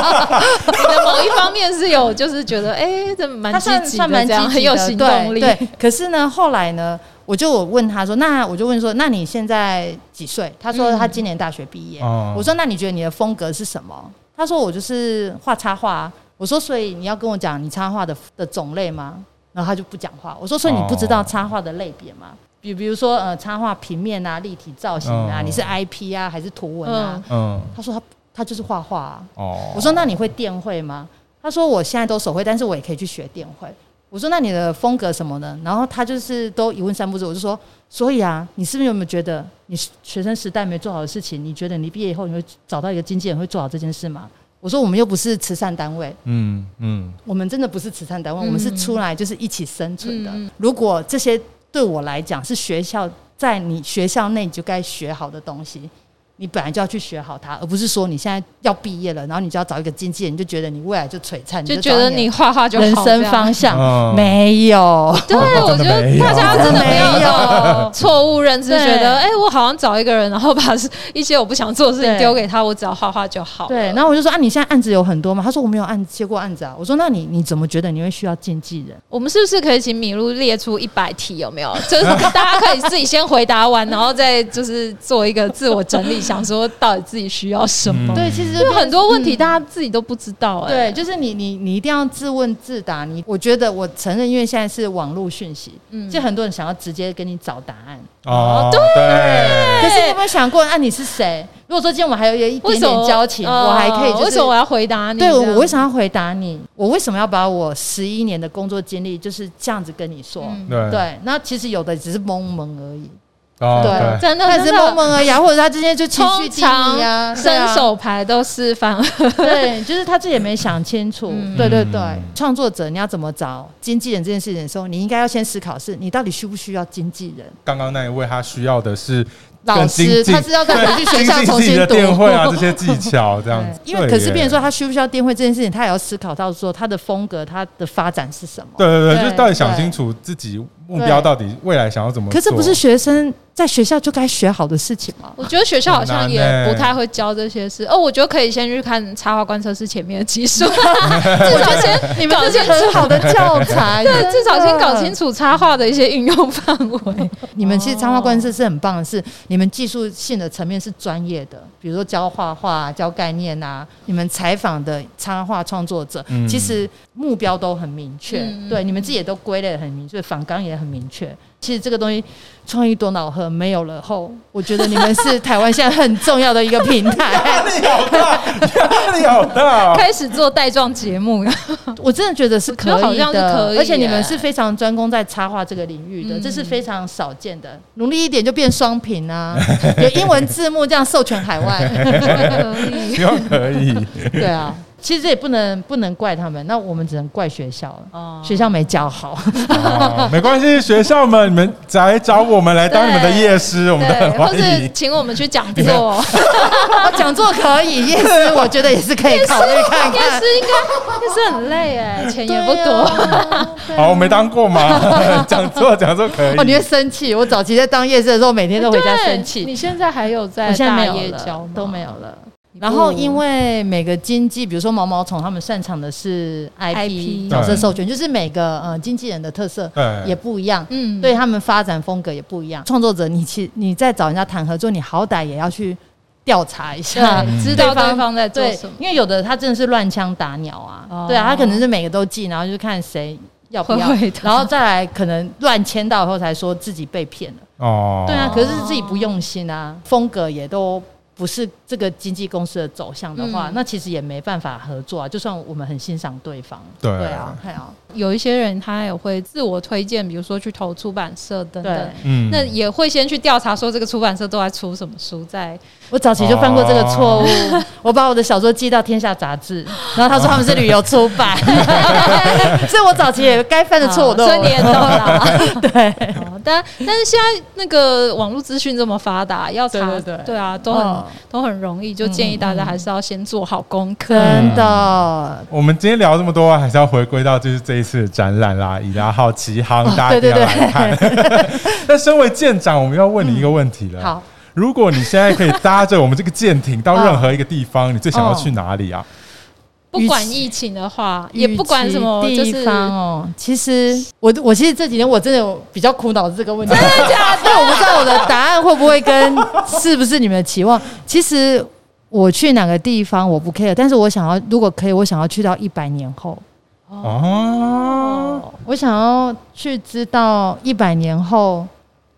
[SPEAKER 3] 面你的某一方面是有，就是觉得，哎，这蛮
[SPEAKER 1] 他
[SPEAKER 3] 积
[SPEAKER 1] 算
[SPEAKER 3] 极
[SPEAKER 1] 算
[SPEAKER 3] 的，
[SPEAKER 1] 蛮积
[SPEAKER 3] 这样很
[SPEAKER 1] 极
[SPEAKER 3] 有
[SPEAKER 1] 的
[SPEAKER 3] 行
[SPEAKER 1] 对
[SPEAKER 3] 动力。
[SPEAKER 1] 对，可是呢，后来呢，我就我问他说，那我就问说，那你现在几岁？他说
[SPEAKER 3] 嗯
[SPEAKER 1] 他今年大学毕业。
[SPEAKER 2] 哦
[SPEAKER 1] 我说那你觉得你的风格是什么？他说我就是画插画啊。我说所以你要跟我讲你插画的的种类吗？然后他就不讲话。我说所以你不知道
[SPEAKER 2] 哦
[SPEAKER 1] 插画的类别吗？比比如说呃，插画平面啊、立体造型啊，
[SPEAKER 2] 哦
[SPEAKER 1] 你是 IP 啊还是图文啊？
[SPEAKER 3] 嗯
[SPEAKER 2] 嗯，
[SPEAKER 1] 他说他他就是画画、啊。
[SPEAKER 2] 哦，
[SPEAKER 1] 我说那你会电绘吗？他说我现在都手绘，但是我也可以去学电绘。我说那你的风格什么的，然后他就是都一问三不知。我就说，所以啊，你是不是有没有觉得你学生时代没做好的事情？你觉得你毕业以后你会找到一个经纪人会做好这件事吗？我说我们又不是慈善单位，
[SPEAKER 2] 嗯嗯，
[SPEAKER 1] 我们真的不是慈善单位，
[SPEAKER 3] 嗯
[SPEAKER 1] 我们是出来就是一起生存的。
[SPEAKER 3] 嗯
[SPEAKER 1] 如果这些对我来讲是学校在你学校内你就该学好的东西，你本来就要去学好它，而不是说你现在要毕业了，然后你就要找一个经纪人，你就觉得你未来就璀璨，
[SPEAKER 3] 就
[SPEAKER 1] 就
[SPEAKER 3] 觉得
[SPEAKER 1] 找一
[SPEAKER 3] 你画画就
[SPEAKER 1] 个
[SPEAKER 3] 好
[SPEAKER 1] 人生方
[SPEAKER 2] 这
[SPEAKER 1] 向、
[SPEAKER 2] 样
[SPEAKER 1] 没有。
[SPEAKER 3] 对，我觉得大家真的不要有错误认知，
[SPEAKER 1] 真的没有
[SPEAKER 3] 觉得哎、我好像找一个人，然后把 一些我不想做的事情
[SPEAKER 1] 对
[SPEAKER 3] 丢给他，我只要画画就好。
[SPEAKER 1] 对，然后我就说啊，你现在案子有很多吗？他说我没有案接过案子啊。我说那你你怎么觉得你会需要经纪人？
[SPEAKER 3] 我们是不是可以请米露列出一百题？有没有？ 就是大家可以自己先回答完，然后再就是做一个自我整理，想说到底自己需要什么
[SPEAKER 2] 嗯？
[SPEAKER 1] 对，其实
[SPEAKER 3] 因为很多问
[SPEAKER 1] 嗯
[SPEAKER 3] 题大家自己都不知道、哎，
[SPEAKER 1] 对，就是你你你一定要自问自答。你我觉得我承认，因为现在是网络讯息，
[SPEAKER 3] 嗯
[SPEAKER 1] 就很多人想要直接跟你找答案。
[SPEAKER 2] 哦，对，
[SPEAKER 1] 可是你有没有想过，啊，你是谁？如果说今天我们还有一
[SPEAKER 3] 为
[SPEAKER 1] 点
[SPEAKER 3] 什么
[SPEAKER 1] 点交情，
[SPEAKER 3] 呃
[SPEAKER 1] 我还可以、就是，
[SPEAKER 3] 为什么我要回答你？
[SPEAKER 1] 对
[SPEAKER 3] 这样
[SPEAKER 1] 我为什么要回答你？我为什么要把我十一年的工作经历就是这样子跟你说？
[SPEAKER 3] 嗯
[SPEAKER 2] 对
[SPEAKER 1] 对，那其实有的只是懵懵而已，
[SPEAKER 2] 哦
[SPEAKER 1] 对
[SPEAKER 2] 对，
[SPEAKER 3] 真的
[SPEAKER 1] 他只是
[SPEAKER 3] 真
[SPEAKER 1] 懵
[SPEAKER 3] 的
[SPEAKER 1] 懵而已啊，或者他今天就情绪低迷啊，对
[SPEAKER 3] 伸
[SPEAKER 1] 啊
[SPEAKER 3] 手牌都是反 而
[SPEAKER 1] 对，就是他自己也没想清楚。
[SPEAKER 3] 嗯
[SPEAKER 1] 对对对
[SPEAKER 2] 嗯，
[SPEAKER 1] 创作者你要怎么找经纪人这件事情的时候，你应该要先思考是你到底需不需要经纪人？
[SPEAKER 2] 刚刚那一位他需要的是
[SPEAKER 1] 老师他是要再回去学 校重
[SPEAKER 2] 自己
[SPEAKER 1] 新
[SPEAKER 2] 的
[SPEAKER 1] 读。
[SPEAKER 2] 电会啊这些技巧这样子
[SPEAKER 1] 对，因为可是别人说他需不需要电会这件事情，他也要思考到说他的风格、他的发展是什么。
[SPEAKER 2] 对对对，
[SPEAKER 3] 对
[SPEAKER 2] 就是到底想清楚自己目标到底未来想要怎么做。
[SPEAKER 1] 可这不是学生在学校就该学好的事情吗？
[SPEAKER 3] 我觉得学校好像也
[SPEAKER 2] 很难欸
[SPEAKER 3] 不太会教这些
[SPEAKER 2] 欸
[SPEAKER 3] 事。哦，我觉得可以先去看插画观测室前面的 技术，至少先
[SPEAKER 1] 你们
[SPEAKER 3] 搞
[SPEAKER 1] 这些
[SPEAKER 3] 清
[SPEAKER 1] 很
[SPEAKER 3] 楚，
[SPEAKER 1] 好的教 材，对
[SPEAKER 3] 至少先搞清楚插画的一些运用范围。
[SPEAKER 1] 你们其实插画观测是很棒的是，你们技术性的层面是专业的，比如说教画画、啊、教概念啊，你们采访的插画创作者，
[SPEAKER 2] 嗯
[SPEAKER 1] 其实目标都很明确，
[SPEAKER 3] 嗯
[SPEAKER 1] 对，你们自己也都归类得很明确，访纲也很明确。其实这个东西，创意多脑核没有了后，我觉得你们是台湾现在很重要的一个平
[SPEAKER 2] 压
[SPEAKER 1] 台。
[SPEAKER 2] 力好大，压力好大哦。
[SPEAKER 3] 开始做带状节目，
[SPEAKER 1] 我真的觉得是可
[SPEAKER 3] 我
[SPEAKER 1] 以
[SPEAKER 3] 觉得好像
[SPEAKER 1] 的，
[SPEAKER 3] 是可以
[SPEAKER 1] 而且你们
[SPEAKER 3] 耶
[SPEAKER 1] 是非常专攻在插画这个领域的，
[SPEAKER 3] 嗯
[SPEAKER 1] 这是非常少见的。努力一点就变双屏啊， 有英文字幕这样授权海 外，
[SPEAKER 2] 希望可以，
[SPEAKER 1] 对啊。其实这也不能不能怪他们，那我们只能怪学校了，
[SPEAKER 3] 哦
[SPEAKER 1] 学校没教好。
[SPEAKER 2] 哦没关系，学校们，你们来找我们来当你们的夜师，我们都很
[SPEAKER 3] 对，或
[SPEAKER 2] 欢
[SPEAKER 3] 是
[SPEAKER 2] 迎。
[SPEAKER 3] 请我们去讲座。
[SPEAKER 1] 啊讲座可 以，夜师我觉得也是可以考虑看
[SPEAKER 3] 夜
[SPEAKER 1] 看
[SPEAKER 3] 师， 应该夜师很累哎，钱也不
[SPEAKER 1] 对
[SPEAKER 3] 多。
[SPEAKER 1] 啊对啊
[SPEAKER 2] 好，我没当 过嘛，讲座讲座可以。
[SPEAKER 1] 哦，你会生气。我早期在当夜师的时候，每天都回家生
[SPEAKER 3] 对你
[SPEAKER 1] 气。
[SPEAKER 3] 现在还有在
[SPEAKER 1] 我现在没有
[SPEAKER 3] 大夜
[SPEAKER 1] 了
[SPEAKER 3] 教吗
[SPEAKER 1] 都没有了。然后因为每个经纪，比如说毛毛虫，他们擅长的是 IP
[SPEAKER 3] IP
[SPEAKER 1] 角色授权，就是每个呃经纪人的特色
[SPEAKER 2] 对
[SPEAKER 1] 也不一样。
[SPEAKER 3] 嗯
[SPEAKER 1] 对他们发展风格也不一样。创作者，你其你在找人家谈合作，你好歹也要去调查一下，
[SPEAKER 3] 对 知道对方在做
[SPEAKER 1] 对
[SPEAKER 3] 什么，
[SPEAKER 1] 因为有的他真的是乱枪打鸟啊，
[SPEAKER 3] 哦
[SPEAKER 1] 对啊，他可能是每个都记，然后就看谁要不要
[SPEAKER 3] 会不会的，
[SPEAKER 1] 然后再来可能乱签到以后才说自己被骗了，
[SPEAKER 2] 哦，
[SPEAKER 1] 对啊，可是自己不用心啊，风格也都。不是这个经纪公司的走向的话，
[SPEAKER 3] 嗯
[SPEAKER 1] 那其实也没办法合作啊。就算我们很欣赏对方，
[SPEAKER 2] 对
[SPEAKER 1] 对啊，对啊，
[SPEAKER 3] 有一些人他也会自我推荐，比如说去投出版社等
[SPEAKER 1] 对
[SPEAKER 3] 等。
[SPEAKER 2] 嗯
[SPEAKER 3] 那也会先去调查说这个出版社都在出什么书，在
[SPEAKER 1] 我早期就犯过这个错误，
[SPEAKER 2] 哦
[SPEAKER 1] 我把我的小说寄到《天下》杂志，然后他说他们是旅游出 版，所以我早期也该犯的错我都
[SPEAKER 3] 啊哦所以你
[SPEAKER 1] 有。
[SPEAKER 3] 也懂啦。
[SPEAKER 1] 对，
[SPEAKER 3] 哦但但是现在那个网络资讯这么发达，要查
[SPEAKER 1] 对对对
[SPEAKER 3] 啊，都很、
[SPEAKER 1] 嗯
[SPEAKER 3] 都很容易，就建议大家还是要先做好功课。
[SPEAKER 1] 真的，
[SPEAKER 2] 我们今天聊这么多，还是要回归到就是这一次的展览啦，以拉号奇航，大家一定要
[SPEAKER 1] 哦对对
[SPEAKER 2] 来看。 那身为舰长，我们要问你一个问题了。
[SPEAKER 1] 好，
[SPEAKER 2] 如果你现在可以搭着我们这个舰艇到任何一个地方，你最想要去哪里啊？
[SPEAKER 3] 不管疫情的话，也不管什么，
[SPEAKER 1] 与
[SPEAKER 3] 就
[SPEAKER 1] 其
[SPEAKER 3] 是
[SPEAKER 1] 地方哦。其实我我其实这几天我真的有比较苦恼这个 问题，真的
[SPEAKER 3] 啊
[SPEAKER 1] 假 的？我不知道我的答案会不会跟是不是你们的期望。其实我去哪个地方我不 care，但是我想要，如果可以，我想要去到一百年后。
[SPEAKER 2] 哦，
[SPEAKER 1] 我想要去知道一百年后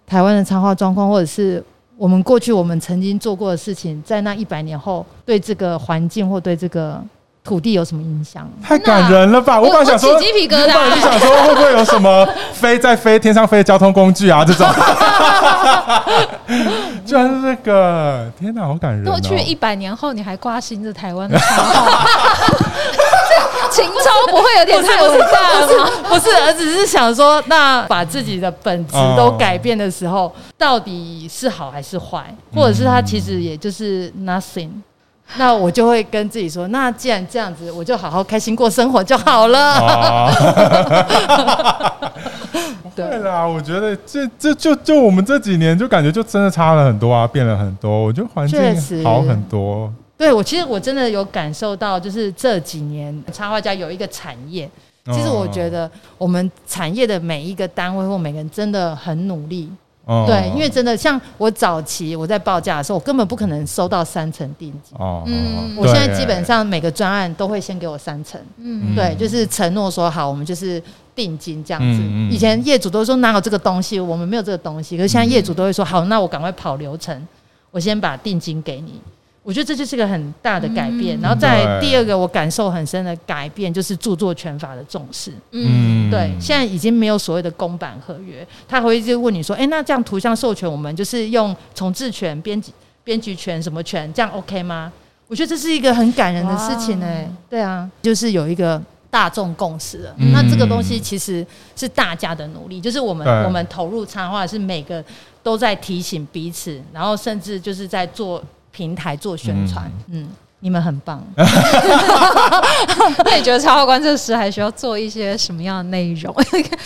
[SPEAKER 1] 台湾的插画状况，或者是我们过去我们曾经做过的事情，在那一百年后对这个环境或对这个土地有什么影响？
[SPEAKER 2] 太感人了吧！ 我本来想说，
[SPEAKER 3] 我起鸡皮疙瘩
[SPEAKER 2] 我本来就想说会不会有什么飞在飞天上飞的交通工具啊这 种，居然是这个！天哪，好感人、哦！
[SPEAKER 3] 如果去一百年后你还挂心着台湾的长号，情操不会有点太伟 大了吗？
[SPEAKER 1] 不是，而只是想说，那把自己的本质都改变的时候，到底是好还是坏，或者是他其实也就是 nothing。那我就会跟自己说，那既然这样子，我就好好开心过生活就好了。
[SPEAKER 2] 哦
[SPEAKER 1] 对
[SPEAKER 2] 对啦，我觉得这这就就我们这几年就感觉就真的差了很多啊，变了很多。我觉得环
[SPEAKER 1] 确实
[SPEAKER 2] 境好很多，
[SPEAKER 1] 对我其实我真的有感受到，就是这几年插画家有一个产业，
[SPEAKER 2] 哦
[SPEAKER 1] 其实我觉得我们产业的每一个单位或每个人真的很努力。
[SPEAKER 2] 哦
[SPEAKER 1] 对，因为真的像我早期我在报价的时候，我根本不可能收到三成定金。
[SPEAKER 2] 哦，
[SPEAKER 3] 嗯
[SPEAKER 1] 我现在基本上每个专案都会先给我三成，
[SPEAKER 3] 嗯，
[SPEAKER 1] 对，就是承诺说好，我们就是定金这样子。
[SPEAKER 2] 嗯嗯
[SPEAKER 1] 以前业主都说哪有这个东西，我们没有这个东西，可是现在业主都会说好，那我赶快跑流程，我先把定金给你。我觉得这就是个很大的改变。
[SPEAKER 3] 嗯
[SPEAKER 1] 然后再来
[SPEAKER 2] 对
[SPEAKER 1] 第二个我感受很深的改变就是著作权法的重视。
[SPEAKER 3] 嗯，
[SPEAKER 1] 对，现在已经没有所谓的公版合约，他会一直问你说，哎、那这样图像授权我们就是用重置权、编辑编辑权什么权，这样 OK 吗？我觉得这是一个很感人的事情
[SPEAKER 3] 哇
[SPEAKER 1] 哎、对啊，就是有一个大众共识了。
[SPEAKER 2] 嗯
[SPEAKER 1] 那这个东西其实是大家的努力，就是我们
[SPEAKER 2] 对
[SPEAKER 1] 我们投入插画是每个都在提醒彼此，然后甚至就是在做平台做宣传，嗯。你们很棒，
[SPEAKER 3] 那你觉得插画观测师还需要做一些什么样的内容，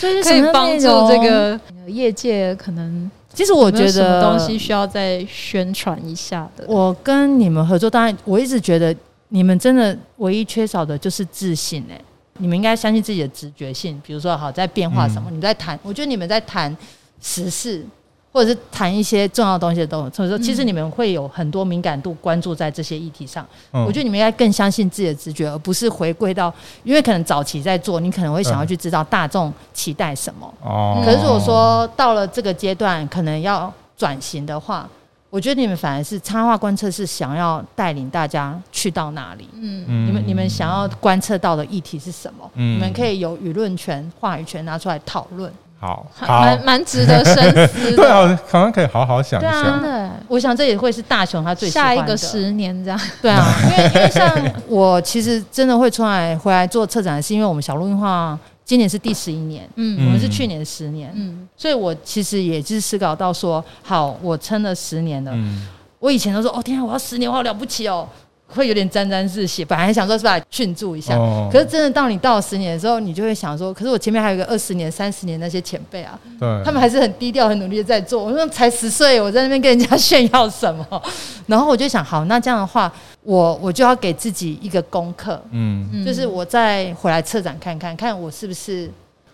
[SPEAKER 1] 就是
[SPEAKER 3] 可以帮助这。个业界可能
[SPEAKER 1] 其实我
[SPEAKER 3] 有没有
[SPEAKER 1] 觉
[SPEAKER 3] 什么
[SPEAKER 1] 得
[SPEAKER 3] 东西需要再宣传一下的？
[SPEAKER 1] 我跟你们合作，当然我一直觉得你们真的唯一缺少的就是自信哎、你们应该相信自己的直觉性，比如说好在变化什么，你在谈，我觉得你们在谈时事。或者是谈一些重要的东西的东西，所以说其实你们会有很多敏感度关注在这些议题上。我觉得
[SPEAKER 2] 得
[SPEAKER 1] 你们应该更相信自己的直觉，而不是回归到，因为可能早期在做，你可能会想要
[SPEAKER 2] 嗯
[SPEAKER 1] 去知道大众期待什么。
[SPEAKER 2] 哦
[SPEAKER 1] 可是如果说到了这个阶段，可能要转型的话，我觉得你们反而是插画观测是想要带领大家去到哪里？
[SPEAKER 3] 嗯，
[SPEAKER 2] 嗯
[SPEAKER 1] 你们你们想要观测到的议题是什么？
[SPEAKER 2] 嗯
[SPEAKER 1] 你们可以有舆论权、话语权拿出来讨论。
[SPEAKER 2] 好好
[SPEAKER 3] 蛮蛮值得深 思
[SPEAKER 2] 对
[SPEAKER 3] 的。
[SPEAKER 2] 啊，好像可以好好想一
[SPEAKER 1] 对啊
[SPEAKER 2] 下
[SPEAKER 3] 真。的，
[SPEAKER 1] 我想这也会是大雄他最喜
[SPEAKER 3] 下
[SPEAKER 1] 欢
[SPEAKER 3] 一
[SPEAKER 1] 的
[SPEAKER 3] 个十年这样，
[SPEAKER 1] 对啊，因为因为像我其实真的会出来回来做策展，是因为我们小路文化今年是第十一年，
[SPEAKER 3] 嗯
[SPEAKER 1] 我们是去年十年，
[SPEAKER 3] 嗯，
[SPEAKER 1] 所以我其实也就是思考到说，好，我撑了十年了，
[SPEAKER 2] 嗯，
[SPEAKER 1] 我以前都说哦天啊，我要十年，我好了不起哦，会有点沾沾自喜。本来还想说是吧，庆祝一下。
[SPEAKER 2] 哦
[SPEAKER 1] 可是真的到你到了十年的时候，你就会想说，可是我前面还有一个二十年、三十年那些前辈啊，
[SPEAKER 2] 对，
[SPEAKER 1] 他们还是很低调、很努力的在做。我说才十岁，我在那边跟人家炫耀什么？ 然后我就想，好，那这样的话，我我就要给自己一个功课，
[SPEAKER 2] 嗯
[SPEAKER 3] 嗯
[SPEAKER 1] 就是我再回来策展看看，看我是不是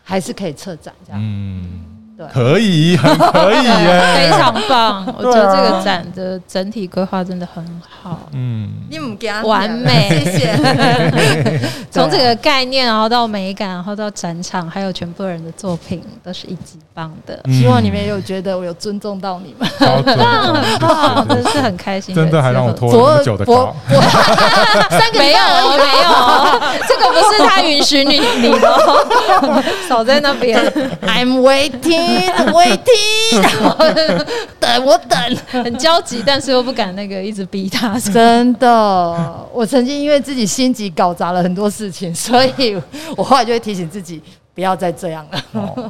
[SPEAKER 1] 还是可以策展这样。
[SPEAKER 2] 嗯
[SPEAKER 1] 对，
[SPEAKER 2] 可 以，很可以耶，
[SPEAKER 3] 非常棒。我
[SPEAKER 2] 对
[SPEAKER 3] 觉得
[SPEAKER 2] 啊
[SPEAKER 3] 这个展的整体规划真的很
[SPEAKER 1] 啊
[SPEAKER 3] 好，
[SPEAKER 2] 嗯，
[SPEAKER 1] 你们给他
[SPEAKER 3] 完美
[SPEAKER 1] 谢 谢。啊
[SPEAKER 3] 从这个概念，然后到美感，然后到展场，还有全部人的作品，都是一级棒
[SPEAKER 2] 嗯
[SPEAKER 3] 的。
[SPEAKER 1] 希望你们也有觉得我有尊重到你们。
[SPEAKER 2] 超准
[SPEAKER 3] 很
[SPEAKER 2] 对
[SPEAKER 3] 棒，哦真
[SPEAKER 2] 对对
[SPEAKER 3] 是很开心。
[SPEAKER 2] 真的还让我
[SPEAKER 3] 脱。
[SPEAKER 2] 拖了那么久的稿
[SPEAKER 1] 博，
[SPEAKER 3] 三个没有哦没有哦， 这个不是他允许你你的哦， 少在那边，
[SPEAKER 1] I'm waiting, I'm waiting，等我等。
[SPEAKER 3] 很焦急，但是又不敢那个一直逼他。
[SPEAKER 1] 真的，我曾经因为自己心急搞砸了很多事情，所以我后来就会提醒自己不要再这样了。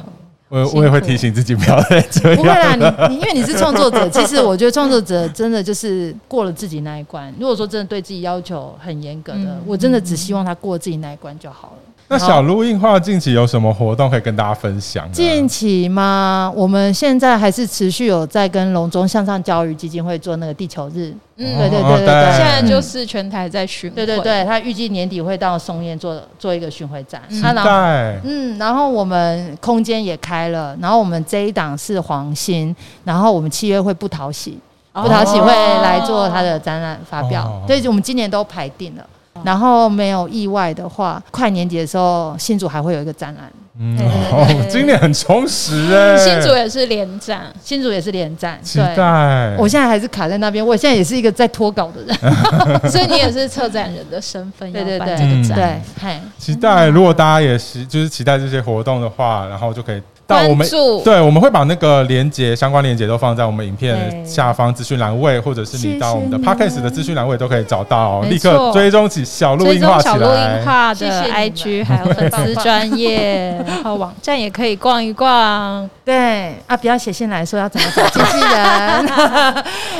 [SPEAKER 2] 我我也会提醒自己不要再这
[SPEAKER 1] 不会啦，
[SPEAKER 2] 样了。
[SPEAKER 1] 你你因为你是创作者，其实我觉得创作者真的就是过了自己那一关。如果说真的对自己要求很严格的
[SPEAKER 3] 嗯，
[SPEAKER 1] 我真的只希望他过自己那一关就好了。
[SPEAKER 2] 那小鹿映画近期有什么活动可以跟大家分享呢？
[SPEAKER 1] 近期吗？我们现在还是持续有在跟龙中向上教育基金会做那个地球日，
[SPEAKER 3] 嗯，
[SPEAKER 1] 对对
[SPEAKER 2] 哦
[SPEAKER 1] 对对对
[SPEAKER 3] 现在就是全台在巡回，
[SPEAKER 1] 对对，对，他预计年底会到松烟做做一个巡回展，
[SPEAKER 3] 嗯
[SPEAKER 1] 他
[SPEAKER 2] 期
[SPEAKER 1] 然后。
[SPEAKER 2] 待
[SPEAKER 1] 嗯，然后我们空间也开了，然后我们这一档是黄兴，然后我们七月会不讨喜，
[SPEAKER 3] 哦
[SPEAKER 1] 不讨喜会来做他的展览发表，
[SPEAKER 2] 哦
[SPEAKER 1] 对，我们今年都哦排定了。然后没有意外的话，快年底的时候，新竹还会有一个展览，
[SPEAKER 2] 嗯，
[SPEAKER 1] 对对对
[SPEAKER 2] 哦，今年很充实哎，
[SPEAKER 3] 新竹也是连 战，
[SPEAKER 1] 新竹也是连战，
[SPEAKER 2] 期
[SPEAKER 1] 对。
[SPEAKER 2] 待。
[SPEAKER 1] 我现在还是卡在那边，我现在也是一个在脱稿的人，
[SPEAKER 3] 所以你也是策展人的身份，
[SPEAKER 1] 对对
[SPEAKER 3] 要办
[SPEAKER 1] 对
[SPEAKER 3] 这个
[SPEAKER 2] 嗯
[SPEAKER 3] 展。
[SPEAKER 1] 对，嘿，
[SPEAKER 2] 期待，如果大家也是就是期待这些活动的话，然后就可以到我们
[SPEAKER 3] 关注
[SPEAKER 2] 对，我们会把那个连接相关连接都放在我们影片的下方资讯栏位，或者是你到我们的 podcast 的资讯栏位都可以找到哦，
[SPEAKER 3] 没
[SPEAKER 2] 立
[SPEAKER 3] 错
[SPEAKER 2] 刻追踪起小鹿
[SPEAKER 3] 追
[SPEAKER 2] 音画
[SPEAKER 3] 踪
[SPEAKER 2] 起
[SPEAKER 3] 小鹿音
[SPEAKER 2] 来。
[SPEAKER 3] 画
[SPEAKER 1] 谢谢
[SPEAKER 3] 的
[SPEAKER 1] 你们
[SPEAKER 3] IG，还有粉丝专业，然后网站也可以逛一逛。
[SPEAKER 1] 对啊，不要写信来说要怎么找经纪 人，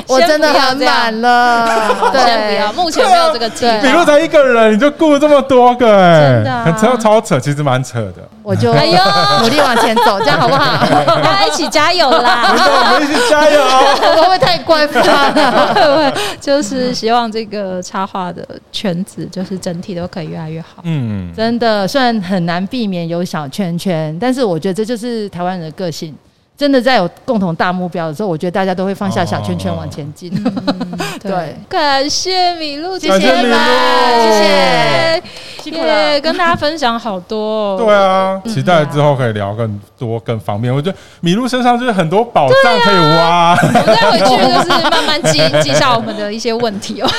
[SPEAKER 1] 我真的很满 了，
[SPEAKER 3] 先不
[SPEAKER 1] 对
[SPEAKER 3] 要，，目前没有这个计
[SPEAKER 1] 对
[SPEAKER 2] 比如
[SPEAKER 3] 划。
[SPEAKER 2] 才一个人，你就雇这么多个、哎，
[SPEAKER 3] 真的啊
[SPEAKER 2] 很超超扯，其实蛮扯的。
[SPEAKER 1] 我就
[SPEAKER 3] 哎呦，
[SPEAKER 1] 努力往前走，这样好不好？
[SPEAKER 3] 大家一起加油 啦！
[SPEAKER 2] 那我们一起 加油！
[SPEAKER 1] 我会不会太官方了？
[SPEAKER 3] 就是希望这个插画的圈子，就是整体都可以越来越好。
[SPEAKER 2] 嗯，
[SPEAKER 1] 真的，虽然很难避免有小圈圈，但是我觉得这就是台湾人的个性。真的在有共同大目标的时候，我觉得大家都会放下小圈圈往前进。嗯对，
[SPEAKER 3] 感谢米露，
[SPEAKER 1] 感谢米露
[SPEAKER 3] 拜拜谢
[SPEAKER 1] 辛
[SPEAKER 3] 谢，
[SPEAKER 1] 苦了
[SPEAKER 3] 耶，跟大家分享好多、哦。
[SPEAKER 2] 对啊，期待之后可以聊更多、更方便。我觉得米露身上就是很多宝藏可以 挖。。
[SPEAKER 3] 我们再回去就是慢慢记 记下我们的一些问题哦，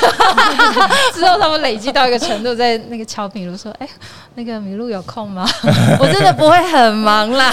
[SPEAKER 3] 之后他们累积到一个程度，再那个敲米露说：“哎、那个米露有空吗
[SPEAKER 1] 我真的不会很忙啦，？”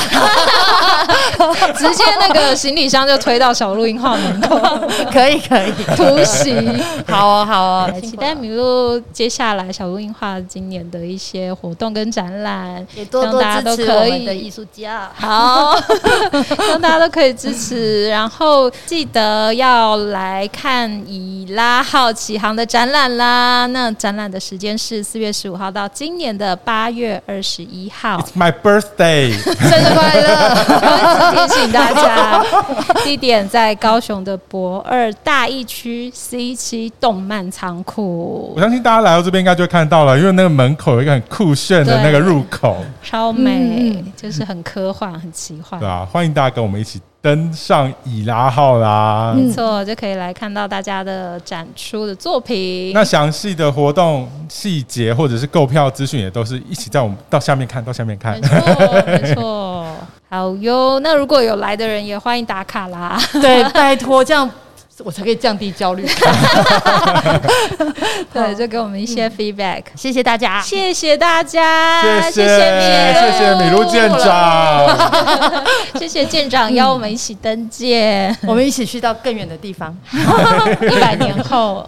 [SPEAKER 3] 直接那个行李箱就推到小录音号门口
[SPEAKER 1] 可以可以，
[SPEAKER 3] 突袭。
[SPEAKER 1] 好哦好哦，
[SPEAKER 3] 期待米露接下来小录音画今年的一些活动跟展览，
[SPEAKER 1] 也
[SPEAKER 3] 多多支持我们的艺
[SPEAKER 1] 术家。
[SPEAKER 3] 好，希望大家都可以支 持，然后记得要来看以拉号启航的展览啦。那展览的时间是四月十五号到今年的八月二十一 号
[SPEAKER 2] My birthday，
[SPEAKER 1] 生日快乐！
[SPEAKER 3] 提醒大家，地点在高雄的博二大义区 C 七动漫仓库
[SPEAKER 2] 我，相信大家来到这边应该就会看到了，因为那个门口有一个很酷炫的那个入口，
[SPEAKER 3] 超美，就是很科幻、很奇幻
[SPEAKER 2] 对。啊，欢迎大家跟我们一起登上以拉号啦。
[SPEAKER 3] 没错，就可以来看到大家的展出的作品。
[SPEAKER 2] 那详细的活动细节或者是购票资讯也都是一起在我们到下面看，到下面看
[SPEAKER 3] 没。错，没错。好哟，那如果有来的人也欢迎打卡啦。
[SPEAKER 1] 对，拜托，这样我才可以降低焦虑。
[SPEAKER 3] 对，就给我们一些 feedback。
[SPEAKER 1] 谢谢大家，
[SPEAKER 3] 谢谢大家，
[SPEAKER 2] 谢，
[SPEAKER 3] 谢
[SPEAKER 2] 啊谢谢米露舰，长，
[SPEAKER 3] 谢谢舰长邀我们一起登舰，
[SPEAKER 1] 我们一起去到更远的地方。
[SPEAKER 3] 一百年后。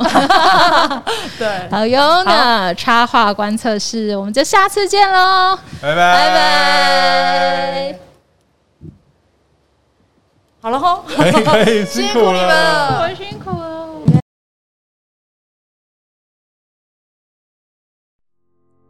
[SPEAKER 1] 对，
[SPEAKER 3] 好哟，那插画观测室，我们就下次见喽，
[SPEAKER 2] 拜拜
[SPEAKER 3] 拜 拜。
[SPEAKER 1] 好了吼，
[SPEAKER 2] 可以可以，哎辛苦
[SPEAKER 1] 你
[SPEAKER 2] 了。
[SPEAKER 1] 们。
[SPEAKER 3] 我辛苦了。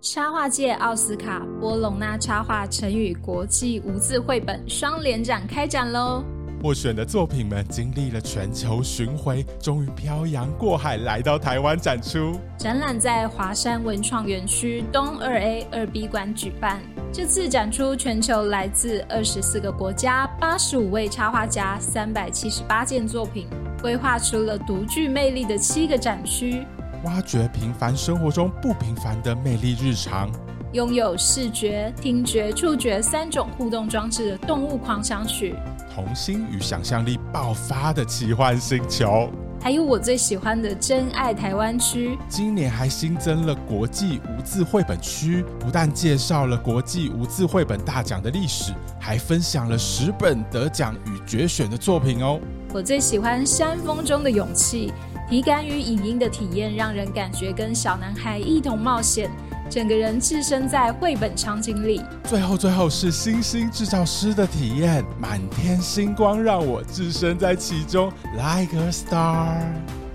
[SPEAKER 4] 插画界奥斯卡波隆那插画成语国际无字绘本双联展开展喽！
[SPEAKER 2] 获选的作品们经历了全球巡回，终于漂洋过海来到台湾展出。
[SPEAKER 4] 展览在华山文创园区东二 A 二 B 馆举办。这次展出全球来自二十四个国家、八十五位插画家、三百七十八件作品，规划出了独具魅力的七个展区，
[SPEAKER 2] 挖掘平凡生活中不平凡的魅力日常。
[SPEAKER 4] 拥有视觉、听觉、触觉三种互动装置的动物狂想曲。
[SPEAKER 2] 童心与想象力爆发的奇幻星球，
[SPEAKER 4] 还有我最喜欢的真爱台湾区，
[SPEAKER 2] 今年还新增了国际无字绘本区，不但介绍了国际无字绘本大奖的历史，还分享了十本得奖与决选的作品哦。
[SPEAKER 4] 我最喜欢山峰中的勇气，体感与影音的体验让人感觉跟小男孩一同冒险，整个人置身在绘本场景里。
[SPEAKER 2] 最后，最后是星星制造师的体验，满天星光让我置身在其中，like a star。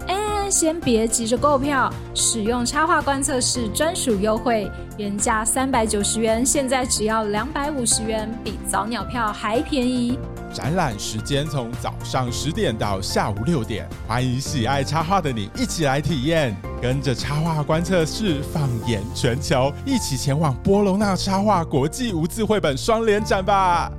[SPEAKER 4] 但先别急着购票，使用插画观测室专属优惠，原价三百九十元，现在只要两百五十元，比早鸟票还便宜。
[SPEAKER 2] 展览时间从早上十点到下午六点，欢迎喜爱插画的你一起来体验，跟着插画观测室放眼全球，一起前往波隆纳插画国际无字绘本双联展吧。